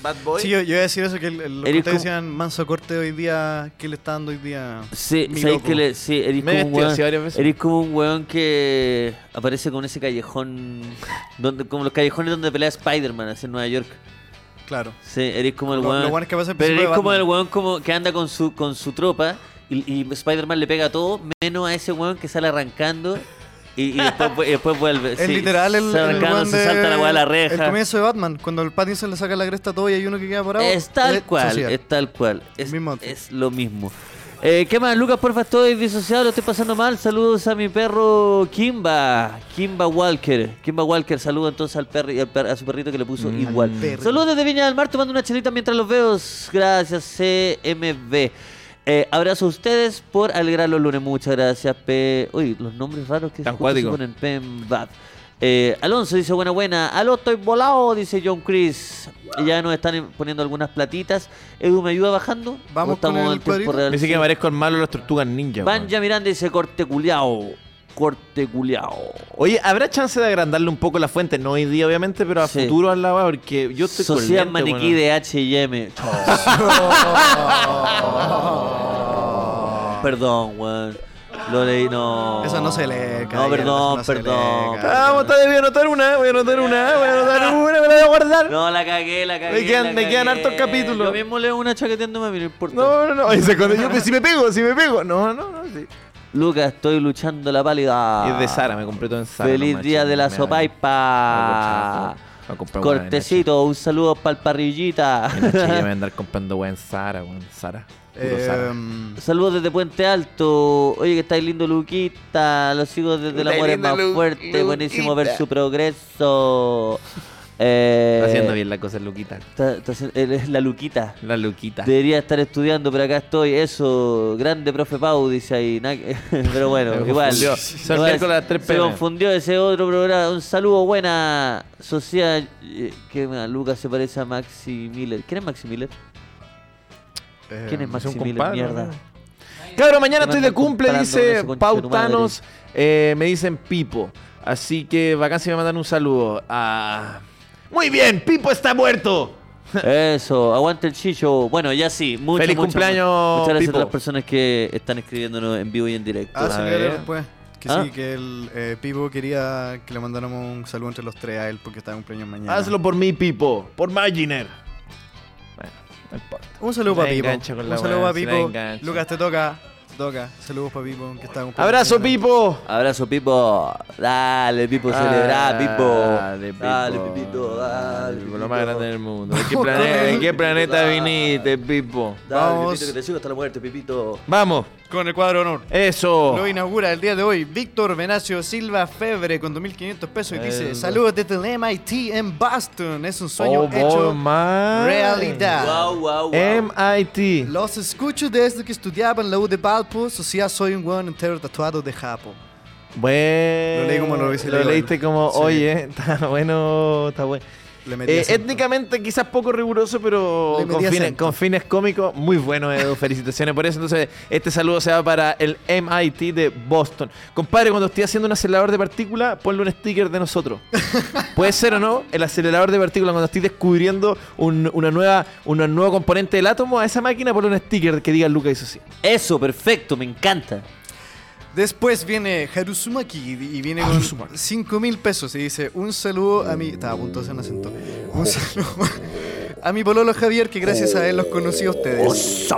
Speaker 2: Bad Boy.
Speaker 3: Sí, yo, yo iba a decir eso, que el, el- lo que
Speaker 1: Eres
Speaker 3: ustedes
Speaker 1: como-
Speaker 3: decían, manso corte hoy día, ¿qué le está dando hoy día?
Speaker 1: Sí,
Speaker 3: Mi
Speaker 1: sabéis
Speaker 3: loco.
Speaker 1: que le- sí, eres
Speaker 2: Me he
Speaker 1: como un
Speaker 2: vestido
Speaker 1: weón,
Speaker 2: así varias veces.
Speaker 1: eres como un weón que aparece con ese callejón, donde, como los callejones donde pelea Spider-Man así en Nueva York.
Speaker 3: Claro.
Speaker 1: Sí, eres como el
Speaker 3: Lo-
Speaker 1: weón.
Speaker 3: lo bueno es que pasa al
Speaker 1: pero
Speaker 3: principio
Speaker 1: eres
Speaker 3: de
Speaker 1: como el
Speaker 3: Batman.
Speaker 1: weón como que anda con su, con su tropa y, y Spider-Man le pega a todo, menos a ese weón que sale arrancando y, y después, vu- y después vuelve.
Speaker 3: Es
Speaker 1: sí,
Speaker 3: literal el,
Speaker 1: sale
Speaker 3: el
Speaker 1: arrancando,
Speaker 3: weón
Speaker 1: se
Speaker 3: de-
Speaker 1: salta la weá a la
Speaker 3: El
Speaker 1: reja.
Speaker 3: comienzo de Batman, cuando el Pattinson le saca la cresta a todo y hay uno que queda parado.
Speaker 1: Es tal
Speaker 3: Eh,
Speaker 1: cual,
Speaker 3: social.
Speaker 1: es tal cual. Es,
Speaker 3: Mismo outfit.
Speaker 1: es lo mismo. Eh, ¿Qué más, Lucas? Porfa, estoy disociado, lo estoy pasando mal. Saludos a mi perro Kimba, Kimba Walker. Kimba Walker, saludo entonces al perro y al per- a su perrito que le puso igual.
Speaker 3: perro.
Speaker 1: Saludos desde Viña del Mar, tomando una chelita mientras los veo. Gracias, CMB. Eh, abrazo a ustedes por alegrar los lunes. Muchas gracias, P. Uy, los nombres raros que
Speaker 2: Tan
Speaker 1: justo se
Speaker 2: cuático.
Speaker 1: ponen. Pembab. Eh, Alonso dice buena buena. Aló, estoy volado, dice John Chris. Ya nos están em- poniendo algunas platitas. Edu, ¿me ayuda bajando?
Speaker 3: Vamos
Speaker 1: ¿O estamos
Speaker 3: con el
Speaker 1: en tiempo
Speaker 3: cuadrito?
Speaker 1: real?
Speaker 2: Dice
Speaker 1: Sí.
Speaker 2: que me parezco al malo de las tortugas ninja. weón.
Speaker 1: Banja Miranda dice corte culiao. Corte culiao.
Speaker 2: Oye, ¿habrá chance de agrandarle un poco la fuente? No hoy día, obviamente, pero a
Speaker 1: Sí.
Speaker 2: futuro al lado, porque yo estoy
Speaker 1: Sociedad
Speaker 2: colgante,
Speaker 1: Maniquí
Speaker 2: weón.
Speaker 1: de H&M. perdón, weón. Lo leí, no.
Speaker 3: Eso no se lee,
Speaker 1: No,
Speaker 3: caballero,
Speaker 1: perdón,
Speaker 3: eso no se lee,
Speaker 1: perdón.
Speaker 3: caballero.
Speaker 2: Ah, vamos, está bien, voy a anotar una, voy a anotar una, voy a anotar una, me la voy a guardar.
Speaker 1: No, la cagué, la cagué.
Speaker 2: quedan-
Speaker 1: la
Speaker 2: me quedan
Speaker 1: cagué.
Speaker 2: hartos capítulos.
Speaker 1: Yo mismo leo una chaqueteándome, a mí, no importa.
Speaker 2: No, no, no. Oye, se acordó, yo, si me pego, si me pego. No, no, no. sí.
Speaker 1: Lucas, estoy luchando la pálida.
Speaker 2: Es de Sara, me compré todo en Sara.
Speaker 1: Ah. Feliz
Speaker 2: nomás,
Speaker 1: día
Speaker 2: chico,
Speaker 1: de la
Speaker 2: me da-
Speaker 1: sopaipa.
Speaker 2: Me compré una en
Speaker 1: Cortecito, un saludo para el parrillita.
Speaker 2: H&M. En H&M voy a andar comprando weón Sara, weón Sara. Puro Sara.
Speaker 3: Em,
Speaker 1: Saludos desde Puente Alto. Oye, que estáis lindo, Luquita. Los sigo desde el
Speaker 2: Estáis
Speaker 1: amor es
Speaker 2: lindo,
Speaker 1: más
Speaker 2: Lu-
Speaker 1: fuerte. Buenísimo ver
Speaker 2: Luquita.
Speaker 1: su progreso. Eh,
Speaker 2: Está haciendo bien la cosa, Luquita.
Speaker 1: está- está haciendo- él es la Luquita.
Speaker 2: La Luquita.
Speaker 1: Debería estar estudiando, pero acá estoy. Eso, grande profe Pau, dice ahí. Na- Pero bueno,
Speaker 2: Me
Speaker 1: igual.
Speaker 2: confundió. Se
Speaker 1: Igual
Speaker 2: olvidó con las tres
Speaker 1: se
Speaker 2: PM.
Speaker 1: confundió ese otro programa. Un saludo, buena sociedad. eh, Que mira, Lucas se parece a Maxi Miller. ¿Quién es Maxi Miller? ¿Quién Eh, es
Speaker 3: em,
Speaker 2: más?
Speaker 1: Maxi
Speaker 2: un
Speaker 1: Miller?
Speaker 2: compadre,
Speaker 1: Mierda.
Speaker 2: ¿no? Claro, mañana
Speaker 1: Te mandan
Speaker 2: estoy de cumple,
Speaker 1: comparando con
Speaker 2: dice
Speaker 1: ese conche de tu
Speaker 2: Pautanos. eh, me dicen Pipo. Así que bacán si me mandan un saludo. Ah, Muy bien, Pipo está muerto.
Speaker 1: Eso, aguante el chicho. Bueno, ya sí. Mucho,
Speaker 2: Feliz
Speaker 1: mucho,
Speaker 2: cumpleaños,
Speaker 1: Muchas gracias
Speaker 2: Pipo.
Speaker 1: a las personas que están escribiéndonos en vivo y en directo.
Speaker 3: Ah, se
Speaker 2: A
Speaker 3: leerá
Speaker 2: ver.
Speaker 3: después. Que
Speaker 1: Ah.
Speaker 3: sí, que el eh, Pipo quería que le mandáramos un saludo entre los tres a él porque está de cumpleaños mañana.
Speaker 2: Hazlo por mí, Pipo. Por Maginer. Bueno, no importa.
Speaker 3: Un saludo para
Speaker 2: Nadie
Speaker 3: Pipo.
Speaker 2: engancha con la
Speaker 3: Un saludo
Speaker 2: weá,
Speaker 3: para
Speaker 2: si
Speaker 3: Pipo.
Speaker 2: nadie engancha.
Speaker 3: Lucas, te toca. Te toca. Saludos para Pipo. Que está de cumpleaños
Speaker 2: Abrazo,
Speaker 3: mañana.
Speaker 2: Pipo.
Speaker 1: Abrazo, Pipo. Dale, Pipo, celebra,
Speaker 2: Ah, Dale,
Speaker 1: Pipo. Dale, Pipito, dale.
Speaker 2: Pipo, Lo más
Speaker 1: Pipito.
Speaker 2: grande del mundo. ¿De qué planeta, de qué planeta viniste, Pipo?
Speaker 1: Dale,
Speaker 3: Vamos.
Speaker 1: Pipito, que te sigo hasta la muerte, Pipito.
Speaker 2: Vamos.
Speaker 3: Con el cuadro de honor.
Speaker 2: Eso.
Speaker 3: Lo inaugura el día de hoy Víctor Venacio Silva Febre con 2.500 pesos y dice Saludos desde el MIT en Boston. Es un sueño
Speaker 2: Oh,
Speaker 3: hecho
Speaker 2: my. Ah.
Speaker 3: realidad.
Speaker 1: Wow, wow, wow.
Speaker 2: Em. MIT.
Speaker 3: Los escucho desde que estudiaba en la U de Valpo. Sociedad soy un hueón entero tatuado de Japo.
Speaker 2: Bueno.
Speaker 3: Lo leí como lo hice, lo digo,
Speaker 2: leíste como,
Speaker 3: sí.
Speaker 2: oye, está bueno, está bueno.
Speaker 3: Le metí
Speaker 2: Eh,
Speaker 3: acento.
Speaker 2: étnicamente quizás poco riguroso, pero
Speaker 3: Le
Speaker 2: con
Speaker 3: metí
Speaker 2: fines,
Speaker 3: acento.
Speaker 2: con fines cómicos, muy bueno, Edu. Felicitaciones por eso. Entonces, este saludo se va para el MIT de Boston. Compadre, cuando estés haciendo un acelerador de partículas, ponle un sticker de nosotros. Puede ser o no, el acelerador de partículas, cuando estés descubriendo un, una nueva, una nuevo componente del átomo, a esa máquina ponle un sticker que diga Luca hizo así.
Speaker 1: Eso, perfecto, me encanta.
Speaker 3: Después viene Haruzumaki y viene con 5 mil pesos y dice un saludo a mi... Estaba a punto de hacer un acento. Un saludo a mi pololo Javier que gracias a él los conocí a ustedes.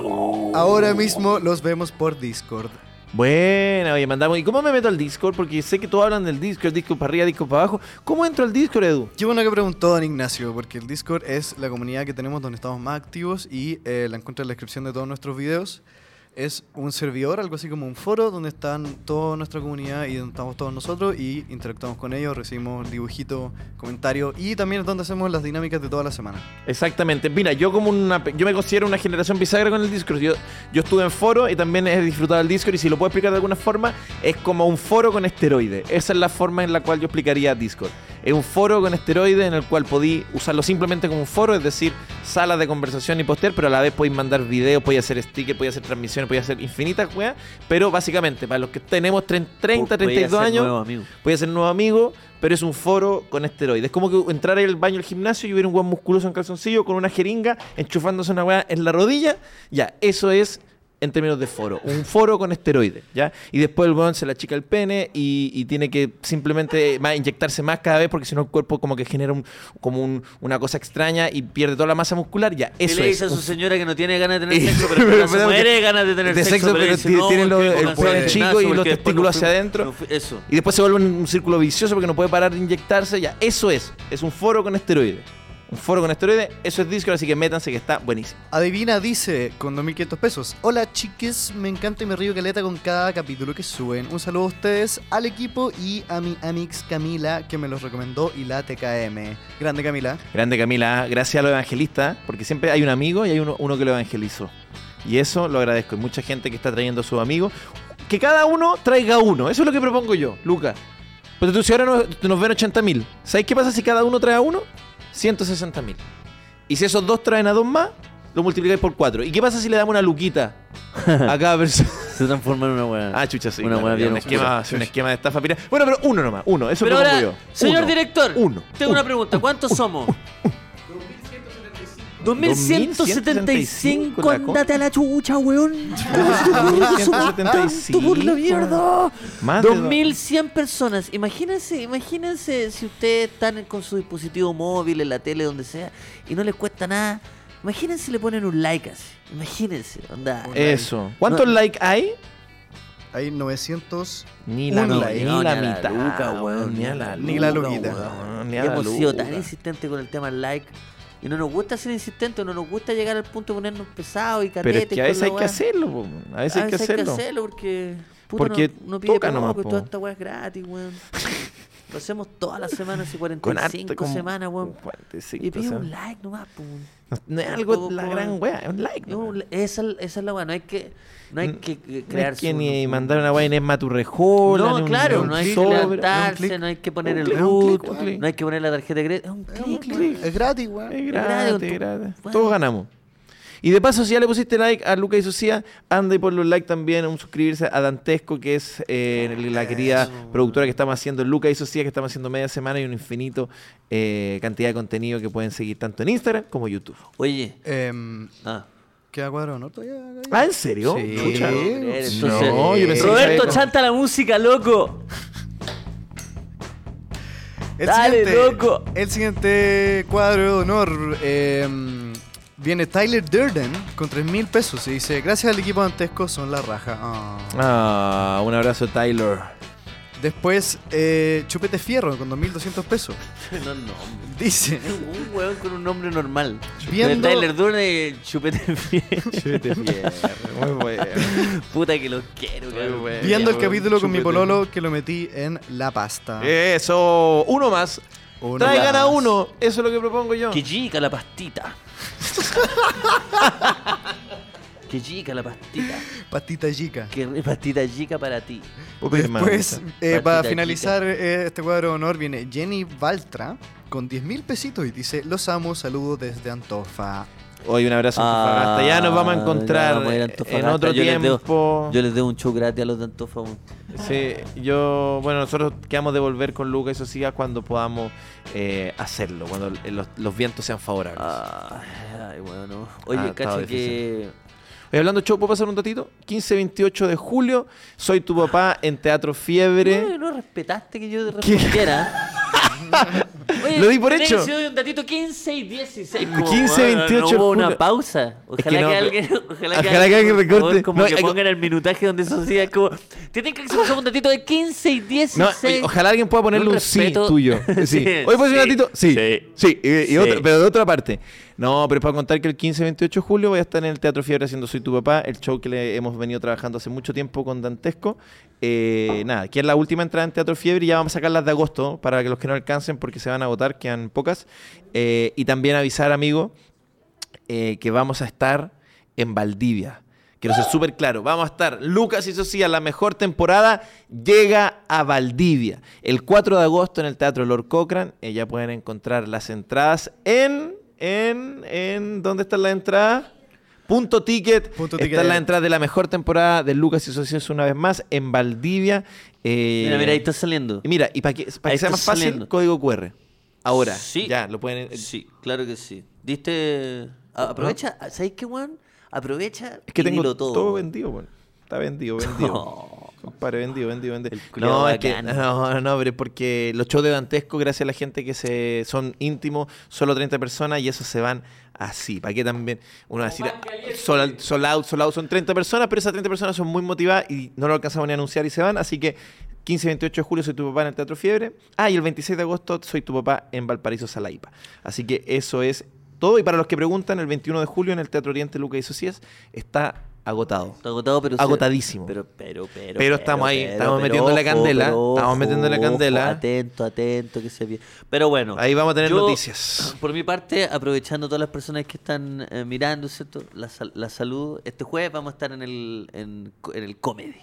Speaker 3: Ahora mismo los vemos por Discord.
Speaker 2: Bueno, oye, mandamos. ¿Y cómo me meto al Discord? Porque sé que todos hablan del Discord, Discord para arriba, Discord para abajo. ¿Cómo entro al Discord, Edu?
Speaker 3: Qué bueno que preguntó Don Ignacio, porque el Discord es la comunidad que tenemos donde estamos más activos y eh, la encuentran en la descripción de todos nuestros videos. es un servidor, algo así como un foro donde están toda nuestra comunidad y donde estamos todos nosotros y interactuamos con ellos, recibimos dibujitos, comentarios y también es donde hacemos las dinámicas de toda la semana.
Speaker 2: Exactamente. Mira, yo como una yo me considero una generación bisagra con el Discord. Yo, yo estuve en foro y también he disfrutado del Discord y si lo puedo explicar de alguna forma, es como un foro con esteroides. Esa es la forma en la cual yo explicaría Discord. Es un foro con esteroides en el cual podí usarlo simplemente como un foro, es decir, salas de conversación y postear, pero a la vez podéis mandar videos, podéis hacer stickers, podéis hacer transmisiones, podéis hacer infinitas weas. Pero básicamente, para los que tenemos tre- 30,
Speaker 1: Voy a
Speaker 2: 32
Speaker 1: ser
Speaker 2: años,
Speaker 1: nuevo amigo.
Speaker 2: Voy a ser nuevo amigo, pero es un foro con esteroides. Es como que entrar al baño del gimnasio y hubiera un guan musculoso en calzoncillo con una jeringa enchufándose una weá en la rodilla. Ya, eso es en términos de foro. Un foro con esteroides, ¿ya? Y después el weón se la chica el pene y, y tiene que simplemente más, inyectarse más cada vez porque si no el cuerpo como que genera un- como un- una cosa extraña y pierde toda la masa muscular. Ya,
Speaker 1: ¿Qué
Speaker 2: eso
Speaker 1: le
Speaker 2: es.
Speaker 1: dice a
Speaker 2: un
Speaker 1: su señora que no tiene ganas de
Speaker 2: Y-
Speaker 1: tener sexo, pero que
Speaker 2: pero-
Speaker 1: no se
Speaker 2: pero-
Speaker 1: muere ganas de tener
Speaker 2: de
Speaker 1: sexo?
Speaker 2: sexo, pero
Speaker 1: dice,
Speaker 2: ti-
Speaker 1: no,
Speaker 2: tiene
Speaker 1: porque
Speaker 2: lo-
Speaker 1: tengo
Speaker 2: el
Speaker 1: ganas
Speaker 2: pene
Speaker 1: de
Speaker 2: chico
Speaker 1: gimnasio,
Speaker 2: y los
Speaker 1: porque después
Speaker 2: testículos
Speaker 1: no fui-
Speaker 2: hacia adentro.
Speaker 1: no fui- Eso.
Speaker 2: Y después se vuelve un círculo vicioso porque no puede parar de inyectarse. Ya, eso es. Es un foro con esteroides. Un foro con esteroides. Eso es Discord, así que métanse que está buenísimo.
Speaker 3: Adivina dice con 2.500 pesos. Hola chiques, me encanta y me río caleta con cada capítulo que suben. Un saludo a ustedes, al equipo y a mi amix Camila que me los recomendó y la TKM. Grande Camila.
Speaker 2: Grande Camila, ¿eh? gracias a los evangelistas, porque siempre hay un amigo y hay uno, uno que lo evangelizó. Y eso lo agradezco. Y mucha gente que está trayendo a sus amigos. Que cada uno traiga uno. Eso es lo que propongo yo, Lucas. Pero tú, si ahora nos, nos ven 80.000, ¿sabes qué pasa si cada uno trae a uno? 160.000. Y si esos dos traen a dos más, lo multiplicáis por cuatro. ¿Y qué pasa si le damos una luquita a cada persona?
Speaker 1: Se transforma en una buena.
Speaker 2: Ah, chucha, sí.
Speaker 1: Una
Speaker 2: claro,
Speaker 1: buena
Speaker 2: ya, un,
Speaker 1: bien
Speaker 2: esquema, un esquema de estafa pirata. Bueno, pero uno nomás, uno. Eso
Speaker 1: Pero
Speaker 2: propongo
Speaker 1: ahora,
Speaker 2: yo.
Speaker 1: señor
Speaker 2: Uno.
Speaker 1: director,
Speaker 2: Uno.
Speaker 1: tengo una pregunta. ¿Cuántos somos?
Speaker 2: 2175,
Speaker 1: 2175.
Speaker 2: la con-
Speaker 1: Andate a la chucha, weón. Tanto por la mierda.
Speaker 2: Más de dos-
Speaker 1: 2100 personas. Imagínense, imagínense si ustedes están en- con su dispositivo móvil, en la tele, donde sea, y no les cuesta nada. Imagínense si le ponen un like así. Imagínense, onda.
Speaker 2: Eso. ¿Cuántos
Speaker 1: No.
Speaker 2: likes hay?
Speaker 3: Hay 900
Speaker 2: Ni
Speaker 3: la-
Speaker 2: la,
Speaker 3: Un
Speaker 2: ni
Speaker 1: like.
Speaker 2: la
Speaker 1: Ni a la
Speaker 2: mitad.
Speaker 1: luca, weón,
Speaker 2: Ni a la
Speaker 3: ni la
Speaker 2: luca,
Speaker 3: luquita.
Speaker 2: weón,
Speaker 1: Y
Speaker 2: Ni a la
Speaker 1: hemos sido
Speaker 2: luca.
Speaker 1: tan insistentes con el tema like. Y no nos gusta ser insistentes, no nos gusta llegar al punto de ponernos pesados y
Speaker 2: Pero
Speaker 1: caretes.
Speaker 2: es que
Speaker 1: y
Speaker 2: a veces
Speaker 1: toda
Speaker 2: hay
Speaker 1: la weá.
Speaker 2: que hacerlo, po. a veces
Speaker 1: A
Speaker 2: hay que
Speaker 1: veces
Speaker 2: hacerlo.
Speaker 1: porque. Puta,
Speaker 2: Porque
Speaker 1: no, no pide
Speaker 2: toca
Speaker 1: poco,
Speaker 2: nomás, po.
Speaker 1: toda esta weá es gratis, weón. Lo hacemos todas las semanas, hace
Speaker 2: Con harto,
Speaker 1: 45
Speaker 2: como-
Speaker 1: semanas, weón.
Speaker 2: como 45
Speaker 1: Y pide
Speaker 2: semanas.
Speaker 1: un like nomás, po, weón.
Speaker 2: No es algo
Speaker 1: Como-
Speaker 2: la
Speaker 1: como-
Speaker 2: gran wea, es un like.
Speaker 1: Es
Speaker 2: nomás.
Speaker 1: un li- Esa, esa es la weá, no hay que, no hay
Speaker 2: No
Speaker 1: que eh,
Speaker 2: No hay
Speaker 1: crearse.
Speaker 2: que
Speaker 1: un-
Speaker 2: ni
Speaker 1: un-
Speaker 2: mandar una wea a Inés Maturrejola.
Speaker 1: No,
Speaker 2: ni un-
Speaker 1: claro,
Speaker 2: un
Speaker 1: no hay que
Speaker 2: sobre.
Speaker 1: levantarse,
Speaker 3: clic.
Speaker 1: no hay que poner
Speaker 2: Un
Speaker 1: el
Speaker 2: clic, un
Speaker 1: root,
Speaker 2: clic, un clic.
Speaker 1: no hay que poner la tarjeta de crédito. Es un clic, weón.
Speaker 3: Es gratis, weón.
Speaker 2: Es
Speaker 1: gratis,
Speaker 2: gratis,
Speaker 1: tú-
Speaker 2: gratis.
Speaker 1: bueno.
Speaker 2: Todos ganamos. Y de paso, si ya le pusiste like a Luca y Socia, anda y ponle un like también, un suscribirse a Dantesco, que es eh,
Speaker 1: Ah,
Speaker 2: la querida productora que estamos haciendo, Luca y Socia, que estamos haciendo media semana y un infinito eh, cantidad de contenido que pueden seguir tanto en Instagram como YouTube.
Speaker 1: Oye,
Speaker 3: Em,
Speaker 1: ah.
Speaker 3: ¿Queda cuadro no todavía?
Speaker 2: ¿Ah, en serio?
Speaker 3: Sí.
Speaker 1: No
Speaker 2: Chucha.
Speaker 1: puedo creer,
Speaker 2: No,
Speaker 1: entonces-
Speaker 2: yo pensé que
Speaker 1: Roberto,
Speaker 2: sabía-
Speaker 1: chanta la música, loco.
Speaker 3: El
Speaker 1: Dale,
Speaker 3: siguiente-
Speaker 1: loco.
Speaker 3: El siguiente cuadro de honor em, viene Tyler Durden con 3 mil pesos y dice: Gracias al equipo antesco, son la raja. Ah.
Speaker 2: Ah, un abrazo, Tyler.
Speaker 3: Después, eh, Chupete Fierro con 2.200 pesos.
Speaker 1: No, no.
Speaker 3: Dice:
Speaker 1: Un hueón con un nombre normal.
Speaker 3: Viendo-
Speaker 1: De Tyler Dune y Chupete Fiel.
Speaker 2: Muy bueno.
Speaker 1: Puta que los quiero, cabrón.
Speaker 2: bueno.
Speaker 3: Viendo el
Speaker 2: Eh, Chupete.
Speaker 3: capítulo con mi pololo que lo metí en la pasta.
Speaker 2: Eso, uno más.
Speaker 3: Ah. Uno
Speaker 2: Traigan a
Speaker 3: más.
Speaker 2: uno, eso es lo que propongo yo.
Speaker 1: Que chica la pastita. que chica la pastita.
Speaker 3: Pastita chica.
Speaker 1: Que re- pastita chica para ti.
Speaker 3: Después, eh, para
Speaker 1: Pastita
Speaker 3: finalizar eh, este cuadro de honor, viene Jenny Valtra con 10 mil pesitos y dice: Los amo, saludos desde Antofa.
Speaker 2: Hoy un abrazo a Antofagasta. Ya nos vamos a
Speaker 1: Ah,
Speaker 2: encontrar
Speaker 1: ya vamos a ir a Antofagasta.
Speaker 2: en otro
Speaker 1: Yo les debo-
Speaker 2: tiempo.
Speaker 1: yo les debo un show gratis a los de Antofa. weón.
Speaker 2: Sí, yo, bueno, nosotros quedamos de volver con Lucas eso sí, a cuando podamos eh, hacerlo, cuando eh, los, los vientos sean favorables.
Speaker 1: Ah. Ay, ay, bueno. Oye,
Speaker 2: Ah, estaba
Speaker 1: cacho que.
Speaker 2: Oye, hablando de show, ¿puedo pasar un ratito? 15-28 de julio, soy tu papá en Teatro Fiebre.
Speaker 1: No, no respetaste que yo respondiera. Oye,
Speaker 2: Lo di por hecho.
Speaker 1: de un datito 15 y 16.
Speaker 2: 15,
Speaker 1: weón,
Speaker 2: 28
Speaker 1: No hubo
Speaker 2: julio.
Speaker 1: una pausa. Ojalá que,
Speaker 2: no, pero-
Speaker 1: alguien. Ojalá,
Speaker 2: ojalá que alguien recorte.
Speaker 1: weón, Como
Speaker 2: No, eh,
Speaker 1: que
Speaker 2: hay-
Speaker 1: pongan el minutaje donde eso sea como. Tienen que hacer un datito de 15 y 16.
Speaker 2: No, y ojalá alguien pueda ponerle
Speaker 1: Un
Speaker 2: un, sí
Speaker 1: respeto.
Speaker 2: tuyo. Sí.
Speaker 1: Sí,
Speaker 2: Hoy puede ser un
Speaker 1: sí,
Speaker 2: ratito. Sí. Sí.
Speaker 1: sí,
Speaker 2: Y- y
Speaker 1: sí.
Speaker 2: otra- pero de otra parte. No, pero es para contar que el 15-28 de julio voy a estar en el Teatro Fiebre haciendo Soy tu papá, el show que le hemos venido trabajando hace mucho tiempo con Dantesco. Eh, nada, que es la última entrada en Teatro Fiebre y ya vamos a sacar las de agosto para que los que no alcancen porque se van a agotar, quedan pocas. Eh, y también avisar, amigo, eh, que vamos a estar en Valdivia. Quiero ser súper claro, vamos a estar, Lucas y Socia, la mejor temporada llega a Valdivia. El 4 de agosto en el Teatro Lord Cochran, eh, ya pueden encontrar las entradas en, en, en, ¿dónde están las entradas? Punto Ticket,
Speaker 3: Punto
Speaker 2: están
Speaker 3: Ticket.
Speaker 2: las entradas de la mejor temporada de Lucas y Socios una vez más en Valdivia. Eh,
Speaker 1: Mira, mira, ahí está saliendo.
Speaker 2: y mira, y para que, para
Speaker 1: Ahí
Speaker 2: que sea
Speaker 1: está
Speaker 2: más fácil,
Speaker 1: saliendo.
Speaker 2: código QR. Ahora,
Speaker 1: Sí.
Speaker 2: ya, lo pueden...
Speaker 1: Eh, Sí, claro que sí. Diste. a- Aprovecha. ¿Sabéis qué, weón? Aprovecha.
Speaker 2: ¿Ah? Es que
Speaker 1: y
Speaker 2: tengo
Speaker 1: dilo
Speaker 2: todo,
Speaker 1: todo. weón.
Speaker 2: vendido, bueno. Está vendido, vendido.
Speaker 1: No.
Speaker 2: Compadre, vendido, vendido, vendido.
Speaker 1: El culiao
Speaker 2: No, es que,
Speaker 1: bacán.
Speaker 2: no, no, no, pero es porque los shows de Dantesco, gracias a la gente que se son íntimos, solo 30 personas y esos se van así. ¿Para qué también? Uno va a decir, sol, sol out, sol out, son 30 personas, pero esas 30 personas son muy motivadas y no lo alcanzamos ni a anunciar y se van. Así que 15 y 28 de julio soy tu papá en el Teatro Fiebre. Ah, y el 26 de agosto soy tu papá en Valparaíso Salaipa. Así que eso es todo. Y para los que preguntan, el 21 de julio en el Teatro Oriente Luca y Socias está agotado.
Speaker 1: Está agotado, pero. se-
Speaker 2: Agotadísimo.
Speaker 1: Pero, pero, pero.
Speaker 2: Pero estamos ahí, estamos metiéndole candela, estamos metiéndole candela.
Speaker 1: Atento, atento, que se viene. Pero bueno.
Speaker 2: Ahí vamos a tener
Speaker 1: yo,
Speaker 2: noticias.
Speaker 1: Por mi parte, aprovechando todas las personas que están eh, mirando, ¿cierto? La, sal- la salud. Este jueves vamos a estar en el, en, co- en el comedy.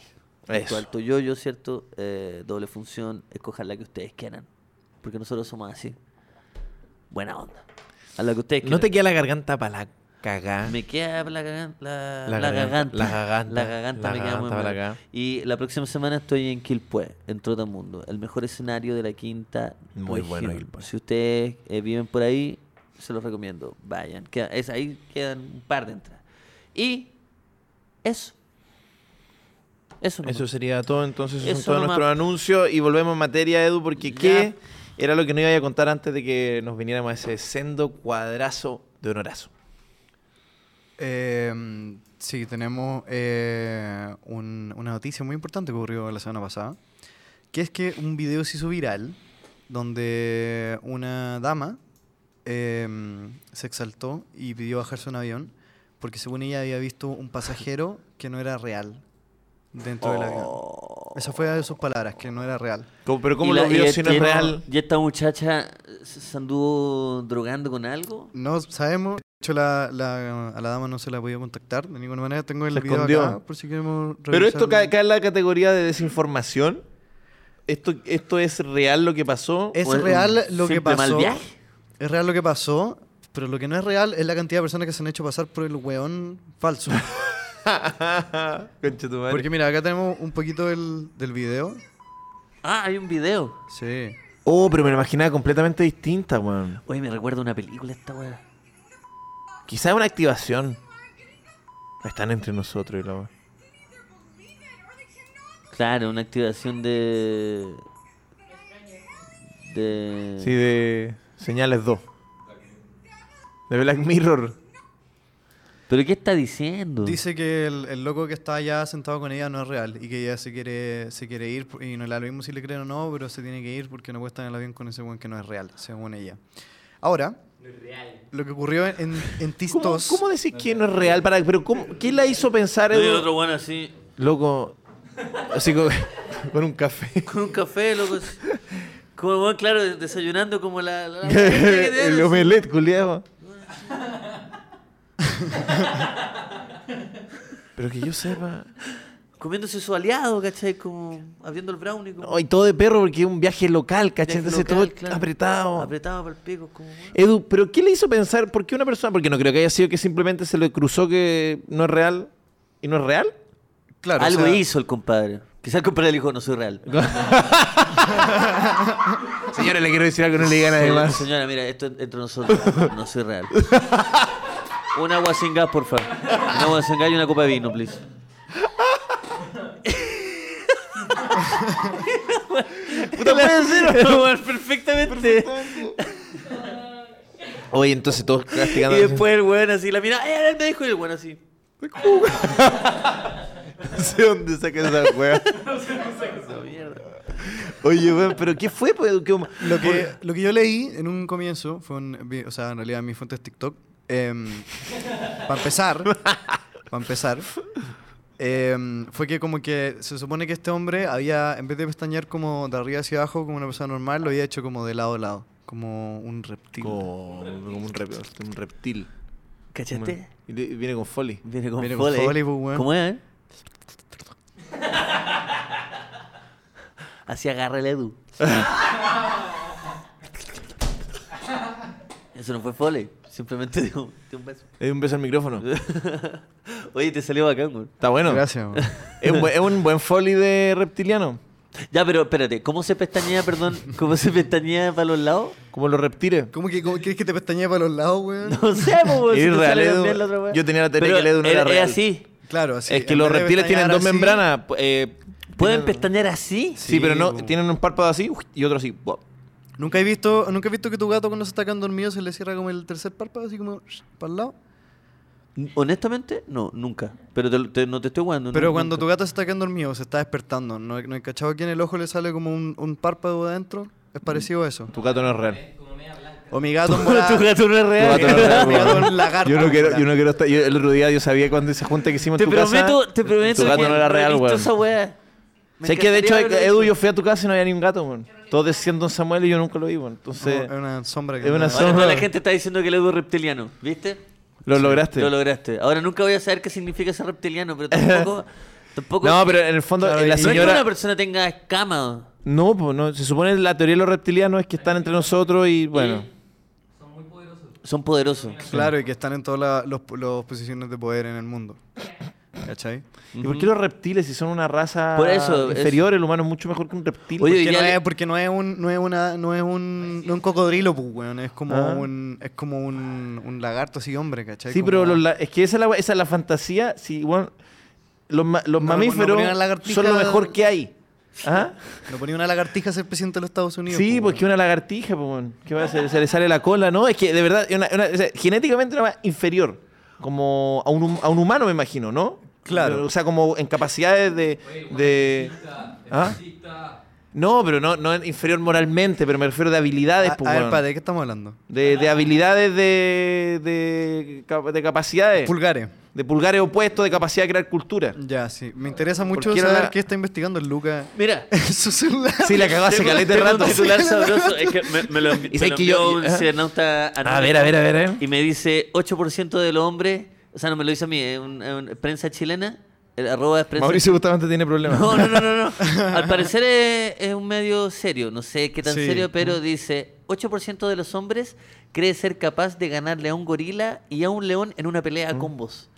Speaker 2: Eso.
Speaker 1: Alto yoyo, ¿cierto? Eh, doble función, escojan la que ustedes quieran. Porque nosotros somos así. Buena onda. A la que ustedes quieran.
Speaker 2: ¿No te queda la garganta para la cagá?
Speaker 1: Me queda la, gagan- la,
Speaker 2: La
Speaker 1: la, garganta.
Speaker 2: garganta, la garganta,
Speaker 1: La garganta
Speaker 2: la
Speaker 1: me queda muy
Speaker 2: garganta para
Speaker 1: mal.
Speaker 2: acá.
Speaker 1: Y la próxima semana estoy en Quilpué, en Trotamundo. El mejor escenario de la quinta
Speaker 2: Muy
Speaker 1: región.
Speaker 2: bueno, Quilpué.
Speaker 1: Si ustedes eh, viven por ahí, se los recomiendo. Vayan. Queda- es, ahí quedan un par de entradas. Y eso. Eso no.
Speaker 2: Eso sería todo, entonces esos son
Speaker 1: Eso
Speaker 2: todos
Speaker 1: nomás.
Speaker 2: nuestros anuncios y volvemos en materia, Edu, porque ¿qué era lo que no iba a contar antes de que nos viniéramos a ese sendo cuadrazo de honorazo?
Speaker 3: Eh, sí, tenemos eh, un- una noticia muy importante que ocurrió la semana pasada, que es que un video se hizo viral donde una dama eh, se exaltó y pidió bajarse un avión porque según ella había visto un pasajero que no era real dentro del avión. Esa fue de sus palabras, que no era real.
Speaker 2: ¿Cómo- ¿Pero cómo
Speaker 1: Y
Speaker 2: lo
Speaker 1: la- y
Speaker 2: vio
Speaker 1: et-
Speaker 2: si no es
Speaker 1: y-
Speaker 2: real?
Speaker 1: ¿Y esta muchacha se se anduvo drogando con algo?
Speaker 3: No sabemos. De hecho, la, la- a la dama no se la ha podido contactar de ninguna manera. Tengo el
Speaker 2: Se
Speaker 3: video
Speaker 2: escondió.
Speaker 3: acá, por si queremos
Speaker 2: ¿Pero esto
Speaker 3: revisarlo.
Speaker 2: cae, cae en la categoría de desinformación? ¿Esto, esto es real lo que pasó?
Speaker 3: Es
Speaker 1: ¿O un
Speaker 3: real lo que
Speaker 1: simple mal
Speaker 3: pasó.
Speaker 1: viaje?
Speaker 3: Es real lo que pasó, pero lo que no es real es la cantidad de personas que se han hecho pasar por el weón falso.
Speaker 2: Concha tu madre.
Speaker 3: Porque mira, acá tenemos un poquito del, del video.
Speaker 1: Ah, hay un video.
Speaker 3: Sí.
Speaker 2: Oh, pero me la imaginaba completamente distinta, weón.
Speaker 1: Oye, me recuerda una película esta weá.
Speaker 2: Quizás una activación. Están entre nosotros y la weá.
Speaker 1: Claro, una activación de. De.
Speaker 2: Sí, de señales 2. De Black Mirror.
Speaker 1: ¿Pero qué está diciendo?
Speaker 3: Dice que el, el loco que está allá sentado con ella no es real y que ella se quiere, se quiere ir y no le da lo mismo si le creen o no, pero se tiene que ir porque no puede estar en el avión con ese weón que no es real, según ella. Ahora, lo que ocurrió en, en
Speaker 2: ¿Cómo,
Speaker 3: Tistos.
Speaker 2: cómo decís que no es real? Para, pero ¿cómo, ¿Qué la hizo pensar,
Speaker 1: No, y el
Speaker 2: Edu?
Speaker 1: otro bueno así.
Speaker 2: Loco, así con, con un café.
Speaker 1: Con un café, loco. así. Como el weón, claro, desayunando como la. la- la-
Speaker 2: El omelette, culiado. pero que yo sepa...
Speaker 1: comiéndose su aliado, ¿cachai? Como abriendo el brownie. Como...
Speaker 2: No, y todo de perro porque es un viaje local, ¿cachai?
Speaker 1: Viaje
Speaker 2: Entonces
Speaker 1: local,
Speaker 2: todo
Speaker 1: claro.
Speaker 2: apretado.
Speaker 1: Apretado para el pico. Como, weón.
Speaker 2: Edu, ¿pero qué le hizo pensar? ¿Por qué una persona? Porque no creo que haya sido que simplemente se le cruzó que no es real y no es real.
Speaker 3: Claro, o
Speaker 1: Algo
Speaker 3: sea,
Speaker 1: hizo el compadre. Quizás el compadre le dijo, no soy real.
Speaker 2: Señora, le quiero decir algo, no le digan
Speaker 1: Eh,
Speaker 2: además.
Speaker 1: Señora, mira, esto es entre nosotros. No soy real. Un agua sin gas, por favor. Un agua sin gas y una copa de vino, please.
Speaker 2: Puta, puede ser.
Speaker 1: Bueno, perfectamente.
Speaker 2: Oye, entonces todos
Speaker 1: Y
Speaker 2: castigando.
Speaker 1: después el weón así, la mira, ¡eh, él me dijo! Y el weón así.
Speaker 2: No sé dónde saca esa weá.
Speaker 1: "La mierda".
Speaker 2: Oye, weón, pero ¿qué fue? pues? ¿Qué-
Speaker 3: Lo que, lo que yo leí en un comienzo fue un. vi- O sea, en realidad mi fuente es TikTok. para empezar, para empezar, em, fue que como que se supone que este hombre había, en vez de pestañear como de arriba hacia abajo como una persona normal, lo había hecho como de lado a lado, como un reptil.
Speaker 2: Como, como un, rep- un reptil.
Speaker 1: ¿Cachaste?
Speaker 2: Y le- viene con Foley.
Speaker 1: Viene con
Speaker 3: Viene con
Speaker 1: Foley.
Speaker 3: Foley, pues, weón.
Speaker 1: ¿Cómo es? eh? Así agarra el Edu. Eso no fue Foley. Simplemente dio, dio un beso.
Speaker 2: Es un beso al micrófono.
Speaker 1: Oye, te salió bacán, weón.
Speaker 2: Está bueno.
Speaker 3: Gracias. weón.
Speaker 2: Es un, buen- es un buen Foley de reptiliano.
Speaker 1: Ya, pero espérate, ¿cómo se pestañea, perdón? ¿Cómo se pestañea para los lados?
Speaker 2: Como los reptiles.
Speaker 3: ¿Cómo que cómo, quieres que te pestañee para los lados, weón?
Speaker 1: No sé, po, weón,
Speaker 2: Y
Speaker 1: si te
Speaker 2: real,
Speaker 1: sale
Speaker 2: Edu,
Speaker 1: también la otra weá.
Speaker 2: yo tenía la teoría que el Edu no era
Speaker 1: es-
Speaker 2: real.
Speaker 1: Es así.
Speaker 3: Claro, así.
Speaker 2: es que
Speaker 3: en
Speaker 2: los
Speaker 3: vez de
Speaker 2: reptiles tienen
Speaker 3: pestañear
Speaker 2: dos
Speaker 3: así-
Speaker 2: membranas. eh,
Speaker 1: ¿Pueden
Speaker 2: tienen-
Speaker 1: pestañear así?
Speaker 2: Sí, pero no,
Speaker 3: Sí, po.
Speaker 2: tienen un párpado así uf, y otro así. Buah.
Speaker 3: ¿Nunca he visto, nunca he visto que tu gato cuando se está quedando dormido se le cierra como el tercer párpado así como sh, para el lado?
Speaker 1: Honestamente, no, nunca. Pero te, te- no te estoy jugando.
Speaker 3: Pero cuando tu gato se está quedando dormido, se está despertando, ¿no, no he cachado que en el ojo le sale como un, un párpado de adentro? ¿Es parecido a eso?
Speaker 2: Tu gato no es real.
Speaker 3: O mi gato en volada-
Speaker 1: tu gato no es
Speaker 2: Tu
Speaker 1: real.
Speaker 2: gato no es real.
Speaker 3: Mi gato
Speaker 2: weón.
Speaker 3: es un lagarto,
Speaker 2: yo no quiero,
Speaker 3: weón.
Speaker 2: yo no quiero estar. yo el otro día yo sabía cuando esa junta que hicimos
Speaker 1: Te
Speaker 2: en tu casa.
Speaker 1: prometo, te prometo.
Speaker 2: Tu gato
Speaker 1: que
Speaker 2: no era
Speaker 1: no he
Speaker 2: real,
Speaker 1: visto
Speaker 2: weón.
Speaker 1: esa weá. Me
Speaker 2: Sé que de hecho,
Speaker 1: encantaría haberlo
Speaker 2: Edu,
Speaker 1: visto.
Speaker 2: yo fui a tu casa y no había ni un gato, weón. Todos decían Don Samuel y yo nunca lo vi, weón.
Speaker 3: No, eh,
Speaker 2: Entonces,
Speaker 3: es una sombra.
Speaker 2: es una
Speaker 3: anda-
Speaker 1: Ahora
Speaker 2: sombra.
Speaker 1: toda la gente está diciendo que el Edu es reptiliano, ¿viste?
Speaker 2: lo lograste.
Speaker 1: Lo lograste. Ahora nunca voy a saber qué significa ser reptiliano, pero tampoco. tampoco
Speaker 2: no, pero en el fondo,
Speaker 3: Claro,
Speaker 2: eh,
Speaker 1: no
Speaker 2: la
Speaker 1: es que una
Speaker 2: señora.
Speaker 1: persona tenga escama.
Speaker 2: No, pues no. Se supone la teoría de los reptilianos es que están entre nosotros y bueno.
Speaker 1: Son poderosos.
Speaker 3: Claro, y que están en todas las los- los posiciones de poder en el mundo. ¿Cachai?
Speaker 2: ¿Y por qué los reptiles, si son una raza
Speaker 1: Por eso, es-
Speaker 2: inferior, el humano es mucho mejor que un reptil?
Speaker 1: Oye,
Speaker 2: ¿Por
Speaker 1: y
Speaker 3: Porque no,
Speaker 1: ya le-
Speaker 3: es, porque no es un, no es una, no es un, no es un cocodrilo, pues, weón. Es como
Speaker 2: Ah.
Speaker 3: un, es como un, un lagarto así, hombre, ¿cachai?
Speaker 2: qué? Sí, pero
Speaker 3: Como-
Speaker 2: los la- es que esa es la, esa es la fantasía. Si, bueno, los, ma- los
Speaker 3: No, no
Speaker 2: mamíferos
Speaker 3: ponían lagartija-
Speaker 2: son lo mejor que hay. ¿Ah?
Speaker 3: No ponía una lagartija a ser presidente de los Estados Unidos.
Speaker 2: Sí,
Speaker 3: pues,
Speaker 2: porque una lagartija, pues, bueno, ¿qué va a hacer? Se le sale la cola, ¿no? Es que de verdad, es una- una- o sea, genéticamente una más inferior. Como a un, hum- a un humano, me imagino, ¿no?
Speaker 3: Claro.
Speaker 2: O sea, como en capacidades de. de- ¿Ah? No, pero no, no es inferior moralmente, pero me refiero de habilidades,
Speaker 3: A,
Speaker 2: pues,
Speaker 3: Ah, a ver,
Speaker 2: bueno.
Speaker 3: padre, ¿de qué estamos hablando?
Speaker 2: De, de habilidades de, de, cap- de capacidades.
Speaker 3: Pulgares.
Speaker 2: de pulgares opuestos, de capacidad de crear cultura.
Speaker 3: Ya, sí. Me interesa mucho
Speaker 2: qué era
Speaker 3: saber
Speaker 2: la-
Speaker 3: qué está investigando el Luca
Speaker 1: Mira.
Speaker 3: en su celular.
Speaker 2: Sí, la cagó hace caleta de
Speaker 1: Tengo un
Speaker 2: rato.
Speaker 1: titular sabroso. Es que me, me lo, envi- me
Speaker 2: Y sé
Speaker 1: lo
Speaker 2: que yo-
Speaker 1: envió un
Speaker 2: ¿eh?
Speaker 1: cibernauta
Speaker 2: A ver, a ver, a ver. eh.
Speaker 1: Y me dice 8% de los hombres, o sea, no me lo dice a mí, es un- es un- prensa chilena, el arroba es prensa
Speaker 2: Mauricio Bustamante tiene problemas.
Speaker 1: No, no, no, no, no. Al parecer es, es un medio serio, no sé qué tan
Speaker 3: Sí.
Speaker 1: serio, pero dice 8% de los hombres cree ser capaz de ganarle a un gorila y a un león en una pelea a combos.
Speaker 3: ¿Mm?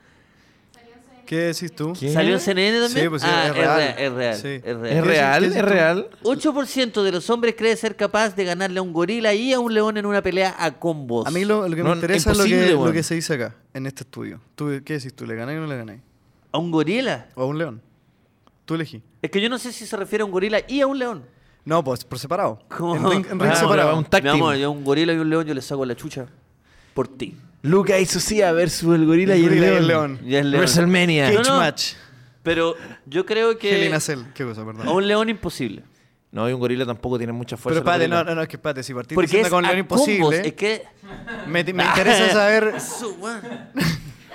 Speaker 3: ¿Qué decís tú?
Speaker 2: ¿Qué?
Speaker 1: ¿Salió en CNN también?
Speaker 3: Sí, pues sí,
Speaker 1: Ah,
Speaker 3: es real.
Speaker 1: es real,
Speaker 3: Sí.
Speaker 1: es real.
Speaker 2: ¿Es real? ¿Es real?
Speaker 1: 8% de los hombres cree ser capaz de ganarle a un gorila y a un león en una pelea a combos.
Speaker 3: A mí lo, lo que me
Speaker 2: No,
Speaker 3: interesa es lo que,
Speaker 2: imposible,
Speaker 3: lo
Speaker 2: weón.
Speaker 3: que se dice acá, en este estudio. ¿Tú, ¿Qué decís tú? ¿Le ganáis o no le ganáis?
Speaker 1: ¿A un gorila?
Speaker 3: ¿O a un león? Tú elegí.
Speaker 1: Es que yo no sé si se refiere a un gorila y a un león.
Speaker 3: No, pues por separado.
Speaker 1: ¿Cómo?
Speaker 3: En ring, en ring
Speaker 2: Ah,
Speaker 3: separado.
Speaker 2: un táctil.
Speaker 1: Mi amor, yo a un gorila y un león yo le saco la chucha por ti.
Speaker 2: Luca y Sucia versus el gorila y el
Speaker 3: Gorila y
Speaker 2: león.
Speaker 3: el león.
Speaker 1: Y el león.
Speaker 2: WrestleMania.
Speaker 1: ¿Qué?
Speaker 3: Cage
Speaker 1: No, no.
Speaker 3: match.
Speaker 1: Pero yo creo que
Speaker 3: Helena Cell. Qué cosa, perdón.
Speaker 1: a un león imposible.
Speaker 2: No, y un gorila tampoco tiene mucha fuerza.
Speaker 3: Pero
Speaker 2: el
Speaker 3: espérate,
Speaker 2: gorila.
Speaker 3: no, no, no, es que espérate. Si partiste
Speaker 1: Porque
Speaker 3: diciendo
Speaker 1: es
Speaker 3: con
Speaker 1: a
Speaker 3: león
Speaker 1: combos,
Speaker 3: imposible,
Speaker 1: Es que
Speaker 3: me, me interesa saber...
Speaker 1: eso, weón.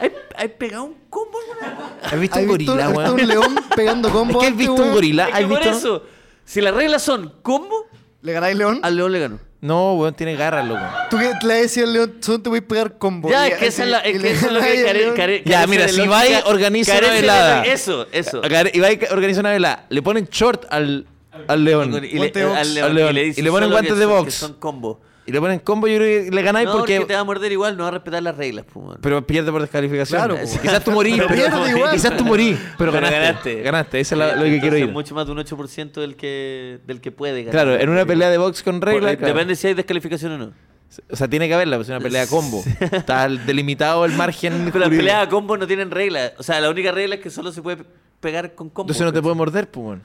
Speaker 1: ¿Hay, hay pegado un combo alguna vez?
Speaker 2: ¿Has visto
Speaker 3: ¿Has
Speaker 2: un gorila,
Speaker 3: has visto
Speaker 2: weón?
Speaker 3: un león pegando
Speaker 2: Es
Speaker 3: combo?
Speaker 2: que has visto un
Speaker 1: Es
Speaker 2: gorila.
Speaker 1: que
Speaker 2: ¿Has
Speaker 1: por
Speaker 2: visto?
Speaker 1: eso, si las reglas son combo,
Speaker 3: ¿Le ganáis león?
Speaker 1: al león le ganó.
Speaker 2: No, weón, tiene garras, loco.
Speaker 3: Tú que le decías al león, solo te voy a pegar combo.
Speaker 1: Ya,
Speaker 3: Y-
Speaker 1: es que, esa
Speaker 3: y-
Speaker 1: es la-
Speaker 3: y
Speaker 1: es
Speaker 3: le
Speaker 1: que eso es lo
Speaker 3: ganáis
Speaker 1: que
Speaker 3: al
Speaker 1: care-
Speaker 3: león.
Speaker 1: care-
Speaker 2: Ya,
Speaker 1: carece
Speaker 2: mira,
Speaker 1: de
Speaker 2: si
Speaker 1: lógica,
Speaker 2: vais, organiza una
Speaker 1: carece de
Speaker 2: velada.
Speaker 1: lo- Eso, eso.
Speaker 2: Y va a organizar una vela. Le ponen short al, al león.
Speaker 1: Y
Speaker 3: Guante
Speaker 1: le,
Speaker 3: de box.
Speaker 1: al león,
Speaker 2: Al león.
Speaker 1: le
Speaker 2: Y
Speaker 1: dicen
Speaker 2: le ponen
Speaker 1: solo
Speaker 2: guantes
Speaker 1: que
Speaker 2: de
Speaker 1: son- que
Speaker 2: box.
Speaker 1: Son combo.
Speaker 2: Y le ponen combo, yo creo que le ganáis
Speaker 1: No, porque...
Speaker 2: porque...
Speaker 1: te va a morder igual, no va a respetar las reglas. pues, po, man.
Speaker 2: Pero pierde por descalificación.
Speaker 3: Claro,
Speaker 2: Es-
Speaker 3: pues.
Speaker 2: quizás tú morís,
Speaker 3: Pero
Speaker 2: pero,
Speaker 3: pierde igual.
Speaker 2: quizás tú morís, pero,
Speaker 1: Pero
Speaker 2: ganaste.
Speaker 1: ganaste.
Speaker 2: Ganaste, esa es la- lo que quiero
Speaker 1: Entonces,
Speaker 2: ir.
Speaker 1: Mucho más de un 8% del que, del que puede ganar.
Speaker 2: Claro, en una pelea de box con
Speaker 1: Por- eh,
Speaker 2: reglas. claro.
Speaker 1: Depende si hay descalificación o no.
Speaker 2: O sea, tiene que haberla, pues es una pelea combo. Está delimitado el margen.
Speaker 1: Pero las
Speaker 2: jurídico.
Speaker 1: peleas a combo no tienen reglas. O sea, la única regla es que solo se puede pe- pegar con combo.
Speaker 2: Entonces no te puede morder, pues, weón.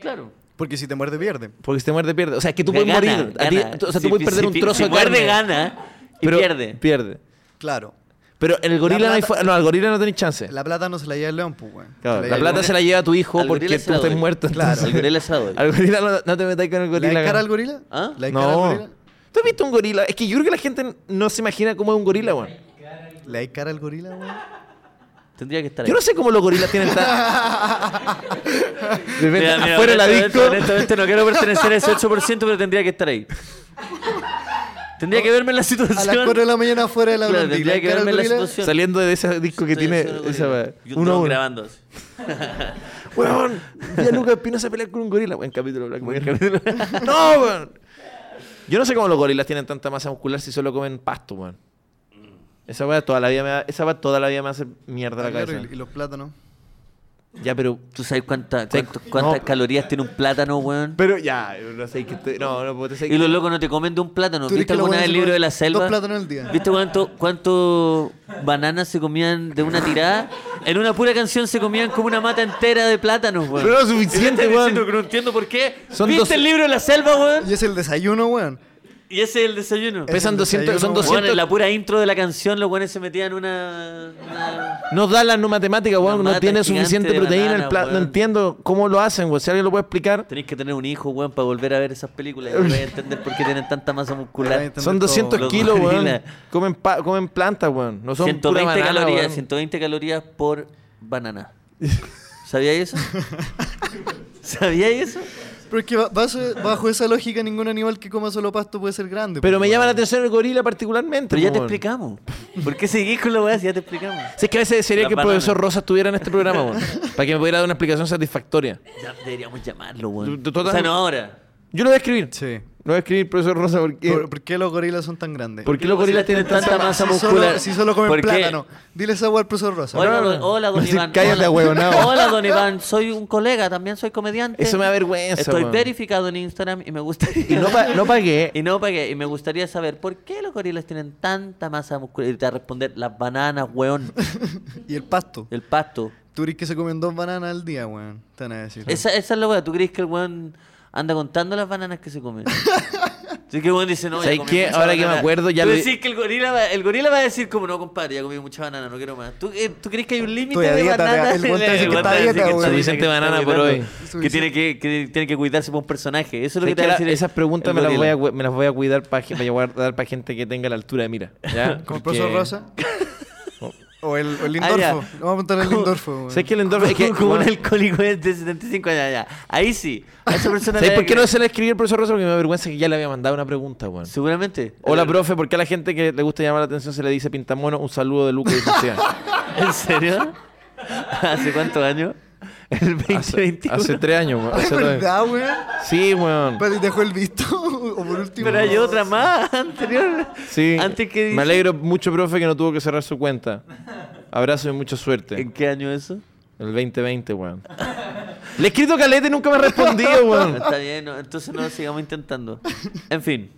Speaker 1: Claro.
Speaker 3: Porque si te muerde, pierde.
Speaker 2: Porque si te muerde, pierde. O sea, es que tú puedes
Speaker 1: Gana,
Speaker 2: morir. A ti-
Speaker 1: gana.
Speaker 2: o sea,
Speaker 1: Si-
Speaker 2: tú puedes perder
Speaker 1: si-
Speaker 2: un trozo
Speaker 1: si
Speaker 2: de carne.
Speaker 1: muerde, gana. Y pierde.
Speaker 2: Pierde.
Speaker 3: Claro.
Speaker 2: Pero en el gorila no hay
Speaker 3: plata-
Speaker 2: fu- No, al gorila no tenéis chance.
Speaker 3: La plata no se la lleva el león, pues, weón.
Speaker 2: Claro,
Speaker 3: Se
Speaker 2: la
Speaker 3: lleva el
Speaker 2: plata se la lleva a tu hijo
Speaker 1: Al
Speaker 2: porque tú
Speaker 1: gorila se la
Speaker 2: estás
Speaker 1: doy.
Speaker 2: muerto.
Speaker 3: Claro.
Speaker 2: entonces.
Speaker 1: Al gorila se la doy.
Speaker 2: Al gorila no, no te metáis con el
Speaker 3: gorila.
Speaker 2: gorila.
Speaker 3: ¿Le hay cara al
Speaker 2: weón.
Speaker 3: gorila?
Speaker 1: ¿Ah?
Speaker 3: ¿Le hay cara al
Speaker 2: No.
Speaker 3: gorila?
Speaker 2: ¿Tú has visto un gorila? Es que yo creo que la gente no se imagina cómo es un gorila, weón.
Speaker 3: ¿Le hay cara al gorila, weón?
Speaker 1: Tendría que estar ahí.
Speaker 2: Yo no sé cómo los gorilas tienen tan... De repente,
Speaker 1: Mira, mira,
Speaker 2: afuera de la
Speaker 1: honestamente-
Speaker 2: disco...
Speaker 1: honestamente no quiero pertenecer a ese 8%, pero tendría que estar ahí. Tendría que verme en la
Speaker 3: A las
Speaker 1: situación.
Speaker 3: 4 de la mañana afuera de la
Speaker 1: Claro,
Speaker 3: Blondie.
Speaker 1: tendría
Speaker 3: ¿Le hay
Speaker 1: que
Speaker 3: cara al
Speaker 1: verme la
Speaker 3: gorila?
Speaker 1: situación.
Speaker 2: Saliendo de ese disco que
Speaker 1: Sí,
Speaker 2: tiene...
Speaker 1: sí,
Speaker 2: Esa, weón.
Speaker 1: Y un
Speaker 2: uno a
Speaker 1: dron
Speaker 2: uno.
Speaker 1: grabando. así.
Speaker 2: Weón, vi a Lucas Espinosa se pelea con un gorila. Buen capítulo, Black Mirror. no, weón. Yo no sé cómo los gorilas tienen tanta masa muscular si solo comen pasto, weón. Esa weá toda la vida me da- esa weá toda la vida me hace mierda la
Speaker 3: Ah, claro,
Speaker 2: cabeza.
Speaker 3: y- Y los plátanos.
Speaker 2: Ya, pero.
Speaker 1: ¿Tú sabes cuánta, cuánto-
Speaker 2: Sí.
Speaker 1: cuántas
Speaker 2: No.
Speaker 1: calorías tiene un plátano, weón?
Speaker 2: Pero ya, no sé que estoy- No, no, porque te sé
Speaker 1: Y los locos no te comen de un plátano.
Speaker 3: ¿Tú crees
Speaker 1: ¿Viste
Speaker 3: que los
Speaker 1: alguna vez
Speaker 3: buenos
Speaker 1: el
Speaker 3: se
Speaker 1: libro
Speaker 3: comen
Speaker 1: de la selva?
Speaker 3: dos plátanos al día?
Speaker 1: ¿Viste cuánto, cuánto bananas se comían de una tirada? En una pura canción se comían como una mata entera de plátanos, weón. Este
Speaker 2: Pero no es
Speaker 1: Y yo estoy
Speaker 2: suficiente,
Speaker 1: diciendo
Speaker 2: weón.
Speaker 1: que No entiendo por qué.
Speaker 2: Son
Speaker 1: ¿Viste
Speaker 2: dos-
Speaker 1: el libro de la selva, weón?
Speaker 3: Y es el desayuno, weón.
Speaker 1: Y ese es el desayuno.
Speaker 3: Es
Speaker 2: Pesan
Speaker 3: el
Speaker 2: 200, son
Speaker 3: desayuno,
Speaker 1: Weón, en
Speaker 2: 200.
Speaker 1: la pura intro de la canción, los weones se metían una. una-
Speaker 2: No da las no matemáticas, weón.
Speaker 1: Una
Speaker 2: No
Speaker 1: mata
Speaker 2: tiene
Speaker 1: gigante
Speaker 2: suficiente
Speaker 1: de
Speaker 2: proteína. el
Speaker 1: banana,
Speaker 2: pla- No
Speaker 1: weón.
Speaker 2: entiendo cómo lo hacen, weón. Si alguien lo puede explicar.
Speaker 1: Tenéis que tener un hijo, weón, para volver a ver esas películas y volver a entender por qué tienen tanta masa muscular.
Speaker 3: Ahí Entender
Speaker 2: Son
Speaker 3: todo,
Speaker 2: 200
Speaker 1: los
Speaker 2: kilos, weón.
Speaker 1: gorilas.
Speaker 2: Comen, pa- comen plantas, weón. No son pura
Speaker 1: 120
Speaker 2: banana,
Speaker 1: calorías,
Speaker 2: weón.
Speaker 1: 120 calorías por banana. ¿Sabía eso? ¿Sabía eso?
Speaker 3: Pero es que ba- baso- bajo esa lógica ningún animal que coma solo pasto puede ser grande.
Speaker 2: Pero
Speaker 3: pues,
Speaker 2: me
Speaker 3: weón.
Speaker 2: llama la atención el gorila particularmente.
Speaker 1: Pero ya te
Speaker 2: weón.
Speaker 1: explicamos. ¿Por qué seguís con la weá si ya te explicamos?
Speaker 2: Si es que a veces desearía
Speaker 1: Las
Speaker 2: que el profesor
Speaker 1: bananas.
Speaker 2: Rosa estuviera en este programa, weón, para que me pudiera dar una explicación satisfactoria.
Speaker 1: Ya deberíamos llamarlo, weón.
Speaker 2: Tú- tú- tú-
Speaker 1: O sea, no ahora.
Speaker 2: Yo lo voy a escribir.
Speaker 3: Sí.
Speaker 2: Lo voy a escribir, profesor Rosa, porque...
Speaker 3: ¿Por, por qué los gorilas son tan grandes?
Speaker 2: ¿Por qué los gorilas tienen tanta masa
Speaker 3: si
Speaker 1: Ah, muscular?
Speaker 3: Solo, si solo comen
Speaker 1: ¿Por qué?
Speaker 3: plátano. Dile esa weá al profesor Rosa.
Speaker 1: Hola,
Speaker 2: no,
Speaker 1: don-
Speaker 2: no.
Speaker 1: hola, don
Speaker 2: Así,
Speaker 1: Iván.
Speaker 2: cállate,
Speaker 1: Hola.
Speaker 2: ahueonao.
Speaker 1: Hola, don Iván. Soy un colega, también soy comediante.
Speaker 2: Eso me da vergüenza,
Speaker 1: Estoy
Speaker 2: weón.
Speaker 1: verificado en Instagram y me gustaría...
Speaker 2: Y no, pa- no pagué.
Speaker 1: Y no pagué. Y me gustaría saber por qué los gorilas tienen tanta masa muscular. Y te va a responder las bananas, weón.
Speaker 3: Y el pasto.
Speaker 1: El pasto.
Speaker 3: Tú eres que se comen dos bananas al día, weón. Te van a decir.
Speaker 1: Esa, esa es la weá. ¿Tú crees que el weón anda contando las bananas que se comen? Así que el weón dice, no, ya
Speaker 2: ¿Sabes
Speaker 1: comí
Speaker 2: qué?
Speaker 1: mucha
Speaker 2: Ahora que me
Speaker 1: banana.
Speaker 2: acuerdo, ya
Speaker 1: Tú
Speaker 2: lo-
Speaker 1: decís que el gorila, va, el gorila va a decir, como no, compadre, ya comí mucha banana, no quiero más. ¿Tú, eh, tú crees que hay un límite
Speaker 3: Estoy a
Speaker 1: de
Speaker 3: dieta, te-
Speaker 1: bananas?
Speaker 3: el weón te
Speaker 1: El
Speaker 3: dice que
Speaker 1: weón
Speaker 3: está
Speaker 1: te
Speaker 3: a
Speaker 1: dice
Speaker 3: dieta,
Speaker 1: que está
Speaker 3: weón.
Speaker 2: Suficiente
Speaker 1: está
Speaker 2: banana por
Speaker 1: dietando.
Speaker 2: hoy.
Speaker 1: Que tiene que, que tiene que cuidarse por un personaje. Eso es lo que
Speaker 2: ¿Sabes
Speaker 1: te
Speaker 2: que
Speaker 1: va a
Speaker 2: la-
Speaker 1: decir. el-
Speaker 2: esas preguntas
Speaker 1: el
Speaker 2: me las, voy
Speaker 1: gorila.
Speaker 2: a, gu- me las voy a cuidar para guardar para gente que tenga la altura de mira. ¿ya?
Speaker 3: ¿Como el
Speaker 2: Porque- Oh.
Speaker 3: profesor Rosa? o el, o el
Speaker 1: Ah, ya.
Speaker 3: Lindorfo. Vamos a apuntar al Lindorfo, weón.
Speaker 2: ¿Sabes que el endorfo es que-
Speaker 1: como un
Speaker 2: weón,
Speaker 1: alcohólico de 75 años. ya. Ahí sí. A esa persona
Speaker 2: ¿Sabes
Speaker 1: le-
Speaker 2: por qué no se la escribí al profesor Rosa? Porque me da vergüenza que ya le había mandado una pregunta, weón.
Speaker 1: Seguramente.
Speaker 2: Hola, profe, ¿por qué a la gente que le gusta llamar la atención se le dice pintamono? Un saludo de Lucas y Sofía.
Speaker 1: ¿En serio? ¿Hace cuántos años? El
Speaker 2: hace,
Speaker 1: 2021.
Speaker 2: hace tres años, weón.
Speaker 3: Ay,
Speaker 2: Hace dos-
Speaker 3: ¿verdad, weón?
Speaker 2: Sí, weón.
Speaker 1: Pues,
Speaker 3: Pero dejó el visto. o por último.
Speaker 1: Pero hay otra más anterior.
Speaker 2: Sí.
Speaker 1: Antes que dice-
Speaker 2: Me alegro mucho, profe, que no tuvo que cerrar su cuenta. Abrazo y mucha
Speaker 1: ¿En
Speaker 2: suerte.
Speaker 1: qué año eso?
Speaker 2: El 2020, weón. Le he escrito calete y nunca me ha respondido, weón.
Speaker 1: Está bien, no, entonces no lo sigamos intentando. En fin.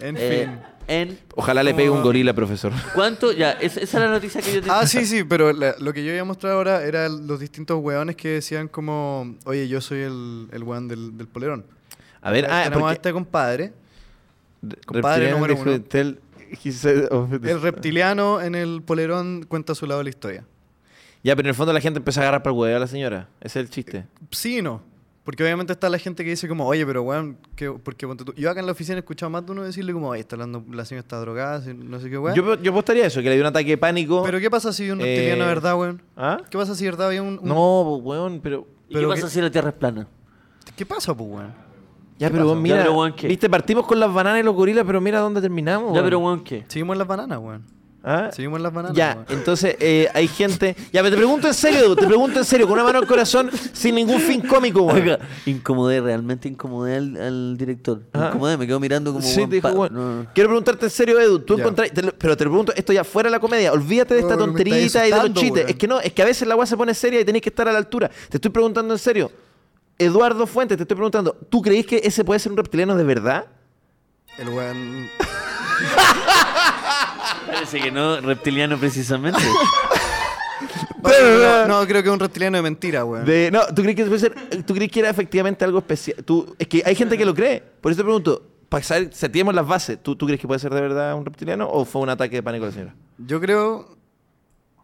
Speaker 3: En
Speaker 1: eh,
Speaker 3: fin.
Speaker 1: en
Speaker 2: Ojalá le pegue un gorila, profesor.
Speaker 1: ¿Cuánto? Ya, es- esa era la noticia que yo te
Speaker 3: Ah, sí, sí, pero la- lo que yo iba a mostrar ahora eran los distintos hueones que decían como, oye, yo soy el, el hueón del, del polerón.
Speaker 2: A ver, ah,
Speaker 3: Tenemos a
Speaker 2: porque...
Speaker 3: este compadre,
Speaker 2: Re-
Speaker 3: compadre
Speaker 2: reptiliano
Speaker 3: número
Speaker 2: dijo
Speaker 3: uno.
Speaker 2: Tell- he said of-
Speaker 3: el reptiliano en el polerón cuenta su lado de la historia.
Speaker 2: Ya, pero en el fondo la gente empezó a agarrar para el huevo a la señora. Ese es el chiste.
Speaker 3: Sí y no, porque obviamente está la gente que dice como, oye, pero hueón, ¿qué- porque ponte tú? Yo acá en la oficina he escuchado más de uno decirle como, oye, está hablando, la señora está drogada, si- no sé qué hueón.
Speaker 2: Yo, yo apostaría eso, que le dio un ataque de pánico.
Speaker 3: Pero ¿qué pasa si un
Speaker 2: Eh,
Speaker 3: reptiliano es verdad, hueón?
Speaker 2: ¿Ah?
Speaker 3: ¿Qué pasa si es verdad había un... un-
Speaker 2: No, pues, weón, pero.
Speaker 1: ¿Y
Speaker 3: pero
Speaker 1: qué pasa
Speaker 3: que-
Speaker 1: si la Tierra es plana?
Speaker 3: ¿Qué pasa, pues, hueón?
Speaker 2: Ya, pero
Speaker 1: pasó?
Speaker 2: weón, mira.
Speaker 1: Ya, pero, weón, ¿qué?
Speaker 2: Viste, partimos con las bananas y los gorilas, pero mira dónde terminamos.
Speaker 1: Ya,
Speaker 2: weón.
Speaker 1: pero weón, ¿qué?
Speaker 3: Seguimos en las bananas, hueón.
Speaker 2: ¿Ah?
Speaker 3: Seguimos en las bananas,
Speaker 2: Ya,
Speaker 3: hueón.
Speaker 2: entonces eh, hay gente. Ya, pero te pregunto en serio, Edu, te pregunto en serio, con una mano al corazón, sin ningún fin cómico, weón.
Speaker 1: Oiga, incomodé, realmente incomodé al, al director.
Speaker 2: Ah.
Speaker 1: Incomodé, me quedo mirando como...
Speaker 2: Sí,
Speaker 1: weón,
Speaker 2: te dijo,
Speaker 1: pa-
Speaker 2: weón.
Speaker 1: no, no.
Speaker 2: Quiero preguntarte en serio, Edu. Tú
Speaker 3: Ya.
Speaker 2: encontrás- te lo- pero te lo pregunto, esto ya fuera de la comedia. Olvídate de esta
Speaker 3: No, pero me estáis
Speaker 2: tonterita y de los
Speaker 3: asustando,
Speaker 2: chistes.
Speaker 3: weón.
Speaker 2: Es que no, es que a veces la agua se pone seria y tenés que estar a la altura. Te estoy preguntando en serio. Eduardo Fuentes, te estoy preguntando, ¿tú creís que ese puede ser un reptiliano de verdad?
Speaker 3: El hueón...
Speaker 1: Parece que no, reptiliano precisamente.
Speaker 3: Bueno, no, no, creo que es un reptiliano de mentira, weón.
Speaker 2: De- no, ¿tú crees, que puede ser- ¿tú crees que era efectivamente algo especial? Tú- es que hay gente que lo cree. Por eso te pregunto, para saber, seteemos las bases. ¿Tú, ¿Tú crees que puede ser de verdad un reptiliano o fue un ataque de pánico de la señora?
Speaker 3: Yo creo.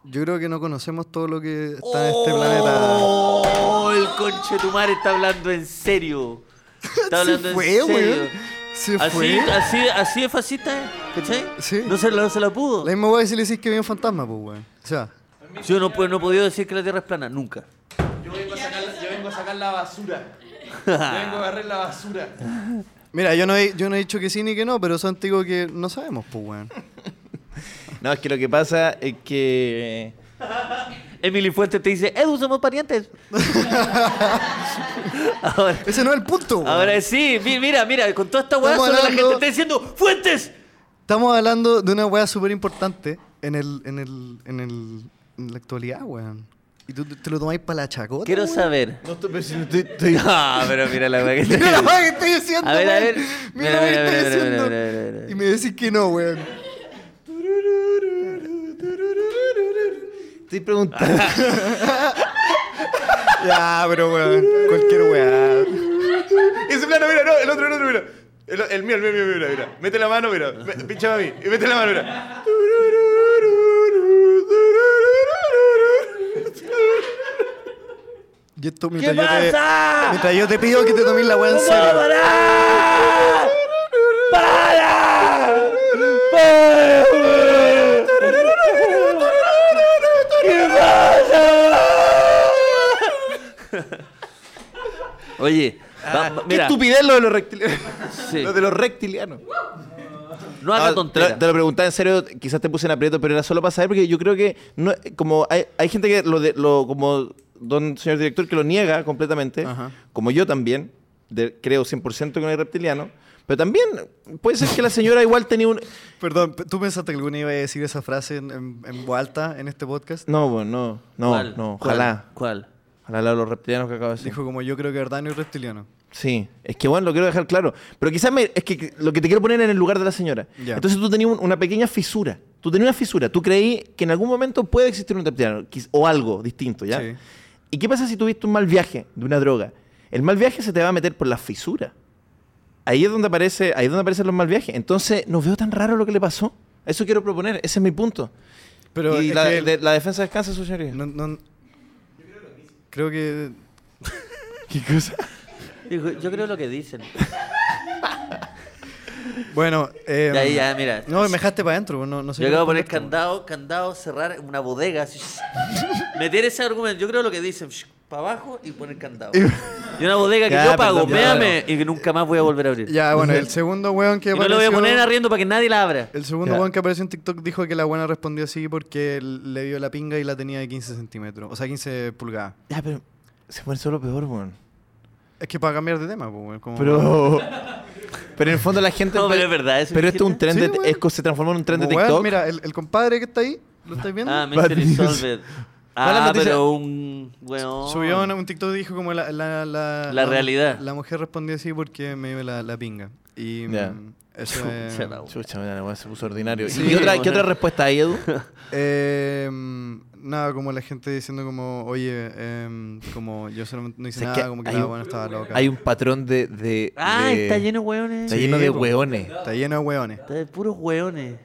Speaker 3: Yo creo que no conocemos todo lo que está en este planeta.
Speaker 1: ¡Oh! El conche tu madre está hablando en serio. Está hablando
Speaker 3: Se fue,
Speaker 1: en serio.
Speaker 3: weón. Se
Speaker 1: Así,
Speaker 3: fue.
Speaker 1: así, así de fascista, ¿eh? ¿cachai?
Speaker 3: Sí.
Speaker 1: No se, lo- se la pudo.
Speaker 3: La misma weá si le decís que había un fantasma, pues, weón. O sea,
Speaker 1: Yo no, pu- no he podido decir que la Tierra es plana, nunca.
Speaker 2: Yo vengo, a sacar, la basura. Yo vengo a agarrar la basura.
Speaker 3: mira, yo no, he, yo no he dicho que sí ni que no, pero eso antiguo que no sabemos, pues, weón.
Speaker 2: No, es que lo que pasa es que.
Speaker 1: Emily Fuentes te dice, Edu, somos parientes. ahora,
Speaker 3: Ese no es el punto, weón.
Speaker 1: ahora sí, mi- mira, mira, con toda esta weá
Speaker 3: Estamos
Speaker 1: solo la
Speaker 3: hablando-
Speaker 1: gente está diciendo, ¡Fuentes!
Speaker 3: Estamos hablando de una weá súper importante en el, en el, en el, en la actualidad, weón. Y tú te lo tomáis para la chacota.
Speaker 1: Quiero
Speaker 3: weón.
Speaker 1: saber.
Speaker 2: No estoy
Speaker 1: Ah, pero mira la weá que
Speaker 3: Mira la weá que estoy diciendo,
Speaker 1: A ver, a
Speaker 3: weón.
Speaker 1: ver.
Speaker 3: Mira,
Speaker 1: Mira,
Speaker 3: la weá
Speaker 1: mira,
Speaker 3: que
Speaker 1: mira, mira,
Speaker 3: estoy
Speaker 1: mira,
Speaker 3: diciendo.
Speaker 1: mira, mira, mira.
Speaker 3: Y me decís que no, weón.
Speaker 2: Estoy preguntando.
Speaker 3: ya, pero weón. Cualquier weá.
Speaker 2: Ese plano, mira, no, el otro, el otro, mira. El, el mío, el mío, el mío, mira, mira. Mete la mano, mira. Me- Pinchame a mí. Y mete la mano, mira.
Speaker 3: Y esto
Speaker 1: ¿Qué
Speaker 3: mientras yo, te,
Speaker 2: eh,
Speaker 1: pasa?
Speaker 3: mientras yo te pido que te tomes la weá en
Speaker 1: ¡No,
Speaker 3: serio.
Speaker 1: para! ¡Para! ¡Para! ¿Qué pasa? Oye, va- va-
Speaker 2: Ah, Qué
Speaker 1: mira,
Speaker 2: estupidez lo de los reptilianos.
Speaker 1: Sí.
Speaker 2: Lo de los reptilianos.
Speaker 1: no haga
Speaker 2: Ah, te, lo,
Speaker 1: tonteras.
Speaker 2: te lo preguntaba en serio, quizás te puse en aprieto, pero era solo para saber, porque yo creo que no, como hay, hay gente que lo, de- lo como don señor director que lo niega completamente,
Speaker 3: Ajá.
Speaker 2: como yo también, de- creo 100% que no hay reptiliano, pero también puede ser que la señora igual tenía un...
Speaker 3: Perdón, ¿tú pensaste que alguna iba a decir esa frase en, en, en voz alta en este podcast?
Speaker 2: No, bueno, no, no,
Speaker 1: ¿Cuál?
Speaker 2: no,
Speaker 1: ¿Cuál?
Speaker 2: ojalá.
Speaker 1: ¿Cuál?
Speaker 2: Ojalá lo de los reptilianos que acabo de decir.
Speaker 3: Dijo como yo creo que Verdano es reptiliano.
Speaker 2: Sí, es que bueno, lo quiero dejar claro. Pero quizás me- es que lo que te quiero poner en el lugar de la señora.
Speaker 3: Ya.
Speaker 2: Entonces tú tenías un- una pequeña fisura. Tú tenías una fisura. Tú creí que en algún momento puede existir un reptiliano quiz- o algo distinto, ¿ya?
Speaker 3: Sí.
Speaker 2: ¿Y qué pasa si tuviste un mal viaje de una droga? El mal viaje se te va a meter por la fisura. Ahí es donde aparece, ahí es donde aparecen los mal viajes. Entonces, no veo tan raro lo que le pasó. Eso quiero proponer, ese es mi punto.
Speaker 3: Pero
Speaker 2: y
Speaker 3: es
Speaker 2: la,
Speaker 3: que-
Speaker 2: de- la defensa descansa, su señoría.
Speaker 3: No, no- creo que.
Speaker 2: ¿Qué cosa?
Speaker 1: Dijo, yo creo lo que dicen.
Speaker 3: Bueno, eh,
Speaker 1: Ya, ya, mira.
Speaker 3: No, me dejaste para adentro, no, no sé.
Speaker 1: Yo
Speaker 3: qué
Speaker 1: acabo de poner
Speaker 3: responderte,
Speaker 1: candado, candado, cerrar una bodega. así. Meter ese argumento, yo creo lo que dicen, para abajo y poner candado. Y una bodega que
Speaker 2: Ya,
Speaker 1: yo pago,
Speaker 2: perdón, ya,
Speaker 1: véame, y que nunca más voy a volver a abrir.
Speaker 3: weón. Ya, bueno, el segundo weón que
Speaker 1: Y no lo voy a poner en arriendo para que nadie la abra.
Speaker 3: El segundo
Speaker 2: Ya.
Speaker 3: weón que apareció en TikTok dijo que la buena respondió así porque l- le vio la pinga y la tenía de 15 centímetros, o sea, 15 pulgadas.
Speaker 2: Ya, pero se fue solo peor, weón.
Speaker 3: Es que para cambiar de tema, pues, weón. como-
Speaker 2: Pero. Pero en el fondo la gente.
Speaker 1: No, pero es verdad, eso
Speaker 2: Pero
Speaker 1: dijiste.
Speaker 2: esto es un tren
Speaker 3: Sí,
Speaker 2: de.
Speaker 3: güey.
Speaker 2: es co- se transformó en un tren de
Speaker 3: como, weón,
Speaker 2: TikTok.
Speaker 3: mira, el, el compadre que está ahí, ¿lo estáis viendo?
Speaker 1: Ah,
Speaker 2: Bad
Speaker 1: Mystery
Speaker 2: news.
Speaker 1: Solved.
Speaker 2: Mala
Speaker 1: Ah,
Speaker 2: noticia.
Speaker 1: pero un weón.
Speaker 3: Subió un, un TikTok y dijo como la... La, la,
Speaker 1: La realidad.
Speaker 3: La mujer respondió así porque me dio la, la pinga. Y
Speaker 2: Ya.
Speaker 3: mm, eso es...
Speaker 1: Chucha la
Speaker 2: Chucha, mira, la weá se puso ordinario.
Speaker 1: Sí,
Speaker 2: ¿Y qué otra,
Speaker 1: bueno.
Speaker 2: qué otra respuesta hay, Edu?
Speaker 3: Eh, mm, nada, como la gente diciendo como, oye, em, como yo solamente no hice
Speaker 2: O sea, es
Speaker 3: nada,
Speaker 2: que
Speaker 3: como que
Speaker 2: hay
Speaker 3: la
Speaker 2: un-
Speaker 3: buena estaba loca.
Speaker 2: Hay un patrón de. de-
Speaker 1: Ah,
Speaker 2: de-
Speaker 1: está lleno de weones.
Speaker 2: Está lleno de
Speaker 3: Sí, po.
Speaker 2: hueones.
Speaker 3: Está lleno de hueones.
Speaker 1: Está de puros weones.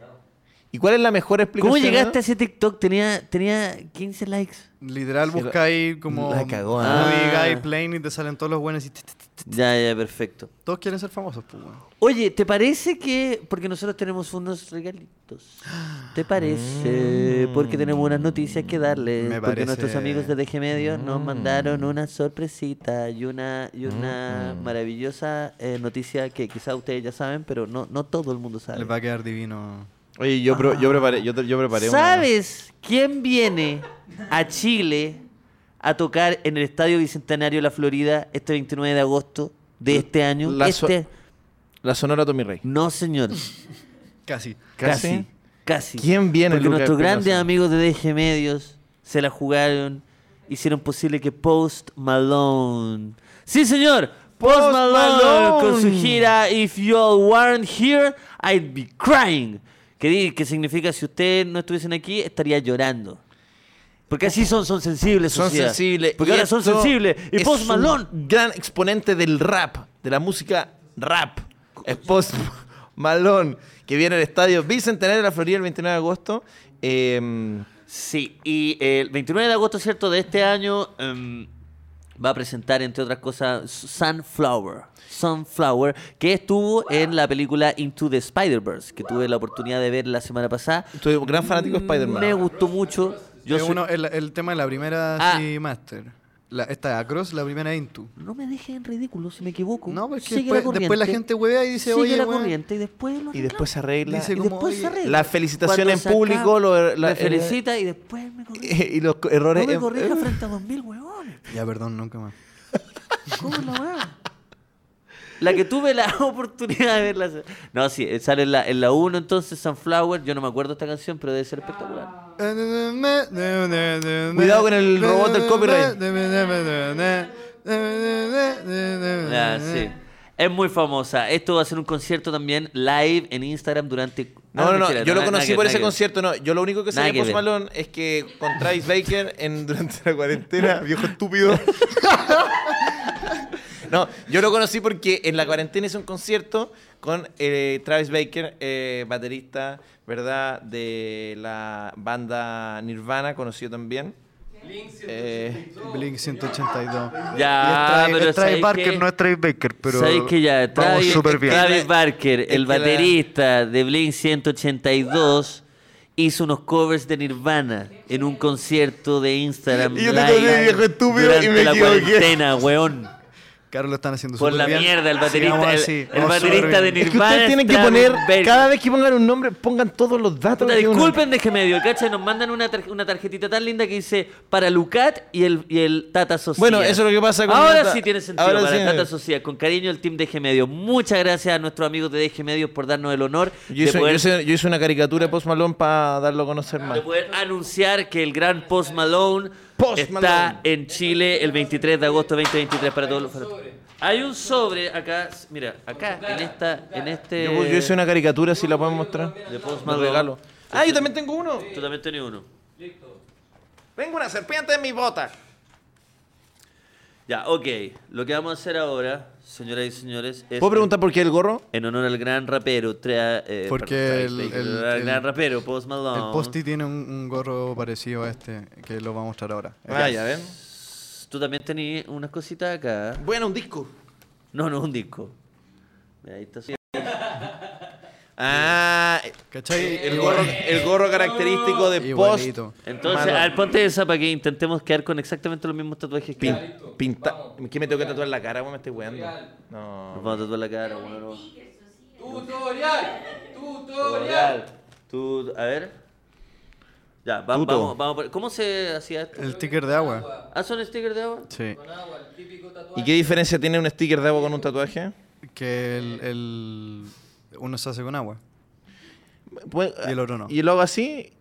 Speaker 2: ¿Y cuál es la mejor explicación?
Speaker 1: ¿Cómo llegaste a
Speaker 2: Edu?
Speaker 1: ese TikTok? Tenía, tenía 15 likes.
Speaker 3: Literal,
Speaker 2: Sí, la-
Speaker 3: buscáis como...
Speaker 2: la cagó,
Speaker 1: ah.
Speaker 3: Moody
Speaker 1: Ah.
Speaker 3: Guy Plane y te salen todos los buenos y... t- t- t-
Speaker 1: Ya, ya, perfecto.
Speaker 3: Todos quieren ser famosos, pues, weón.
Speaker 1: Oye, ¿te parece que.? Porque nosotros tenemos unos regalitos. ¿Te parece? Porque tenemos unas noticias que darles.
Speaker 3: Me
Speaker 1: porque nuestros
Speaker 3: parece.
Speaker 1: amigos de DG Medio nos mandaron una sorpresita y una, y una maravillosa eh, noticia que quizá ustedes ya saben, pero no, no todo el mundo sabe.
Speaker 3: Les va a quedar divino.
Speaker 2: Oye, yo, pro- yo preparé, yo, te- yo preparé una-
Speaker 1: ¿Sabes quién viene a Chile a tocar en el Estadio Bicentenario de la Florida este 29 de agosto de este año?
Speaker 2: La so-
Speaker 1: Este-
Speaker 2: La Sonora Tommy Rey.
Speaker 1: No, señor.
Speaker 3: Casi.
Speaker 1: Casi. Casi.
Speaker 2: ¿Quién viene,
Speaker 1: Porque
Speaker 2: Lucas
Speaker 1: nuestros
Speaker 2: Espinosa?
Speaker 1: grandes amigos de DG Medios se la jugaron, hicieron posible que Post Malone. Sí, señor. Post,
Speaker 2: Post
Speaker 1: Malone,
Speaker 2: Malone.
Speaker 1: con su gira If You All Weren't Here, I'd Be Crying. Que, di- que significa si ustedes no estuviesen aquí, estaría llorando. Porque así son, son sensibles.
Speaker 2: Son
Speaker 1: sociedad.
Speaker 2: sensibles.
Speaker 1: Porque
Speaker 2: Y
Speaker 1: ahora son
Speaker 2: esto
Speaker 1: sensibles. Y
Speaker 2: es
Speaker 1: Post Malone
Speaker 2: un gran exponente del rap, de la música rap. es Post Malone, que viene al estadio Bicentenario de la Florida el 29 de agosto. Eh,
Speaker 1: Sí, y el 29 de agosto, ¿cierto? De este año em, va a presentar, entre otras cosas, Sunflower. Sunflower, que estuvo en la película Into the Spider-Verse, que tuve la oportunidad de ver la semana pasada. Mm,
Speaker 2: soy un gran fanático de
Speaker 1: Me
Speaker 2: Spider-Man.
Speaker 1: gustó mucho. Yo
Speaker 3: Eh,
Speaker 1: soy-
Speaker 3: uno, el, el tema de la primera
Speaker 1: Ah.
Speaker 3: sí, Master. La, esta Across, la primera Intu.
Speaker 1: No me dejes en ridículo si me equivoco.
Speaker 3: No, porque
Speaker 1: Sigue la
Speaker 3: después, después la
Speaker 1: corriente.
Speaker 3: gente huevea y dice,
Speaker 1: Sigue
Speaker 3: oye,
Speaker 1: la
Speaker 3: weón,
Speaker 1: corriente y después lo
Speaker 2: Y después se
Speaker 1: arreglamos.
Speaker 2: arregla.
Speaker 3: Dice
Speaker 1: Y
Speaker 3: como,
Speaker 1: después se
Speaker 3: oye,
Speaker 1: arregla.
Speaker 2: la felicitación
Speaker 1: Cuando
Speaker 2: en
Speaker 1: se
Speaker 2: público,
Speaker 1: acaba,
Speaker 2: lo- la-
Speaker 1: me felicita y después me corrige.
Speaker 2: Y los co- errores.
Speaker 1: No me
Speaker 2: em, en-
Speaker 1: corrija frente a 2000 huevones.
Speaker 3: Ya, perdón, nunca más.
Speaker 1: ¿Cómo la La que tuve la oportunidad de verla. No, sí, eh, sale en la, en la 1 entonces, Sunflower. Yo no me acuerdo esta canción, pero debe ser espectacular.
Speaker 3: Cuidado
Speaker 2: con el robot del copyright.
Speaker 1: Ah, sí. Es muy famosa. Esto va a ser un concierto también live en Instagram durante.
Speaker 2: No, no, no,
Speaker 1: Ah, mentira,
Speaker 2: yo lo
Speaker 1: na- nada
Speaker 2: conocí
Speaker 1: que-
Speaker 2: por
Speaker 1: nada
Speaker 2: ese
Speaker 1: que-
Speaker 2: concierto, no. Yo lo único que sé
Speaker 1: Nada
Speaker 2: de
Speaker 1: que
Speaker 2: Post
Speaker 1: ver.
Speaker 2: Malone es que con Travis Baker en, durante la cuarentena, viejo estúpido. no, yo lo conocí porque en la cuarentena hice un concierto con eh, Travis Baker, eh, baterista, ¿verdad? De la banda Nirvana, conocido también. Eh,
Speaker 3: Blink 182.
Speaker 1: Ya,
Speaker 3: Y es Travis-
Speaker 1: pero
Speaker 3: es Travis
Speaker 1: ¿sabéis
Speaker 3: Barker,
Speaker 1: qué?
Speaker 3: no es Travis Baker, pero
Speaker 1: Sabéis que ya,
Speaker 3: vamos
Speaker 1: Travis,
Speaker 3: súper bien.
Speaker 1: Travis Barker,
Speaker 2: es que
Speaker 1: el
Speaker 2: la-
Speaker 1: baterista de Blink 182, hizo unos covers de Nirvana en un concierto de Instagram.
Speaker 2: Y yo te
Speaker 1: Live
Speaker 2: tomé, viejo estúpido, y
Speaker 1: durante
Speaker 2: me
Speaker 1: la
Speaker 2: equivoqué.
Speaker 1: cuarentena, weón.
Speaker 3: Carlos lo están haciendo
Speaker 1: Por
Speaker 3: súper
Speaker 1: la
Speaker 3: bien.
Speaker 1: mierda, el baterista-
Speaker 3: Sigamos
Speaker 1: el-
Speaker 3: así,
Speaker 1: el
Speaker 3: vamos súper
Speaker 1: baterista
Speaker 3: bien.
Speaker 1: de
Speaker 2: es que
Speaker 1: Nirvana
Speaker 2: ustedes tienen que
Speaker 1: es Travis
Speaker 2: poner,
Speaker 1: Baker.
Speaker 2: cada vez que pongan un nombre, pongan todos los datos.
Speaker 1: Puta,
Speaker 2: de uno.
Speaker 1: disculpen de que medio, ¿cachai? Nos mandan una, tar- una tarjetita tan linda que dice para Lucat y el, y el Tata Socias.
Speaker 2: Bueno, eso es lo que pasa con
Speaker 1: Ahora
Speaker 2: Tata-
Speaker 1: sí tiene sentido
Speaker 2: ahora
Speaker 1: para
Speaker 2: sí.
Speaker 1: Tata Socias. Con cariño, el team de G-Medio. Muchas gracias a nuestros amigos de G-Medios por darnos el honor
Speaker 2: Yo
Speaker 1: de
Speaker 2: hice,
Speaker 1: poder
Speaker 2: yo hice- yo hice una caricatura de Post Malone para darlo a conocer más.
Speaker 1: de poder anunciar que el gran Post Malone
Speaker 2: Post
Speaker 1: está
Speaker 2: Malone.
Speaker 1: en Chile el 23 de agosto 2023 para todos los para- Hay un sobre acá, mira, acá en esta en este
Speaker 2: Yo, yo hice una caricatura, si la pueden mostrar.
Speaker 1: de Post
Speaker 2: Me
Speaker 1: Malone.
Speaker 2: regalo. Ah, yo también tengo uno.
Speaker 1: Tú también tenés uno.
Speaker 2: Tengo una serpiente en mi bota.
Speaker 1: Ya, ok. Lo que vamos a hacer ahora, señoras y señores, es
Speaker 2: ¿Puedo preguntar por qué el gorro?
Speaker 1: en honor al gran rapero, tra- eh,
Speaker 3: Porque
Speaker 1: perdón, Travis
Speaker 3: el-
Speaker 1: Baker,
Speaker 3: el-
Speaker 1: al gran
Speaker 3: el-
Speaker 1: rapero Post Malone.
Speaker 3: El Posti tiene un, un gorro parecido a este que lo va a mostrar ahora.
Speaker 2: Ah, ya ven.
Speaker 1: Tú también tenías unas cositas acá.
Speaker 2: Bueno, un disco.
Speaker 1: No, no, un disco. Mira, ahí está. su-
Speaker 2: Ah,
Speaker 3: ¿Cachai?
Speaker 2: el gorro, el gorro característico de Post.
Speaker 3: Igualito.
Speaker 1: Entonces,
Speaker 2: Malone.
Speaker 1: al ponte esa para que intentemos quedar con exactamente los mismos tatuajes que él.
Speaker 2: Pin- pinta- ¿Qué me tengo que tatuar en la cara? güey? Me estoy weando.
Speaker 1: Nos
Speaker 2: No.
Speaker 1: vamos a tatuar la cara, bueno, no.
Speaker 5: Tutorial, tutorial.
Speaker 1: Oral. Tú, a ver. Ya, va-
Speaker 2: Tuto.
Speaker 1: vamos, vamos. por- ¿Cómo se hacía esto?
Speaker 3: El ticker de agua.
Speaker 1: ¿Ah, son stickers de agua?
Speaker 3: Sí.
Speaker 5: Con agua, el típico tatuaje.
Speaker 2: ¿Y qué diferencia tiene un sticker de agua con un tatuaje?
Speaker 3: Que el, el- uno se hace con agua.
Speaker 2: Bueno,
Speaker 3: Y el otro no.
Speaker 2: Pues, Y lo hago así.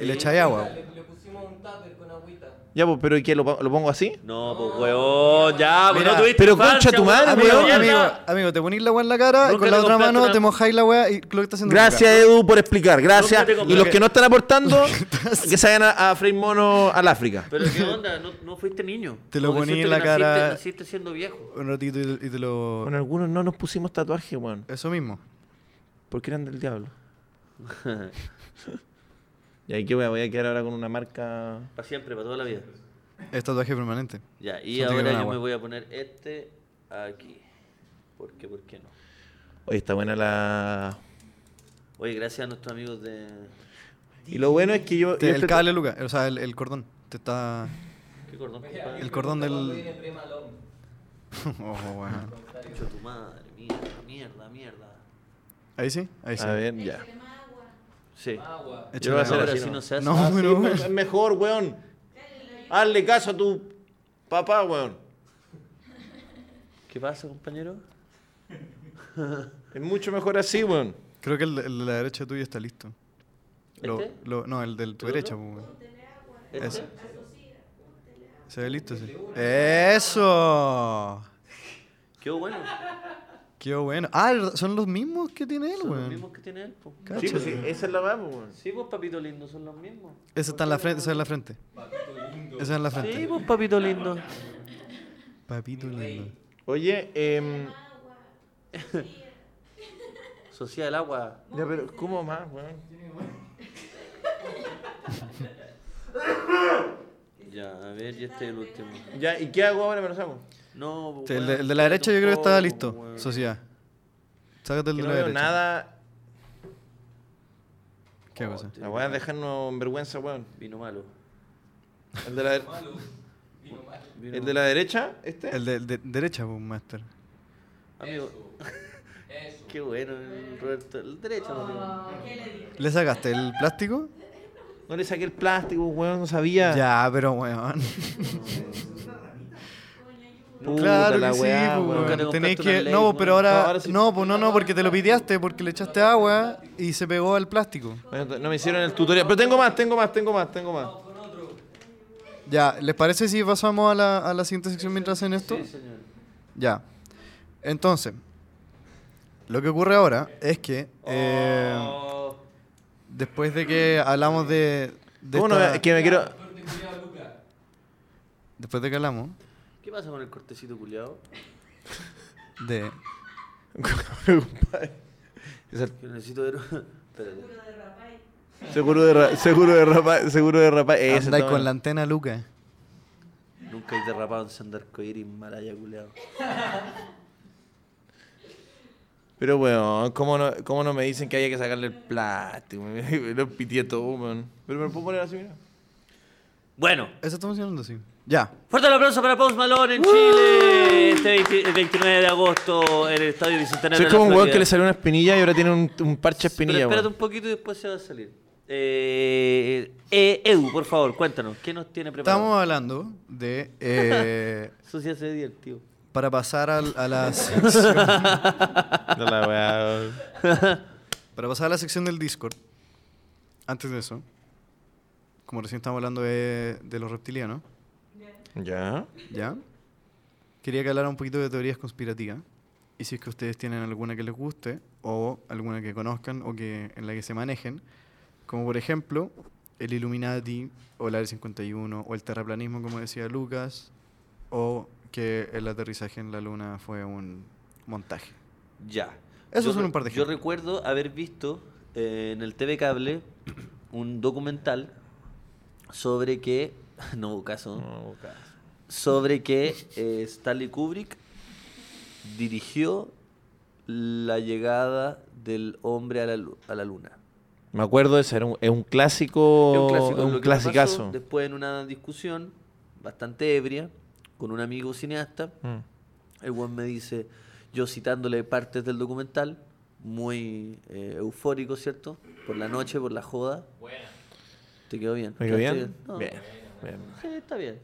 Speaker 3: Y le echáis agua.
Speaker 5: Le, le pusimos un tupper con agüita.
Speaker 2: Ya, pues, pero ¿y qué? ¿Lo, pa- lo pongo así?
Speaker 1: No, pues huevón, ya, pues
Speaker 3: Mira,
Speaker 1: no tuviste
Speaker 2: pero
Speaker 1: infancia,
Speaker 2: concha tu madre,
Speaker 1: huevón,
Speaker 3: Amigo,
Speaker 2: Pero,
Speaker 3: amigo,
Speaker 1: mierda.
Speaker 3: amigo, te ponís la agua en la cara,
Speaker 1: Nunca
Speaker 3: y con
Speaker 1: te
Speaker 3: la otra
Speaker 1: compraste
Speaker 3: mano
Speaker 1: una-
Speaker 3: te mojáis la weá y lo que está haciendo.
Speaker 2: Gracias, Edu, por explicar. Gracias.
Speaker 1: No te
Speaker 2: Y
Speaker 1: compliques.
Speaker 2: los que no están aportando, que se vayan a, a freír mono al África.
Speaker 1: Pero qué onda, no, no fuiste niño.
Speaker 3: Te lo
Speaker 1: Como que
Speaker 3: poní en
Speaker 1: siento que
Speaker 3: la
Speaker 1: naciste-
Speaker 3: cara.
Speaker 1: Naciste siendo viejo.
Speaker 3: Un ratito y te, y te lo.
Speaker 2: Bueno, algunos no nos pusimos tatuaje, weón.
Speaker 3: Eso mismo.
Speaker 2: Porque eran del diablo. y ahí que voy, a- voy a quedar ahora con una marca.
Speaker 1: Para siempre, para toda la vida.
Speaker 3: Es tatuaje permanente.
Speaker 1: Ya, y
Speaker 3: Son tigres
Speaker 1: ahora
Speaker 3: con
Speaker 1: yo
Speaker 3: agua.
Speaker 1: me voy a poner este aquí. ¿Por qué, por qué no?
Speaker 2: Oye, está buena la.
Speaker 1: Oye, gracias a nuestros amigos de...
Speaker 2: Y lo bueno es que yo.
Speaker 3: Te-
Speaker 2: yo
Speaker 3: el
Speaker 2: este-
Speaker 3: cable, Luca. O sea, el, el cordón. Te está.
Speaker 1: ¿Qué cordón, compadre?
Speaker 3: El cordón
Speaker 5: Tiene
Speaker 3: del.
Speaker 5: prema long.
Speaker 3: Oh, weón.
Speaker 1: Concha tu madre, mierda, mierda, mierda.
Speaker 3: Ahí sí, ahí sí.
Speaker 2: A ver, ya.
Speaker 1: Sí.
Speaker 5: Agua.
Speaker 2: Yo lo voy a hacer
Speaker 1: Ahora
Speaker 2: así,
Speaker 1: sí
Speaker 2: ¿no?
Speaker 1: no se hace.
Speaker 3: No,
Speaker 2: Ah, sí,
Speaker 3: bueno,
Speaker 2: me-
Speaker 3: bueno.
Speaker 2: es mejor, weón. Hazle caso a tu papá, weón.
Speaker 1: ¿Qué pasa, compañero?
Speaker 2: Es mucho mejor así, weón.
Speaker 3: Creo que el de el de la derecha tuya está listo. Lo-
Speaker 1: ¿Este?
Speaker 3: lo- no, el de tu derecha, pues, weón.
Speaker 1: ¿Este?
Speaker 3: Ese. Se ve listo, sí. ¡Eso!
Speaker 1: Qué bueno.
Speaker 3: Ah, ¡Qué bueno! Ah, el- son los mismos que tiene él,
Speaker 1: Son los
Speaker 3: weón.
Speaker 1: mismos que tiene él, po.
Speaker 2: Sí, pues, sí, esa es la más, weón.
Speaker 1: Sí, pues, papito lindo, son los mismos.
Speaker 3: Esa está en la frente, esa en la frente. Esa en la
Speaker 1: Sí,
Speaker 3: frente.
Speaker 1: pues, papito lindo.
Speaker 3: Papito lindo.
Speaker 2: Oye, em,
Speaker 1: Sociedad del Agua.
Speaker 2: Ya, pero ¿cómo más, weón?
Speaker 1: Ya, a ver, ya este es el último.
Speaker 2: Ya, ¿y qué hago ahora? Me lo saco.
Speaker 1: No, pues,
Speaker 3: El de,
Speaker 1: weón,
Speaker 3: el de la derecha yo creo que
Speaker 1: tampoco,
Speaker 3: estaba listo.
Speaker 1: Oh, weón.
Speaker 3: Sociedad. Sácate el
Speaker 2: Que
Speaker 3: de
Speaker 2: no
Speaker 3: la
Speaker 2: veo
Speaker 3: derecha.
Speaker 2: nada.
Speaker 3: ¿Qué cosa?
Speaker 2: La weá dejarnos en vergüenza, weón.
Speaker 1: Vino malo.
Speaker 2: El de la,
Speaker 1: Vino
Speaker 2: el de la derecha, este.
Speaker 3: El de, de- derecha, pues, master.
Speaker 1: Amigo,
Speaker 5: Eso.
Speaker 1: qué bueno, el Roberto. El derecho, no digo.
Speaker 3: ¿Le sacaste el plástico?
Speaker 2: No le saqué el plástico, weón, no sabía.
Speaker 3: Ya, pero weón.
Speaker 2: Puta
Speaker 3: claro
Speaker 2: la
Speaker 3: que sí,
Speaker 2: weá,
Speaker 3: pues,
Speaker 2: weón.
Speaker 1: Nunca te
Speaker 3: weón. Tenés
Speaker 1: compraste una
Speaker 3: que.
Speaker 1: ley,
Speaker 3: No,
Speaker 1: weón.
Speaker 3: pero ahora.
Speaker 2: No, ahora sí.
Speaker 3: No, pues no, no, porque te lo piteaste, porque le echaste agua y se pegó al plástico.
Speaker 2: Bueno, No me hicieron el tutorial. Pero tengo más, tengo más, tengo más, tengo más.
Speaker 3: Ya, ¿les parece si pasamos a la, a la siguiente sección mientras hacen esto? Ya. Entonces, lo que ocurre ahora es que eh,
Speaker 2: Oh.
Speaker 3: después de que hablamos de. de
Speaker 2: ¿Cómo no
Speaker 3: esta-
Speaker 2: me- que me quiero.
Speaker 3: Después de que hablamos
Speaker 1: ¿Qué pasa con el cortecito culiado?
Speaker 3: de.
Speaker 2: Es el
Speaker 1: Que necesito ver. Espérate.
Speaker 2: Seguro de ra- seguro de rapa, seguro de rapa. eh, ese
Speaker 3: Andai
Speaker 2: está
Speaker 3: con
Speaker 2: bueno.
Speaker 3: la antena, Luca.
Speaker 1: Nunca he derrapado en Sandar Coiri Malaya culiado.
Speaker 2: Pero weón, ¿cómo no, cómo no me dicen que haya que sacarle el plástico? Me lo pitié todo, weón. Pero me lo puedo poner así, mira.
Speaker 1: Bueno,
Speaker 3: Eso estamos haciendo así. Ya.
Speaker 1: Fuerte el aplauso para Post Malone en Chile este 20 el 29 de agosto en el Estadio Bicentenario.
Speaker 2: Soy
Speaker 1: de la
Speaker 2: como un weón
Speaker 1: Florida.
Speaker 2: que le salió una espinilla y ahora tiene un, un
Speaker 1: Pero
Speaker 2: parche espinilla,
Speaker 1: espérate
Speaker 2: weón.
Speaker 1: un poquito y después se va a salir. Eh, eh, Edu, por favor, cuéntanos, ¿qué nos tiene preparado?
Speaker 3: Estamos hablando de. eh,
Speaker 1: Eso sí hace divertido.
Speaker 3: para pasar al- a la sección.
Speaker 2: No la weá, weón.
Speaker 3: Para pasar a la sección del Discord, antes de eso, como recién estábamos hablando de, de los reptilianos,
Speaker 2: ¿Ya?
Speaker 3: ¿ya? Quería que hablara un poquito de teorías conspirativas. Y si es que ustedes tienen alguna que les guste, o alguna que conozcan, o que en la que se manejen, como por ejemplo el Illuminati, o el Área 51, o el terraplanismo, como decía Lucas, o que el aterrizaje en la luna fue un montaje.
Speaker 1: Ya.
Speaker 3: Esos
Speaker 1: Yo
Speaker 3: son
Speaker 1: re-
Speaker 3: un par de
Speaker 1: Yo
Speaker 3: ejemplos.
Speaker 1: recuerdo haber visto eh, en el TV Cable un documental sobre que. No hubo caso. ¿no?
Speaker 2: No, weón.
Speaker 1: sobre que eh, Stanley Kubrick dirigió la llegada del hombre a la, lu- a la luna.
Speaker 2: Me acuerdo de ese, era un, es un
Speaker 1: Es
Speaker 2: clásico.
Speaker 1: clásico, lo
Speaker 2: es un
Speaker 1: que me pasó
Speaker 2: clasicazo.
Speaker 1: después en una discusión bastante ebria con un amigo cineasta,
Speaker 2: Mm.
Speaker 1: el buen me dice, yo citándole partes del documental, muy eh, eufórico, ¿cierto? Por la noche, por la joda. ¿Te quedó bien?
Speaker 2: ¿Me quedó bien?
Speaker 1: No.
Speaker 2: Bien, bien.
Speaker 1: Sí, está bien.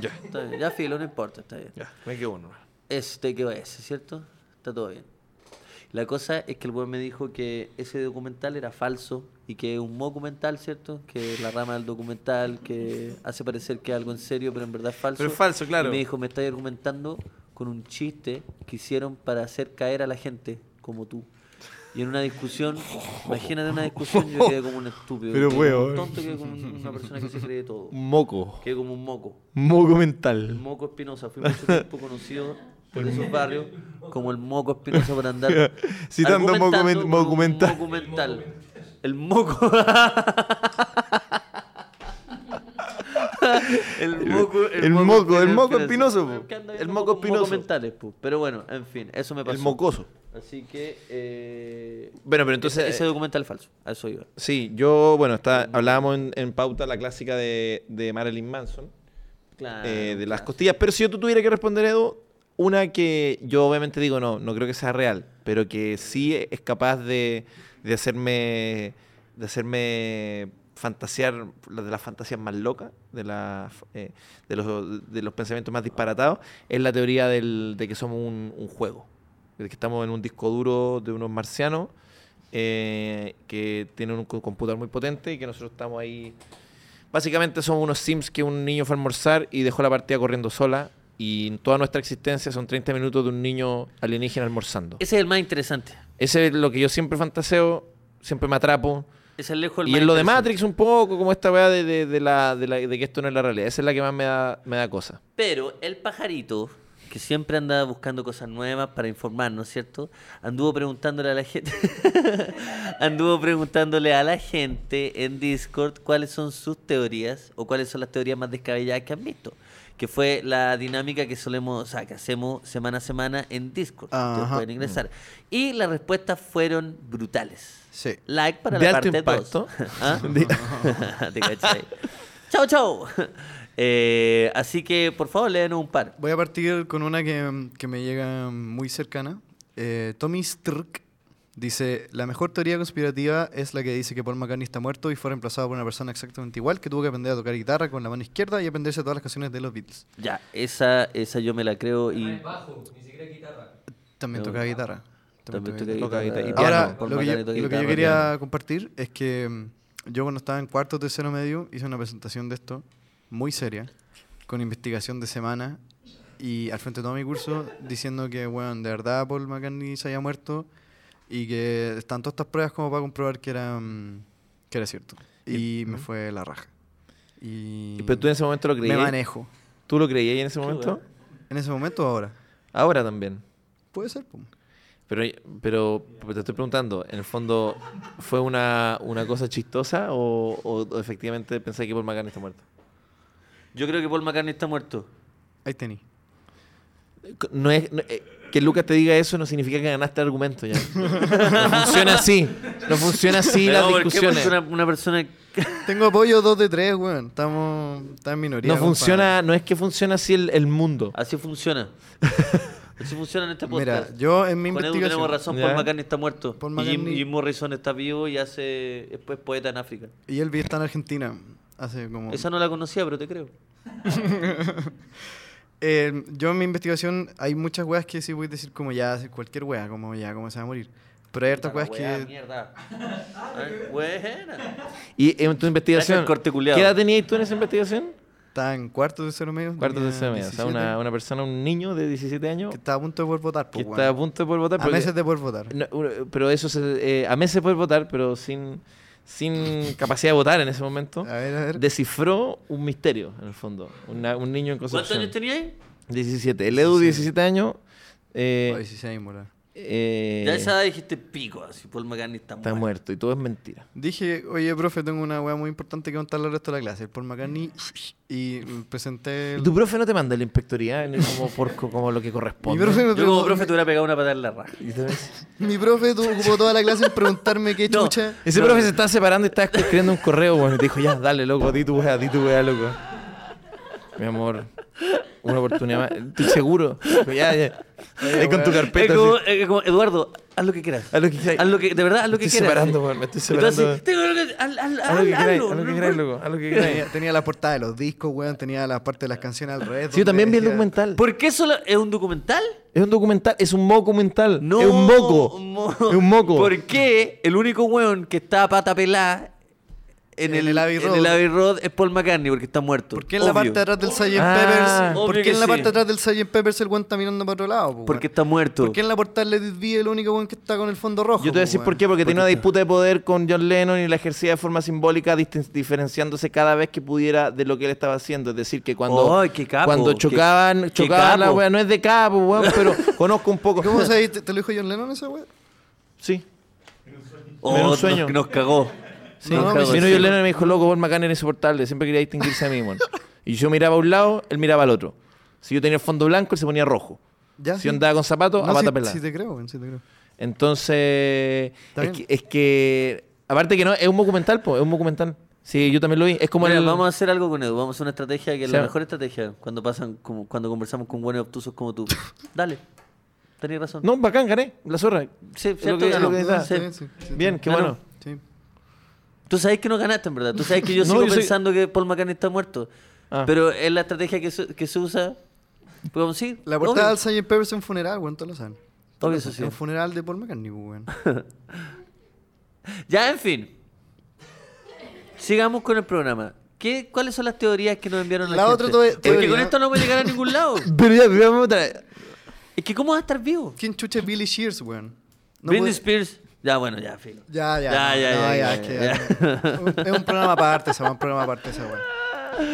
Speaker 2: Ya,
Speaker 1: Está bien. Ya filo, no importa, está bien.
Speaker 2: ya. Me quedo uno.
Speaker 1: Este que va ese, ¿cierto? Está todo bien. La cosa es que el weón me dijo que ese documental era falso y que es un documental, ¿cierto? Que es la rama del documental que hace parecer que es algo en serio, pero en verdad es falso.
Speaker 2: Pero es falso, claro.
Speaker 1: Y me dijo, me estáis argumentando con un chiste que hicieron para hacer caer a la gente como tú. Y en una discusión, imagínate una discusión, yo quedé como un estúpido.
Speaker 2: Pero,
Speaker 1: quedé como un
Speaker 2: weón.
Speaker 1: tonto, quedé como un- una persona que se cree todo.
Speaker 2: Moco.
Speaker 1: Quedé como un moco.
Speaker 2: Moco
Speaker 1: El
Speaker 2: mental.
Speaker 1: Moco Espinosa, fui mucho tiempo conocido por esos barrios como el Moco Espinosa por andar
Speaker 2: Citando mocumen-
Speaker 1: argumentando con un
Speaker 2: mocumental.
Speaker 1: mocumental. El Moco. El moco,
Speaker 2: El moco, el moco espinoso,
Speaker 1: Que anda
Speaker 2: po.
Speaker 1: viendo
Speaker 2: El moco
Speaker 1: con moco
Speaker 2: espinoso.
Speaker 1: mentales, po. Pero bueno, en fin, eso me pasó.
Speaker 2: El mocoso.
Speaker 1: Así que. eh,
Speaker 2: Bueno, pero entonces.
Speaker 1: Ese, ese documental es falso, a eso iba.
Speaker 2: Sí, yo, bueno, está, hablábamos en, en pauta la clásica de, de Marilyn Manson,
Speaker 1: Claro.
Speaker 2: eh, de las
Speaker 1: claro.
Speaker 2: costillas. Pero si yo te tuviera que responder, Edu, una que yo obviamente digo no, no creo que sea real, pero que sí es capaz de, de hacerme de hacerme fantasear la de las fantasías más locas, de, la, eh, de, los, de los pensamientos más disparatados, es la teoría del- de que somos un, un juego. De que estamos en un disco duro de unos marcianos eh, que tienen un co- computador muy potente y que nosotros estamos ahí. Básicamente somos unos sims que un niño fue a almorzar y dejó la partida corriendo sola. Y en toda nuestra existencia son 30 minutos de un niño alienígena almorzando.
Speaker 1: Ese es el más interesante.
Speaker 2: Ese es lo que yo siempre fantaseo, siempre me atrapo.
Speaker 1: Es el lejos el
Speaker 2: Y
Speaker 1: más
Speaker 2: en lo de
Speaker 1: interesante.
Speaker 2: Matrix un poco, como esta weá de, de- de la, de, la- de que esto no es la realidad. Esa es la que más me da, me da cosa.
Speaker 1: Pero el pajarito que siempre anda buscando cosas nuevas para informarnos, ¿cierto? Anduvo preguntándole a la gente, anduvo preguntándole a la gente en Discord cuáles son sus teorías o cuáles son las teorías más descabelladas que han visto, que fue la dinámica que solemos, o sea, que hacemos semana a semana en Discord. Ustedes
Speaker 3: Ajá.
Speaker 1: pueden ingresar. Y las respuestas fueron brutales.
Speaker 3: Sí.
Speaker 1: Like para
Speaker 2: De
Speaker 1: la
Speaker 2: alto
Speaker 1: parte
Speaker 2: impacto.
Speaker 1: 2. ¿Ah? Te cachai. Chau, chau. Eh, así que, por favor, léenos un par.
Speaker 3: Voy a partir con una que, que me llega muy cercana. Eh, Tommy Strk dice, la mejor teoría conspirativa es la que dice que Paul McCartney está muerto y fue reemplazado por una persona exactamente igual que tuvo que aprender a tocar guitarra con la mano izquierda y aprenderse todas las canciones de los Beatles.
Speaker 1: Ya, esa, esa yo me la creo
Speaker 5: Ah,
Speaker 1: y
Speaker 5: es bajo, ni siquiera guitarra.
Speaker 3: También
Speaker 1: No.
Speaker 3: toca guitarra.
Speaker 1: también
Speaker 3: toca
Speaker 1: toca
Speaker 2: Toca guitarra y
Speaker 1: guitarra.
Speaker 2: piano.
Speaker 3: Ahora,
Speaker 1: Paul
Speaker 3: lo que,
Speaker 1: McCartney
Speaker 3: yo,
Speaker 1: toca
Speaker 3: lo que yo
Speaker 1: guitarra,
Speaker 3: quería
Speaker 1: piano.
Speaker 3: compartir es que mm, yo cuando estaba en cuarto, tercero medio, hice una presentación de esto, muy seria, con investigación de semana, y al frente de todo mi curso, diciendo que, bueno, de verdad Paul McCartney se había muerto, y que están todas estas pruebas como para comprobar que era, mm, que era cierto. Y me fue la raja. Y
Speaker 2: Pero tú en ese momento lo
Speaker 3: Mm. me
Speaker 2: creías.
Speaker 3: manejo.
Speaker 2: ¿Tú lo creías en ese momento?
Speaker 1: bueno.
Speaker 3: ¿En ese momento o ahora?
Speaker 2: Ahora también.
Speaker 3: Puede ser. pum.
Speaker 2: Pero, pero te estoy preguntando, en el fondo, ¿fue una, una cosa chistosa o, o- o efectivamente pensé que Paul McCartney está muerto?
Speaker 1: Yo creo que Paul McCartney está muerto.
Speaker 3: Ahí tení.
Speaker 2: No es, no- eh, que Lucas te diga eso no significa que ganaste el argumento ya. No funciona así. No funciona así
Speaker 1: Pero,
Speaker 2: las
Speaker 1: ¿por qué?
Speaker 2: discusiones.
Speaker 1: Porque Una, una persona...
Speaker 3: Tengo apoyo 2 de 3, weón. Estamos, está en minoría.
Speaker 2: No
Speaker 3: compadre.
Speaker 2: funciona, no es que funciona así el, el mundo.
Speaker 1: Así funciona. Así funciona en este podcast.
Speaker 3: Mira, yo en mi
Speaker 1: Con Edu tenemos
Speaker 3: investigación.
Speaker 1: razón, pues,
Speaker 2: Ya.
Speaker 1: Paul McCartney está muerto.
Speaker 3: Paul
Speaker 1: Y Jim-
Speaker 3: McCartney-
Speaker 1: Jim Morrison está vivo y hace es es poeta en África.
Speaker 3: Y él vi está en Argentina hace como.
Speaker 1: Esa no la conocía, pero te creo.
Speaker 3: Eh, yo en mi investigación hay muchas weas que sí voy a decir como ya, así, cualquier wea, como ya, como se va a morir. Pero hay hartas
Speaker 1: Puta
Speaker 3: weas
Speaker 1: la weá,
Speaker 3: pues, que.
Speaker 1: mierda. Ay, Buena.
Speaker 2: Y en tu investigación.
Speaker 1: el corte
Speaker 2: ¿Qué
Speaker 1: culiao.
Speaker 2: edad tenías tú en esa investigación?
Speaker 3: Está en cuarto de cero medio.
Speaker 2: Cuarto
Speaker 3: tenía
Speaker 2: de semana. O sea,
Speaker 3: 17,
Speaker 2: una, una persona, un niño de 17 años
Speaker 3: Que está a punto de poder votar,
Speaker 2: que
Speaker 3: pues,
Speaker 2: está a punto de poder votar.
Speaker 3: A
Speaker 2: porque-
Speaker 3: meses de poder votar.
Speaker 2: No, uno- pero eso se, eh, a meses puede votar, pero sin, sin capacidad de votar en ese
Speaker 3: A
Speaker 2: momento.
Speaker 3: ver, a ver.
Speaker 2: Descifró un misterio, en el fondo. Una- un niño en
Speaker 1: ¿Cuántos
Speaker 2: Concepción.
Speaker 1: años teníais?
Speaker 2: 17. El Edu, 17 años. eh,
Speaker 3: Oh, 16, mola.
Speaker 2: eh,
Speaker 1: Ya a esa edad dijiste pico, así Paul McCartney está muerto.
Speaker 2: está muerto y todo es mentira.
Speaker 3: Dije, oye, profe, tengo una wea muy importante que contarle al resto de la clase. El Paul McCartney. Y presenté.
Speaker 2: ¿Y
Speaker 3: el-
Speaker 2: tu profe no te manda a la inspectoría en- como, por, como lo que corresponde?
Speaker 3: Mi profe me
Speaker 1: Yo como
Speaker 3: preguntó-
Speaker 1: profe te hubiera pegado una patada en la raja.
Speaker 2: Y te ves-
Speaker 3: Mi profe tu- ocupó toda la clase en preguntarme qué
Speaker 1: No.
Speaker 3: chucha.
Speaker 2: Ese profe se está separando y está escribiendo un correo, bueno, y te dijo, ya, dale, loco, di tu weá, di tu weá, loco. Mi amor, una oportunidad más. Estoy seguro. Dijo, Ya, ya. Ahí con tu carpeta.
Speaker 1: Es como,
Speaker 2: así.
Speaker 1: es como, Eduardo, haz lo que quieras.
Speaker 2: Haz lo que quieras.
Speaker 1: Haz lo que, de verdad, haz lo que
Speaker 2: Estoy
Speaker 1: quieras.
Speaker 2: separando, weón, me estoy separando.
Speaker 1: Entonces, tengo lo que, haz, haz,
Speaker 2: Haz lo que
Speaker 1: hazlo,
Speaker 2: queráis, haz lo que
Speaker 1: no-
Speaker 2: queráis, loco, haz lo que queráis.
Speaker 3: Tenía, tenía la portada de los discos, weón. Tenía la parte de las canciones al revés.
Speaker 2: Sí, yo
Speaker 3: donde
Speaker 2: también vi el
Speaker 3: decía-
Speaker 2: documental.
Speaker 1: ¿Por qué solo es un documental?
Speaker 2: Es un documental, es un documental.
Speaker 1: No.
Speaker 2: es un moco.
Speaker 1: mo-
Speaker 2: Es un moco.
Speaker 1: ¿Por qué el único weón que está a pata pelada en,
Speaker 3: En
Speaker 1: el,
Speaker 3: el Abbey
Speaker 1: en
Speaker 3: Road.
Speaker 1: el Abbey Road es Paul McCartney porque está muerto?
Speaker 3: ¿Por qué en la parte de
Speaker 1: Obvio.
Speaker 3: atrás del Sgt.
Speaker 2: Ah,
Speaker 3: Peppers?
Speaker 1: obvio
Speaker 3: ¿Por qué en
Speaker 1: que
Speaker 3: la
Speaker 1: sí.
Speaker 3: parte de atrás del Sgt. Peppers el weón está mirando para otro lado? po, weón?
Speaker 1: Porque está muerto.
Speaker 3: ¿Por qué en la portada de Let It Be el único weón que está con el fondo rojo?
Speaker 2: Yo te voy a
Speaker 3: po,
Speaker 2: decir por
Speaker 3: pues, weón?
Speaker 2: qué, porque tenía una
Speaker 1: Porque-
Speaker 2: disputa de poder con John Lennon y la ejercía de forma simbólica, distin- diferenciándose cada vez que pudiera de lo que él estaba haciendo. Es decir, que cuando,
Speaker 1: ¡Ay, Oh, qué capo!
Speaker 2: cuando
Speaker 1: ¡Qué-
Speaker 2: chocaban,
Speaker 1: qué
Speaker 2: chocaban la
Speaker 1: capo!
Speaker 2: wea, no es de capo, weón, pero conozco un poco.
Speaker 3: ¿Cómo sabes? ¿Te, te lo dijo John Lennon ese weón?
Speaker 2: Ah, Sí.
Speaker 1: Oh,
Speaker 2: Era un
Speaker 1: nos-
Speaker 2: sueño.
Speaker 1: Nos, cagó.
Speaker 2: Sí,
Speaker 3: No,
Speaker 1: Nos
Speaker 3: no,
Speaker 1: cagó,
Speaker 2: vino
Speaker 1: sí.
Speaker 2: John Lennon y me dijo, loco, Paul McCartney era insoportable, siempre quería distinguirse a mí, weón. Y yo miraba a un lado, él miraba al otro. Si yo tenía el fondo blanco, él se ponía rojo.
Speaker 3: Ya.
Speaker 2: Si yo andaba con zapatos, a
Speaker 3: No,
Speaker 2: pata
Speaker 3: sí,
Speaker 2: pelada.
Speaker 3: sí te creo, weón, sí te creo.
Speaker 2: Entonces,
Speaker 3: Está
Speaker 2: es que,
Speaker 3: bien.
Speaker 2: es que- aparte que no, es un documental, po, es un documental. Sí, yo también lo vi. Es como
Speaker 1: Mira,
Speaker 2: el,
Speaker 1: Vamos a hacer algo con Edu. Vamos a hacer una estrategia que es
Speaker 2: Sí.
Speaker 1: la mejor estrategia cuando pasan, como, cuando conversamos con buenos obtusos como tú. Dale. Tenías razón.
Speaker 2: No, bacán, gané, la zorra.
Speaker 1: Sí,
Speaker 2: Es
Speaker 1: cierto,
Speaker 2: lo que- es lo que
Speaker 1: ganó.
Speaker 2: está.
Speaker 1: Sí.
Speaker 3: Sí, sí, sí,
Speaker 2: Bien,
Speaker 3: sí.
Speaker 2: qué
Speaker 1: Ganó.
Speaker 2: bueno.
Speaker 3: Sí.
Speaker 1: Tú sabes que no ganaste, en verdad. Tú sabes que yo
Speaker 2: No,
Speaker 1: sigo
Speaker 2: yo soy-
Speaker 1: pensando que Paul McCartney está muerto.
Speaker 2: Ah.
Speaker 1: Pero es la estrategia que se, que se usa. Pues, sí,
Speaker 3: La portada
Speaker 1: obvio.
Speaker 3: del Sgt. Peppers es un funeral, weón, todos lo saben.
Speaker 1: Obvio,
Speaker 3: Todos
Speaker 1: eso
Speaker 3: lo
Speaker 1: sí.
Speaker 3: saben. Es un funeral de Paul McCartney, po, weón.
Speaker 1: Ya, en fin. Sigamos con el programa. ¿Qué, ¿Cuáles son las teorías que nos enviaron
Speaker 3: La
Speaker 1: gente?
Speaker 3: otra teo-
Speaker 1: Porque
Speaker 3: teoría-
Speaker 1: con esto no voy a llegar a ningún lado.
Speaker 2: Pero ya, pero vamos otra vez.
Speaker 1: Es que ¿cómo vas a estar vivo?
Speaker 3: ¿Quién chucha es Billy Shears, weón? No
Speaker 1: Britney
Speaker 3: puede-
Speaker 1: Spears. Ya, bueno, ya, filo.
Speaker 3: Ya, ya.
Speaker 1: Ya,
Speaker 3: no,
Speaker 1: ya,
Speaker 3: no,
Speaker 1: ya,
Speaker 3: ya,
Speaker 1: ya,
Speaker 3: es que
Speaker 1: ya.
Speaker 3: ya, no. Un- Es un programa aparte, esa, weón, un programa aparte, esa, weón.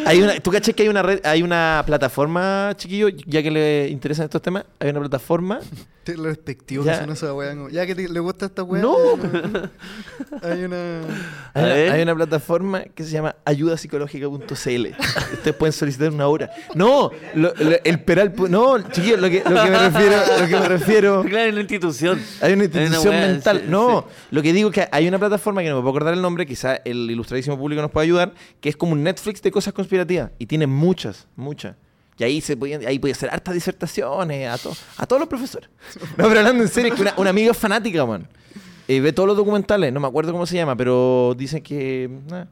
Speaker 2: Hay una, ¿Tú cachas que hay una red, hay una plataforma, chiquillo, ya que le interesan estos temas? Hay una plataforma.
Speaker 3: Te- Lo respectivo
Speaker 2: Ya.
Speaker 3: que son esas weas. como, Ya que te- le gusta esta wea.
Speaker 2: No.
Speaker 3: Hay una.
Speaker 1: A
Speaker 2: Hay, una,
Speaker 1: ver.
Speaker 2: hay una plataforma que se llama ayudapsicológica.cl. Ustedes pueden solicitar una hora. No, lo- lo- el peral. pu- No, chiquillos, lo que, lo que me refiero. Lo que me refiero
Speaker 1: Claro, en la institución.
Speaker 2: Hay una institución
Speaker 1: wea,
Speaker 2: mental.
Speaker 1: sí,
Speaker 2: no, lo que digo es que hay una plataforma que no me puedo acordar el nombre, quizá el ilustradísimo público nos pueda ayudar, que es como un Netflix de cosas conspirativas. Y tiene muchas, muchas. Y ahí se podían, ahí podía hacer hartas disertaciones a, to- a todos los profesores. No, pero hablando en serio, es que una, una amiga es fanática, man. Eh, ve todos los documentales, no me acuerdo cómo se llama, pero dicen que. nah.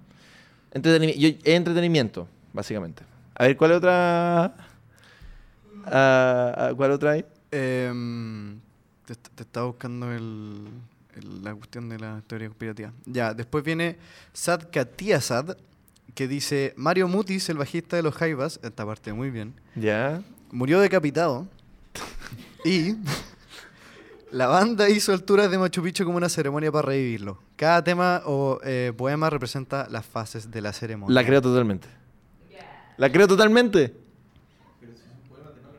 Speaker 2: Entreteni- yo- es entretenimiento, básicamente. A ver, ¿cuál otra. Ah, ah, ¿Cuál otra hay?
Speaker 3: Em, te, est- te estaba buscando el, el- la cuestión de la teoría conspirativa. Ya, después viene Sad Katiasad, que dice: Mario Mutis, el bajista de los Jaivas, esta parte muy bien,
Speaker 2: Ya.
Speaker 3: murió decapitado. y la banda hizo alturas de Machu Picchu como una ceremonia para revivirlo. Cada tema o eh, poema representa las fases de la ceremonia.
Speaker 2: La creo totalmente. La creo totalmente.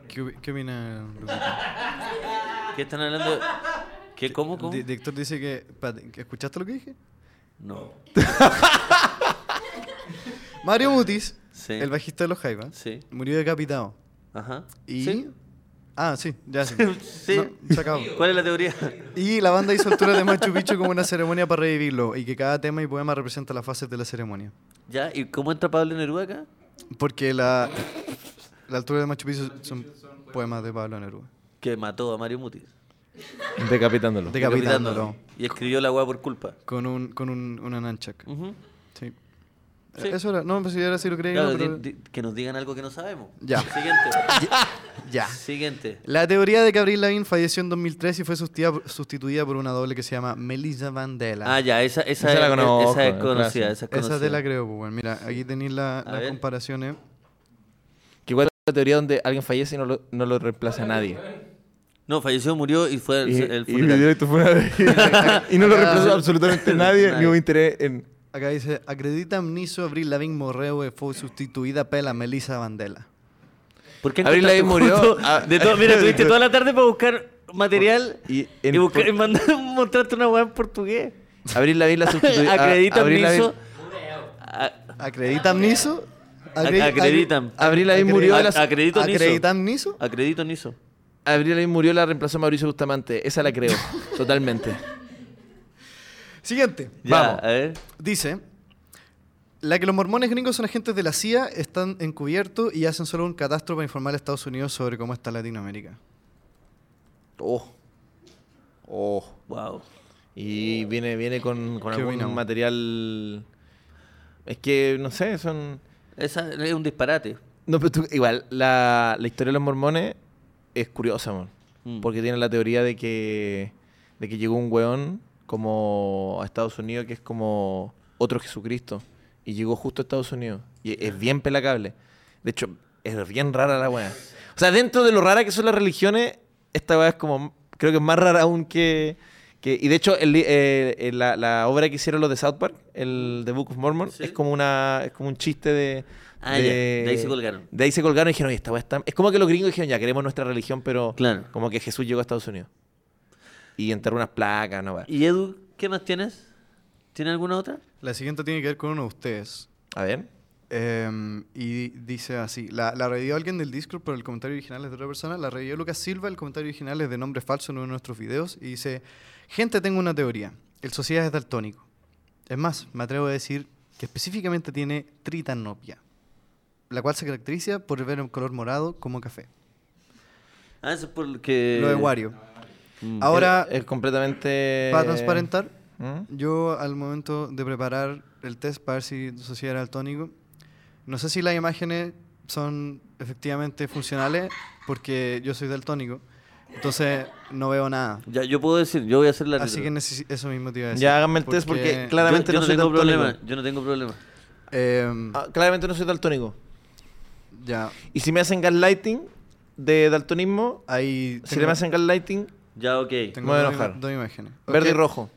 Speaker 3: ¿Qué, opi- qué opina Luquita?
Speaker 1: ¿Qué están hablando? ¿Qué, cómo, cómo?
Speaker 3: Di- director dice que. espérate, ¿Escuchaste lo que dije?
Speaker 1: No.
Speaker 3: Mario Mutis,
Speaker 1: Sí.
Speaker 3: el bajista de los Jaivas,
Speaker 1: Sí.
Speaker 3: murió decapitado.
Speaker 1: Ajá.
Speaker 3: Y.
Speaker 1: ¿Sí?
Speaker 3: Ah, sí, ya sí.
Speaker 1: Sí.
Speaker 3: No, se acabó.
Speaker 1: ¿Cuál es la teoría?
Speaker 3: Y la banda hizo alturas de Machu Picchu como una ceremonia para revivirlo y que cada tema y poema representa las fases de la ceremonia.
Speaker 1: ¿Ya? ¿Y cómo entra Pablo Neruda acá?
Speaker 3: Porque la, la altura de Machu Picchu son poemas de Pablo Neruda.
Speaker 1: Que mató a Mario Mutis.
Speaker 2: Decapitándolo.
Speaker 3: Decapitándolo.
Speaker 1: Y escribió la weá por culpa.
Speaker 3: Con, un, con un, una nunchuck.
Speaker 1: Ujú.
Speaker 3: Sí.
Speaker 1: Sí.
Speaker 3: Eso era. No, pues si era si lo creía.
Speaker 1: Claro,
Speaker 3: no, pero-
Speaker 1: di- di- que nos digan algo que no sabemos.
Speaker 3: Ya.
Speaker 1: Siguiente.
Speaker 3: Ya.
Speaker 1: Siguiente.
Speaker 3: La teoría de que Avril Lavigne falleció en 2003 y fue sustituida, sustituida por una doble que se llama Melissa Vandela.
Speaker 1: Ah, ya, esa, esa,
Speaker 2: Esa la
Speaker 1: es-
Speaker 2: conozco,
Speaker 1: esa es
Speaker 2: es
Speaker 1: conocida.
Speaker 2: clásica.
Speaker 1: Esa es conocida.
Speaker 3: Esa te la creo, pues, bueno. Mira, aquí tenéis la- ¿eh?
Speaker 1: A
Speaker 3: las
Speaker 1: ver.
Speaker 3: comparaciones.
Speaker 2: Que igual es la teoría donde alguien fallece y no lo, no lo reemplaza nadie.
Speaker 1: No, falleció, murió y fue el,
Speaker 2: Y,
Speaker 1: el
Speaker 2: y
Speaker 1: funeral.
Speaker 2: directo fue una vez. y no lo reemplaza absolutamente nadie,
Speaker 1: Nadie.
Speaker 2: ni hubo interés en.
Speaker 3: Acá dice, acredita Amniso Abril Lavín Morreo que fue sustituida pela Melissa Vandela.
Speaker 1: ¿Por qué
Speaker 2: Abril Lavigne
Speaker 1: encontraste
Speaker 2: murió.
Speaker 1: justo
Speaker 2: Ah.
Speaker 1: de todo- mira, tuviste toda la tarde para buscar material
Speaker 2: Y
Speaker 1: y,
Speaker 2: en
Speaker 1: buscar-
Speaker 2: por-
Speaker 1: y mandar, mostrarte una weá en portugués.
Speaker 2: Abril la la sustituyó.
Speaker 1: Acredita
Speaker 2: Abril Lavigne-
Speaker 1: Miso. A-
Speaker 3: ¿Acredita Amniso?
Speaker 1: Ac- acreditan.
Speaker 2: Abril Lavigne
Speaker 3: acre-
Speaker 2: murió de la.
Speaker 1: Ac- acredito Niso.
Speaker 3: ¿Acredita Amniso?
Speaker 1: Acredito Niso.
Speaker 2: Abril Lavigne murió la reemplazó Mauricio Bustamante. Esa la creo. totalmente.
Speaker 3: Siguiente.
Speaker 1: Ya,
Speaker 2: Vamos.
Speaker 1: a ver.
Speaker 3: Dice, la que los mormones gringos son agentes de la CIA, están encubiertos y hacen solo un catastro para informar a Estados Unidos sobre cómo está Latinoamérica.
Speaker 2: Oh. Oh.
Speaker 1: Wow.
Speaker 2: Y viene, viene con, con
Speaker 3: ¿Qué
Speaker 2: algún
Speaker 3: opinamos?
Speaker 2: material. Es que, no sé, son.
Speaker 1: Esa es un disparate.
Speaker 2: No, pero tú- igual, la, la historia de los mormones es curiosa, mon.
Speaker 1: Mm.
Speaker 2: Porque tienen la teoría de que, de que llegó un weón como a Estados Unidos que es como otro Jesucristo. Y llegó justo a Estados Unidos. Y es bien pelacable. De hecho, es bien rara la weá. O sea, dentro de lo rara que son las religiones, esta weá es como, creo que es más rara aún que... que y de hecho, el li- eh, eh, la, la obra que hicieron los de South Park, el The Book of Mormon,
Speaker 1: Sí.
Speaker 2: es, como una, es como un chiste de...
Speaker 1: Ah, ya. De ahí se colgaron.
Speaker 2: De ahí se colgaron y dijeron, "Oye, esta weá está... Es como que los gringos dijeron, ya, queremos nuestra religión, pero
Speaker 1: Claro.
Speaker 2: como que Jesús llegó a Estados Unidos. Y enterró unas placas, no weá.
Speaker 1: ¿Y Edu, qué más tienes? ¿Tiene alguna otra?
Speaker 3: La siguiente tiene que ver con uno de ustedes.
Speaker 2: A ver.
Speaker 3: Em, y dice así, la, la revivió alguien del Discord, pero el comentario original es de otra persona. La revivió Lucas Silva, el comentario original es de nombre falso en uno de nuestros videos. Y dice, gente, tengo una teoría. El sociedad es daltónico. Es más, me atrevo a decir que específicamente tiene tritanopia, la cual se caracteriza por ver un color morado como café.
Speaker 1: Ah, eso es porque...
Speaker 3: Lo de Wario.
Speaker 1: Eh, Mm.
Speaker 3: Ahora,
Speaker 2: Es, es completamente...
Speaker 3: para transparentar,
Speaker 2: Eh, ¿Mm?
Speaker 3: Yo al momento de preparar el test para ver si sociedad era daltónico, no sé si las imágenes son efectivamente funcionales porque yo soy daltónico, entonces no veo nada.
Speaker 1: Ya, yo puedo decir, yo voy a hacer la...
Speaker 3: Así que necesi- eso mismo te iba a decir.
Speaker 2: Ya háganme el test porque
Speaker 1: Yo- yo
Speaker 2: claramente no
Speaker 1: no
Speaker 2: soy
Speaker 1: tengo
Speaker 2: daltónico.
Speaker 1: problema. Yo no tengo problema.
Speaker 3: em,
Speaker 2: Ah, claramente no soy daltónico.
Speaker 3: ya,
Speaker 2: Y si me hacen gaslighting de daltonismo,
Speaker 3: ahí
Speaker 2: si le me hacen gaslighting,
Speaker 1: Ya, ok.
Speaker 3: tengo
Speaker 2: me voy a
Speaker 3: dos, ima-
Speaker 2: enojar.
Speaker 3: dos imágenes.
Speaker 2: verde y
Speaker 3: Ok,
Speaker 2: rojo.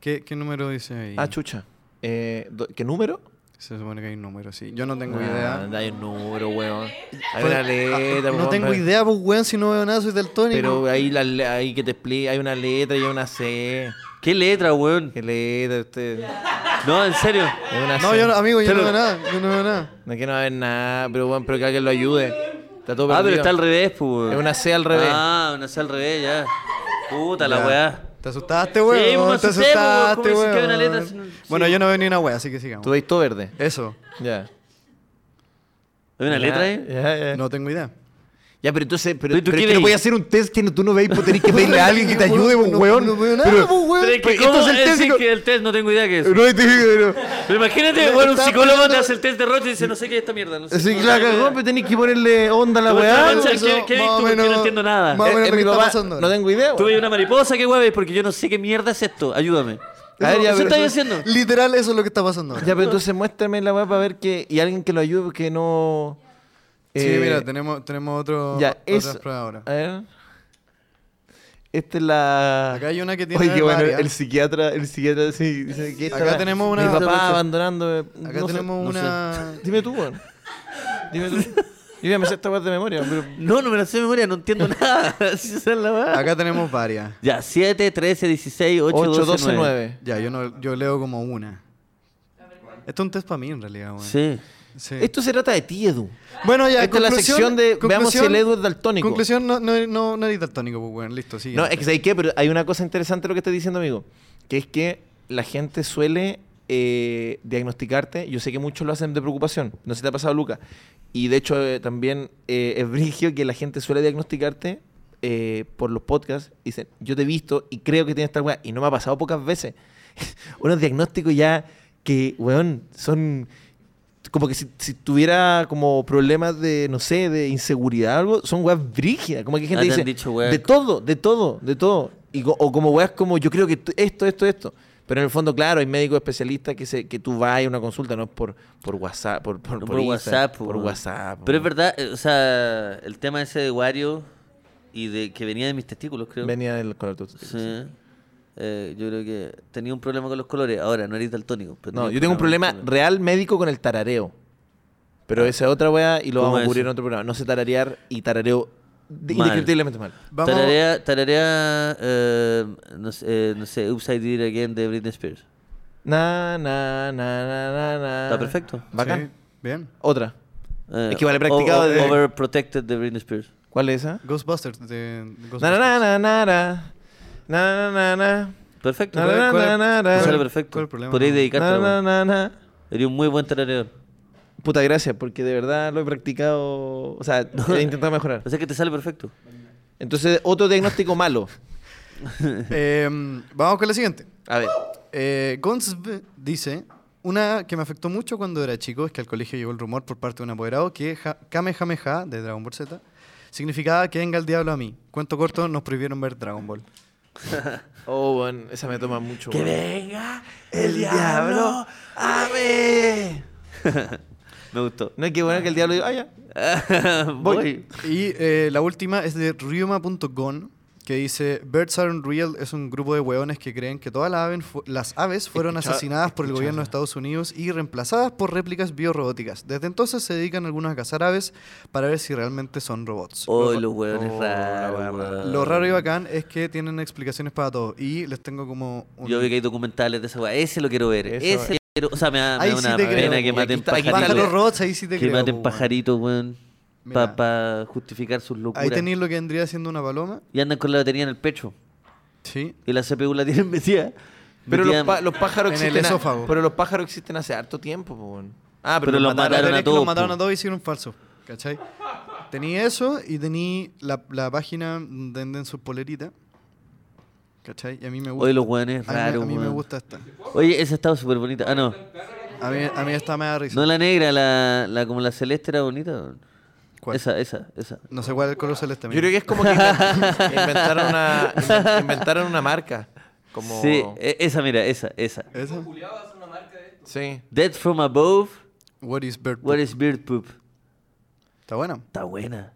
Speaker 3: ¿Qué, qué número dice ahí?
Speaker 2: Ah, chucha. Eh, do- ¿Qué número?
Speaker 3: Se supone que hay un número, sí. Yo no tengo
Speaker 2: Ah,
Speaker 3: idea.
Speaker 2: Hay un número, weón. Hay
Speaker 3: Pues,
Speaker 2: una letra,
Speaker 3: No
Speaker 2: weón,
Speaker 3: tengo
Speaker 2: pero-
Speaker 3: idea, pues, weón, si no veo nada, soy daltónico.
Speaker 2: Pero ahí, la, le- ahí que te explica, hay una letra y una C.
Speaker 1: ¿Qué letra, weón?
Speaker 2: ¿Qué letra usted?
Speaker 1: No, en serio.
Speaker 2: este,
Speaker 1: Ah,
Speaker 2: Hay una
Speaker 3: No,
Speaker 2: C.
Speaker 3: yo no- amigo, yo
Speaker 2: Pero-
Speaker 3: no veo nada. Yo no veo nada.
Speaker 2: No quiero ver nada, pero bueno, pero que alguien lo ayude. Está todo
Speaker 1: Ah, pero
Speaker 2: perdido.
Speaker 1: está al revés, pues, weón.
Speaker 2: Es una C al revés.
Speaker 1: Ah, una C al revés, ya. Puta
Speaker 3: Ya.
Speaker 1: la weá.
Speaker 3: Te asustaste,
Speaker 1: Sí, me
Speaker 3: weón. te
Speaker 1: asusté, pues,
Speaker 3: asustaste,
Speaker 1: ¿cómo dices que hay una
Speaker 3: weón.
Speaker 1: letra si no-
Speaker 3: Bueno,
Speaker 1: sí.
Speaker 3: yo no veo ni una wea, así que sigamos.
Speaker 2: Tú veis todo verde.
Speaker 3: Eso.
Speaker 2: Ya.
Speaker 1: ¿Hay una
Speaker 2: Ya,
Speaker 1: letra ahí?
Speaker 2: Ya, ya.
Speaker 3: No tengo idea.
Speaker 2: Ya, pero entonces, pero,
Speaker 1: Pero tú
Speaker 2: pero es
Speaker 1: qué
Speaker 2: que no
Speaker 1: leí.
Speaker 2: podías hacer un test que no, tú no veis, pues tenés que pedirle a alguien que te
Speaker 3: No,
Speaker 2: ayude, pues,
Speaker 3: no,
Speaker 2: weón.
Speaker 3: no veo nada,
Speaker 2: Pero-
Speaker 3: pues, weón.
Speaker 1: Pero es que,
Speaker 2: Pues,
Speaker 1: ¿cómo
Speaker 2: entonces el
Speaker 1: decir
Speaker 2: test-
Speaker 1: que el test no tengo idea que es?
Speaker 2: No, y te pero-
Speaker 1: Pero imagínate,
Speaker 2: Pero
Speaker 1: bueno, un
Speaker 2: está-
Speaker 1: psicólogo te hace el test de Roche y dice, no sé qué es esta mierda. No sé, no
Speaker 2: Sí, la
Speaker 1: tengo
Speaker 2: cagó,
Speaker 1: idea".
Speaker 2: pero tenés que ponerle onda a la
Speaker 1: Tú
Speaker 2: weá.
Speaker 1: estás
Speaker 2: Eh,
Speaker 1: pensando- ¿qué- qué
Speaker 3: más
Speaker 1: viste
Speaker 3: o
Speaker 1: tú? Que no entiendo nada.
Speaker 3: Más o menos
Speaker 2: eh,
Speaker 3: lo
Speaker 2: mi
Speaker 3: que está
Speaker 2: papá,
Speaker 3: pasando.
Speaker 2: No tengo idea.
Speaker 1: Tú
Speaker 2: weón.
Speaker 1: veis una mariposa, qué hueves, porque yo no sé qué mierda es esto. Ayúdame.
Speaker 2: A ver, ya,
Speaker 1: ¿Eso
Speaker 2: pero-
Speaker 1: estás haciendo?
Speaker 3: Literal, eso es lo que está pasando. ahora.
Speaker 2: Ya, pero entonces muéstrame la weá para ver que. Y alguien que lo ayude porque no.
Speaker 3: Sí,
Speaker 2: eh,
Speaker 3: mira, tenemos, tenemos otro,
Speaker 2: Ya,
Speaker 3: otras
Speaker 2: eso.
Speaker 3: pruebas ahora.
Speaker 2: A ver. Esta es la.
Speaker 3: Acá hay una que tiene
Speaker 2: Oye, qué bueno,
Speaker 3: varias.
Speaker 2: el psiquiatra, el psiquiatra sí, dice que esta
Speaker 3: Acá
Speaker 2: la-
Speaker 3: tenemos una-
Speaker 2: Mi papá abandonándome.
Speaker 3: Acá
Speaker 2: no sé,
Speaker 3: tenemos
Speaker 2: no sé.
Speaker 3: una.
Speaker 2: Dime tú, weón. Dime tú. Yo ya me sé esta weá de memoria, pero.
Speaker 1: No, no me la sé de memoria, no entiendo nada. Si esa es la weá.
Speaker 3: Acá tenemos varias.
Speaker 1: Ya, 7, 13, 16, 8,
Speaker 2: 8,
Speaker 1: 12,
Speaker 2: 12,
Speaker 1: 9.
Speaker 2: 9.
Speaker 3: Ya, yo, no, yo leo como una. Esto es un test para mí en realidad, weón.
Speaker 1: Sí.
Speaker 3: Sí.
Speaker 2: Esto se trata de ti, Edu.
Speaker 3: Bueno, ya,
Speaker 2: Esta es la
Speaker 3: conclusión-
Speaker 2: sección de veamos si
Speaker 3: conclusión-
Speaker 2: el Edu es daltónico.
Speaker 3: Conclusión, no, no, no, no eres daltónico, pues, weón. Listo, sigue.
Speaker 2: No, es que ¿sabes qué? Pero hay una cosa interesante lo que estás diciendo, amigo. Que es que la gente suele eh, diagnosticarte. Yo sé que muchos lo hacen de preocupación. No sé si te ha pasado, Luca. Y de hecho, eh, también eh, es brigio que la gente suele diagnosticarte eh, por los podcasts. y Dicen, yo te he visto y creo que tienes esta weá. Y no me ha pasado pocas veces. Unos diagnósticos ya que, weón, son como que si, si tuviera como problemas de, no sé, de inseguridad o algo, son weas brígidas. Como que gente
Speaker 1: Ah, te han
Speaker 2: dice,
Speaker 1: dicho weas.
Speaker 2: de todo, de todo, de todo. Y co- o como weas como, yo creo que t- esto, esto, esto. Pero en el fondo, claro, hay médicos especialistas que se, que tú vas a una consulta, no es por, por WhatsApp, por, por,
Speaker 1: No,
Speaker 2: por
Speaker 1: por
Speaker 2: Insta,
Speaker 1: WhatsApp.
Speaker 2: por
Speaker 1: weón.
Speaker 2: WhatsApp.
Speaker 1: Pero es
Speaker 2: weón.
Speaker 1: verdad, eh, o sea, el tema ese de Wario y de que venía de mis testículos, creo.
Speaker 2: Venía del color de tu-
Speaker 1: Sí. Eh, yo creo que tenía un problema con los colores. Ahora, Pues no eres daltónico. pero
Speaker 2: No,
Speaker 1: tenía
Speaker 2: yo tengo un problema
Speaker 1: con los colores.
Speaker 2: real médico con el tarareo. Pero esa es otra wea y lo
Speaker 1: Ah. ¿Cómo
Speaker 2: vamos a
Speaker 1: es
Speaker 2: cubrir
Speaker 1: eso?
Speaker 2: en otro programa. No sé tararear y tarareo de-
Speaker 1: Mal.
Speaker 2: indescriptiblemente mal.
Speaker 3: Vamos,
Speaker 1: Tararea, tararea eh, no, sé, eh, no sé, Upside Down Again de Britney Spears.
Speaker 2: Na, na, na, na, na, na.
Speaker 1: Está perfecto.
Speaker 2: Bacán.
Speaker 3: Sí, bien.
Speaker 2: Otra.
Speaker 1: Eh,
Speaker 2: Es que vale
Speaker 1: o-
Speaker 2: practicado
Speaker 1: o-
Speaker 2: de-
Speaker 1: Overprotected de Britney Spears.
Speaker 2: ¿Cuál es esa?
Speaker 3: Ghostbusters. De, Ghostbusters.
Speaker 2: Na, na, na, na, na. Na, na, na, na.
Speaker 1: Perfecto.
Speaker 2: Na, na, na, na, na.
Speaker 1: Te sale
Speaker 3: ¿Cuál-
Speaker 1: perfecto.
Speaker 3: cuál es el problema?
Speaker 1: Podrías
Speaker 3: No.
Speaker 1: dedicarte
Speaker 2: Na,
Speaker 1: a la
Speaker 2: na,
Speaker 1: wea.
Speaker 2: na, na.
Speaker 1: Eres un muy buen tarareador.
Speaker 2: Puta, gracias, porque de verdad lo he practicado. O sea, he intentado mejorar.
Speaker 1: O sea que te sale perfecto.
Speaker 2: Entonces, otro diagnóstico malo.
Speaker 3: Eh, vamos con la siguiente.
Speaker 2: A ver.
Speaker 3: Eh, Gonz B dice: Una que me afectó mucho cuando era chico es que al colegio llegó el rumor por parte de un apoderado que ja Kamehameha de Dragon Ball Z significaba que venga el diablo a mí. Cuento corto, nos prohibieron ver Dragon Ball.
Speaker 2: Oh, bueno, esa me toma mucho.
Speaker 1: Que
Speaker 2: weón.
Speaker 1: venga el diablo.
Speaker 2: ¡Ave!
Speaker 1: Me gustó.
Speaker 2: No es que bueno que el diablo diga, ah, ya.
Speaker 1: Voy.
Speaker 3: Y eh, la última es de Ryuma.gon que dice Birds Aren't Real es un grupo de hueones que creen que todas las aves, fu- las aves fueron
Speaker 2: Escuchaba-
Speaker 3: asesinadas por el
Speaker 2: escuchaba.
Speaker 3: gobierno de Estados Unidos y reemplazadas por réplicas biorrobóticas. Desde entonces se dedican algunos a cazar aves para ver si realmente son robots.
Speaker 1: Oh, ah.
Speaker 3: Lo-
Speaker 1: los hueones
Speaker 2: Oh, la
Speaker 1: raros.
Speaker 2: wea rara.
Speaker 1: weón.
Speaker 3: Lo raro y bacán es que tienen explicaciones para todo. Y les tengo como un...
Speaker 1: Yo vi que hay documentales de esa weá. Ese lo quiero ver.
Speaker 2: Eso,
Speaker 1: ese
Speaker 2: eh.
Speaker 1: quiero. O sea, me da, me
Speaker 3: Ahí
Speaker 1: da
Speaker 3: sí
Speaker 1: una
Speaker 3: te creo,
Speaker 1: pena
Speaker 3: po,
Speaker 1: que
Speaker 2: weón.
Speaker 1: maten
Speaker 2: Aquí está- aquí está
Speaker 3: Baja
Speaker 2: Dale.
Speaker 3: los
Speaker 1: pajaritos.
Speaker 3: robots, ahí sí te
Speaker 1: Que
Speaker 3: creo,
Speaker 1: maten
Speaker 3: po, weón.
Speaker 1: pajaritos, weón.
Speaker 3: Mira.
Speaker 1: Para justificar sus locuras.
Speaker 3: Ahí tenéis lo que vendría siendo una paloma.
Speaker 1: Y andan con la batería en el pecho.
Speaker 3: Sí.
Speaker 1: Y la CPU la tienen metida.
Speaker 2: Pero
Speaker 1: metida-
Speaker 2: los, pa- los pájaros
Speaker 3: en el
Speaker 2: existen. a-
Speaker 3: esófago.
Speaker 2: pero los pájaros existen hace harto tiempo, po, weón. Ah,
Speaker 1: Pero los
Speaker 3: La
Speaker 1: mataron
Speaker 3: teoría
Speaker 1: a
Speaker 3: es que
Speaker 1: todos,
Speaker 3: Los mataron
Speaker 1: po.
Speaker 3: a todos y hicieron falso. ¿Cachai? Tení eso y tení la, la página donde venden sus poleritas. ¿Cachai? Y a mí me gusta.
Speaker 1: Oye, los weones
Speaker 3: a mí, me-
Speaker 1: raros,
Speaker 3: a mí me
Speaker 1: weón.
Speaker 3: gusta esta.
Speaker 1: Oye, esa estaba súper bonita. Ah, no.
Speaker 3: A mí, a mí esta me da risa.
Speaker 1: No la negra, la, la como la celeste era bonita. weón.
Speaker 3: ¿Cuál?
Speaker 1: Esa, esa, esa.
Speaker 3: No sé cuál es el color
Speaker 2: Yo
Speaker 3: celeste. amigo.
Speaker 2: creo que es como que inven- inventaron una, inven- inventaron una marca. Como...
Speaker 1: Sí, e- esa, mira, esa, esa.
Speaker 3: ¿Esa?
Speaker 2: Sí.
Speaker 1: Dead from above,
Speaker 3: What is bird?
Speaker 1: what is bird poop?
Speaker 3: Está buena.
Speaker 1: Está buena.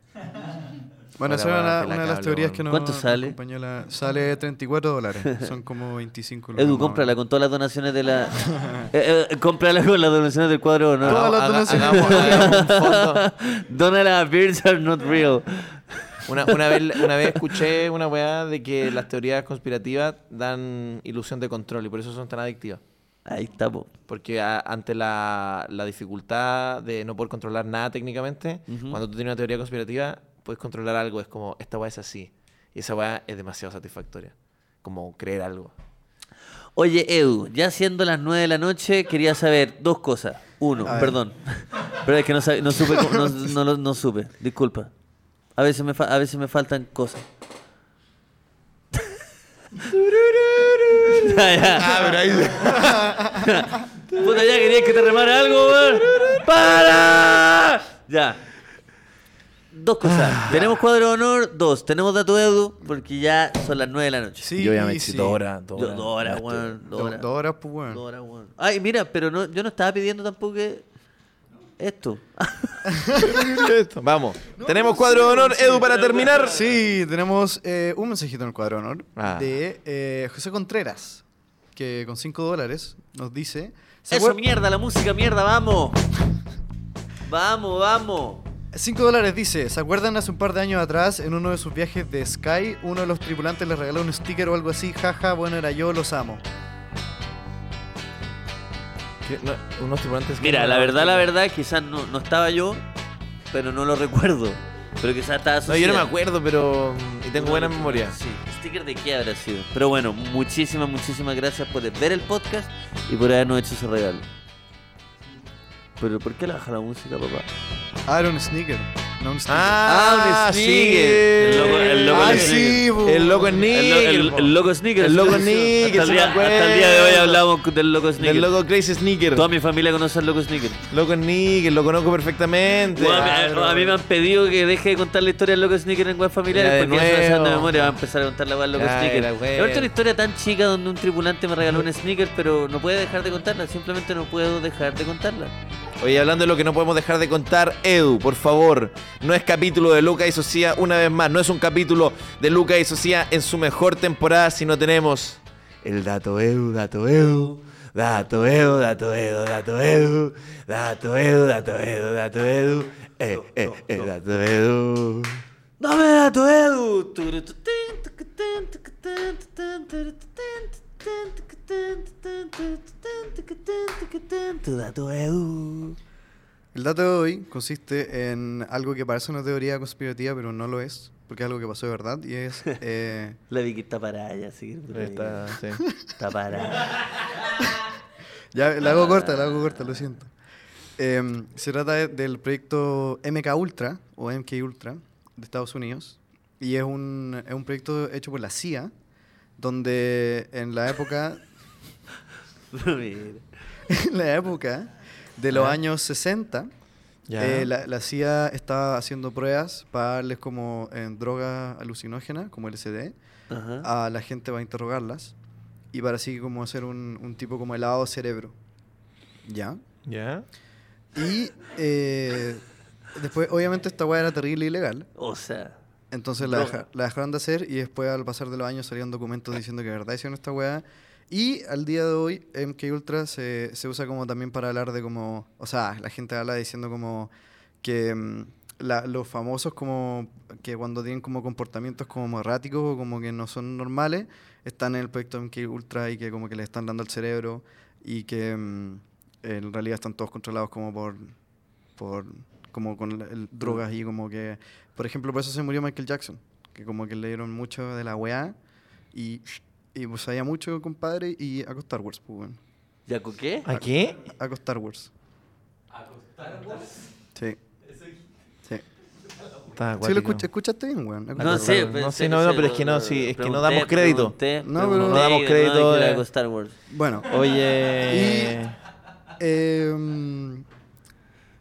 Speaker 3: Bueno,
Speaker 2: Ahora
Speaker 3: esa era
Speaker 2: va de
Speaker 3: una,
Speaker 2: la
Speaker 3: una de las
Speaker 2: cable,
Speaker 3: teorías
Speaker 2: weón.
Speaker 3: que nos
Speaker 1: ¿Cuánto
Speaker 3: nos
Speaker 1: sale?
Speaker 3: acompañó la- sale 34 dólares. Son como 25 lucas más o
Speaker 1: Edu,
Speaker 3: menos.
Speaker 1: cómprala con todas las donaciones de la. Eh, eh, cómprala con las donaciones del cuadro, ¿no?
Speaker 3: Todas las
Speaker 2: Haga-
Speaker 3: donaciones.
Speaker 2: hagamos- hagamos un fondo.
Speaker 1: Donala, beards are not real.
Speaker 2: Una, una vez, una vez escuché una weá de que las teorías conspirativas dan ilusión de control y por eso son tan adictivas.
Speaker 1: Ahí estamos.
Speaker 2: Porque a- ante la, la dificultad de no poder controlar nada técnicamente,
Speaker 1: Ujú.
Speaker 2: cuando tú tienes una teoría conspirativa, puedes controlar algo. Es como, esta weá es así. Y esa weá es demasiado satisfactoria. Como creer algo.
Speaker 1: Oye, Edu, ya siendo las 9 de la noche, quería saber dos cosas. Uno,
Speaker 3: A ver.
Speaker 1: perdón. Pero es que no, sab- no supe, cómo- no, no lo- no supe. Disculpa. A veces me, fa- a veces me faltan cosas. Ya, ya.
Speaker 3: Ah,
Speaker 1: Puta, ya querías que te remara algo, weón. ¡Para! Ya. Dos
Speaker 3: Ah.
Speaker 1: cosas. Tenemos cuadro de honor, dos. Tenemos dato de Edu, porque ya son las nueve de la noche.
Speaker 3: Sí,
Speaker 2: Yo ya me
Speaker 3: sí.
Speaker 2: eché dos horas, dos
Speaker 1: Yo-
Speaker 2: horas.
Speaker 1: Dos horas, weón. Dos
Speaker 3: Do-
Speaker 1: horas.
Speaker 3: Dos horas, pues, weón.
Speaker 1: Dos horas, weón. Ay, mira, pero no, yo no estaba pidiendo tampoco que- esto.
Speaker 2: Esto, Vamos. Tenemos cuadro de honor, Edu, para terminar.
Speaker 3: Sí, tenemos eh, un mensajito en el cuadro de honor
Speaker 2: Ah.
Speaker 3: de eh, José Contreras, que con 5 dólares nos dice... ¿se
Speaker 1: Eso,
Speaker 3: acuer-
Speaker 1: mierda, la música, mierda, vamos. Vamos, vamos.
Speaker 3: 5 dólares dice, ¿se acuerdan hace un par de años atrás en uno de sus viajes de Sky? Uno de los tripulantes les regaló un sticker o algo así, jaja, bueno era yo, los amo.
Speaker 2: Que- no, unos tripulantes que
Speaker 1: Mira,
Speaker 2: no-
Speaker 1: la verdad, la verdad, quizás no, no estaba yo, pero no lo recuerdo. Pero quizás estaba
Speaker 2: No, yo no me
Speaker 1: asociado.
Speaker 2: acuerdo, pero. mm, Y tengo buena memoria.
Speaker 1: Sí, sticker de qué habrá sido. Pero bueno, muchísimas, muchísimas gracias por ver el podcast y por habernos hecho ese regalo. Pero ¿por qué le baja la música, papá?
Speaker 3: Ah, era un sneaker, no un sticker.
Speaker 1: Ah, un sneaker. El loco- el loco
Speaker 2: Ah,
Speaker 1: es
Speaker 2: sí,
Speaker 3: sneaker.
Speaker 2: bu. El loco es
Speaker 1: El, lo-
Speaker 2: sneaker,
Speaker 1: el-
Speaker 2: po.
Speaker 1: el loco Sneaker.
Speaker 2: El loco
Speaker 1: Hasta
Speaker 2: Sneaker,
Speaker 1: el
Speaker 2: se me
Speaker 1: día- Hasta, el día de hoy
Speaker 2: acuerdo.
Speaker 1: hablamos del loco Sneaker.
Speaker 2: El loco Crazy Sneaker.
Speaker 1: Toda mi familia conoce al loco Sneaker.
Speaker 2: Loco Sneaker, lo conozco perfectamente.
Speaker 1: Bueno, a, mí, a mí me han pedido que deje de contar la historia del loco Sneaker en web
Speaker 2: Ya, de
Speaker 1: familiares porque ya se me saben de
Speaker 2: nuevo.
Speaker 1: memoria. Va a empezar a contar la web del loco
Speaker 2: Ya,
Speaker 1: Sneaker.
Speaker 2: era, güey.
Speaker 1: Es una historia tan chica donde un tripulante me regaló un Sneaker, pero no puede dejar de contarla. Simplemente no puedo dejar de contarla.
Speaker 2: Oye, hablando de lo que no podemos dejar de contar, Edu, por favor, no es capítulo de Luca y Socia una vez más, no es un capítulo de Luca y Socia en su mejor temporada si no tenemos el dato Edu, dato Edu, dato Edu, dato Edu, dato Edu, dato Edu, dato Edu, dato Edu, eh, eh, eh, dato Edu.
Speaker 1: ¡Dame dato, Edu! Tu dato, Edu.
Speaker 3: El dato de hoy consiste en algo que parece una teoría conspirativa, pero no lo es, porque es algo que pasó de verdad, y es... eh,
Speaker 1: La Vicky está parada ya, así que por ahí.
Speaker 2: Está, sí.
Speaker 1: pues, Está parada.
Speaker 3: Ya, la hago corta, la hago corta, lo siento. Em, se trata de- del proyecto MK Ultra, o MK Ultra, de Estados Unidos. Y es un, es un proyecto hecho por la CIA, donde en la época,
Speaker 1: Mira.
Speaker 3: en la época de los años 60,
Speaker 2: Ya.
Speaker 3: eh, la, la CIA estaba haciendo pruebas para darles como en drogas alucinógenas, como LSD,
Speaker 1: Ajá.
Speaker 3: a la gente para interrogarlas y para así como hacer un, un tipo como helado cerebro. ¿Ya?
Speaker 2: ¿Ya?
Speaker 3: Y eh, después, obviamente, esta weá era terrible y ilegal.
Speaker 1: O sea,
Speaker 3: Entonces la,
Speaker 1: Droga.
Speaker 3: deja- la dejaron de hacer y después, al pasar de los años, salieron documentos diciendo que de verdad hicieron esta weá. Y al día de hoy, MK Ultra se, se usa como también para hablar de como. O sea, la gente habla diciendo como que. mm, la- los famosos como que cuando tienen como comportamientos como erráticos o como que no son normales están en el proyecto MK Ultra y que como que le están dando al cerebro y que mm, en realidad están todos controlados como por por como con la- el- drogas y como que por ejemplo por eso se murió Michael Jackson que como que le dieron mucho de la weá y, y pues sabía mucho compadre y a Star Wars pues bueno
Speaker 1: ¿ya con qué?
Speaker 2: ¿A qué?
Speaker 3: a Star Wars sí sí
Speaker 2: Está
Speaker 3: sí lo
Speaker 2: acuático.
Speaker 3: escucha- escuchaste bien weón Aco
Speaker 1: No pues,
Speaker 3: Star
Speaker 1: sé,
Speaker 3: Wars.
Speaker 2: No
Speaker 1: pensé
Speaker 2: sé, no, no, pero es que no,
Speaker 1: lo-
Speaker 2: sí, es que no
Speaker 1: pregunté,
Speaker 2: damos crédito.
Speaker 1: pregunté,
Speaker 3: No, pero-
Speaker 1: pregunté
Speaker 2: No damos
Speaker 1: y de
Speaker 2: crédito eh.
Speaker 1: nuevo que
Speaker 2: de-
Speaker 1: era con Star Wars.
Speaker 3: bueno
Speaker 2: Oye.
Speaker 3: Eh, em,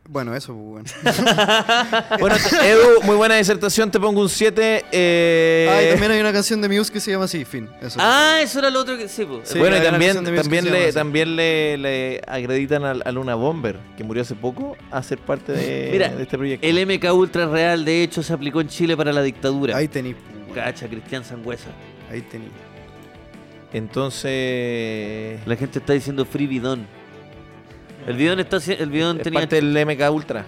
Speaker 3: Bueno, eso, pues, weón.
Speaker 2: Bueno, Edu, muy buena disertación, te pongo un 7. Eh...
Speaker 3: Ah, y también hay una canción de Muse que se llama así, fin. Eso.
Speaker 1: Ah, eso era lo otro que. Sí, pues, po.
Speaker 3: Sí,
Speaker 2: bueno, y
Speaker 3: hay una
Speaker 2: también,
Speaker 3: canción de Muse
Speaker 2: también,
Speaker 3: que se llama
Speaker 2: le,
Speaker 3: así.
Speaker 2: también le, le acreditan a, a Luna Bomber, que murió hace poco, a ser parte de,
Speaker 1: eh, Mira,
Speaker 2: de este proyecto.
Speaker 1: El MK Ultra Real, de hecho, se aplicó en Chile para la dictadura.
Speaker 3: Ahí tení, pues, weón.
Speaker 1: Cacha, Cristian Sangüesa.
Speaker 3: Ahí tení.
Speaker 2: Entonces,
Speaker 1: La gente está diciendo Free Bidón. El bidón, está, haci- el bidón
Speaker 2: es
Speaker 1: tenía
Speaker 2: parte del MK Ultra.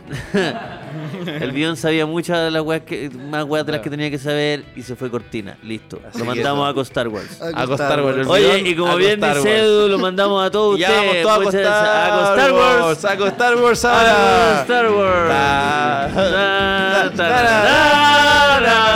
Speaker 1: El guión sabía muchas de las weas que, más weas de las
Speaker 2: Claro.
Speaker 1: que tenía que saber y se fue cortina. Listo.
Speaker 2: Así
Speaker 1: lo
Speaker 2: que
Speaker 1: mandamos
Speaker 2: eso.
Speaker 1: a Costar Wars.
Speaker 3: A
Speaker 2: A Costar Wars.
Speaker 3: Wars.
Speaker 1: Oye,
Speaker 2: bidón
Speaker 1: y
Speaker 2: a
Speaker 1: como bien
Speaker 2: Costar
Speaker 1: dice
Speaker 2: Wars.
Speaker 1: Edu, lo mandamos a todos
Speaker 2: Y ya vamos
Speaker 1: ustedes.
Speaker 2: todos a
Speaker 1: muchas-
Speaker 2: Costar,
Speaker 1: pues, a Costar Wars.
Speaker 2: A Costar Wars
Speaker 1: A
Speaker 2: ahora.
Speaker 1: Costar Wars.
Speaker 2: Ta-
Speaker 1: Na-
Speaker 2: ta-
Speaker 1: ta- na- na-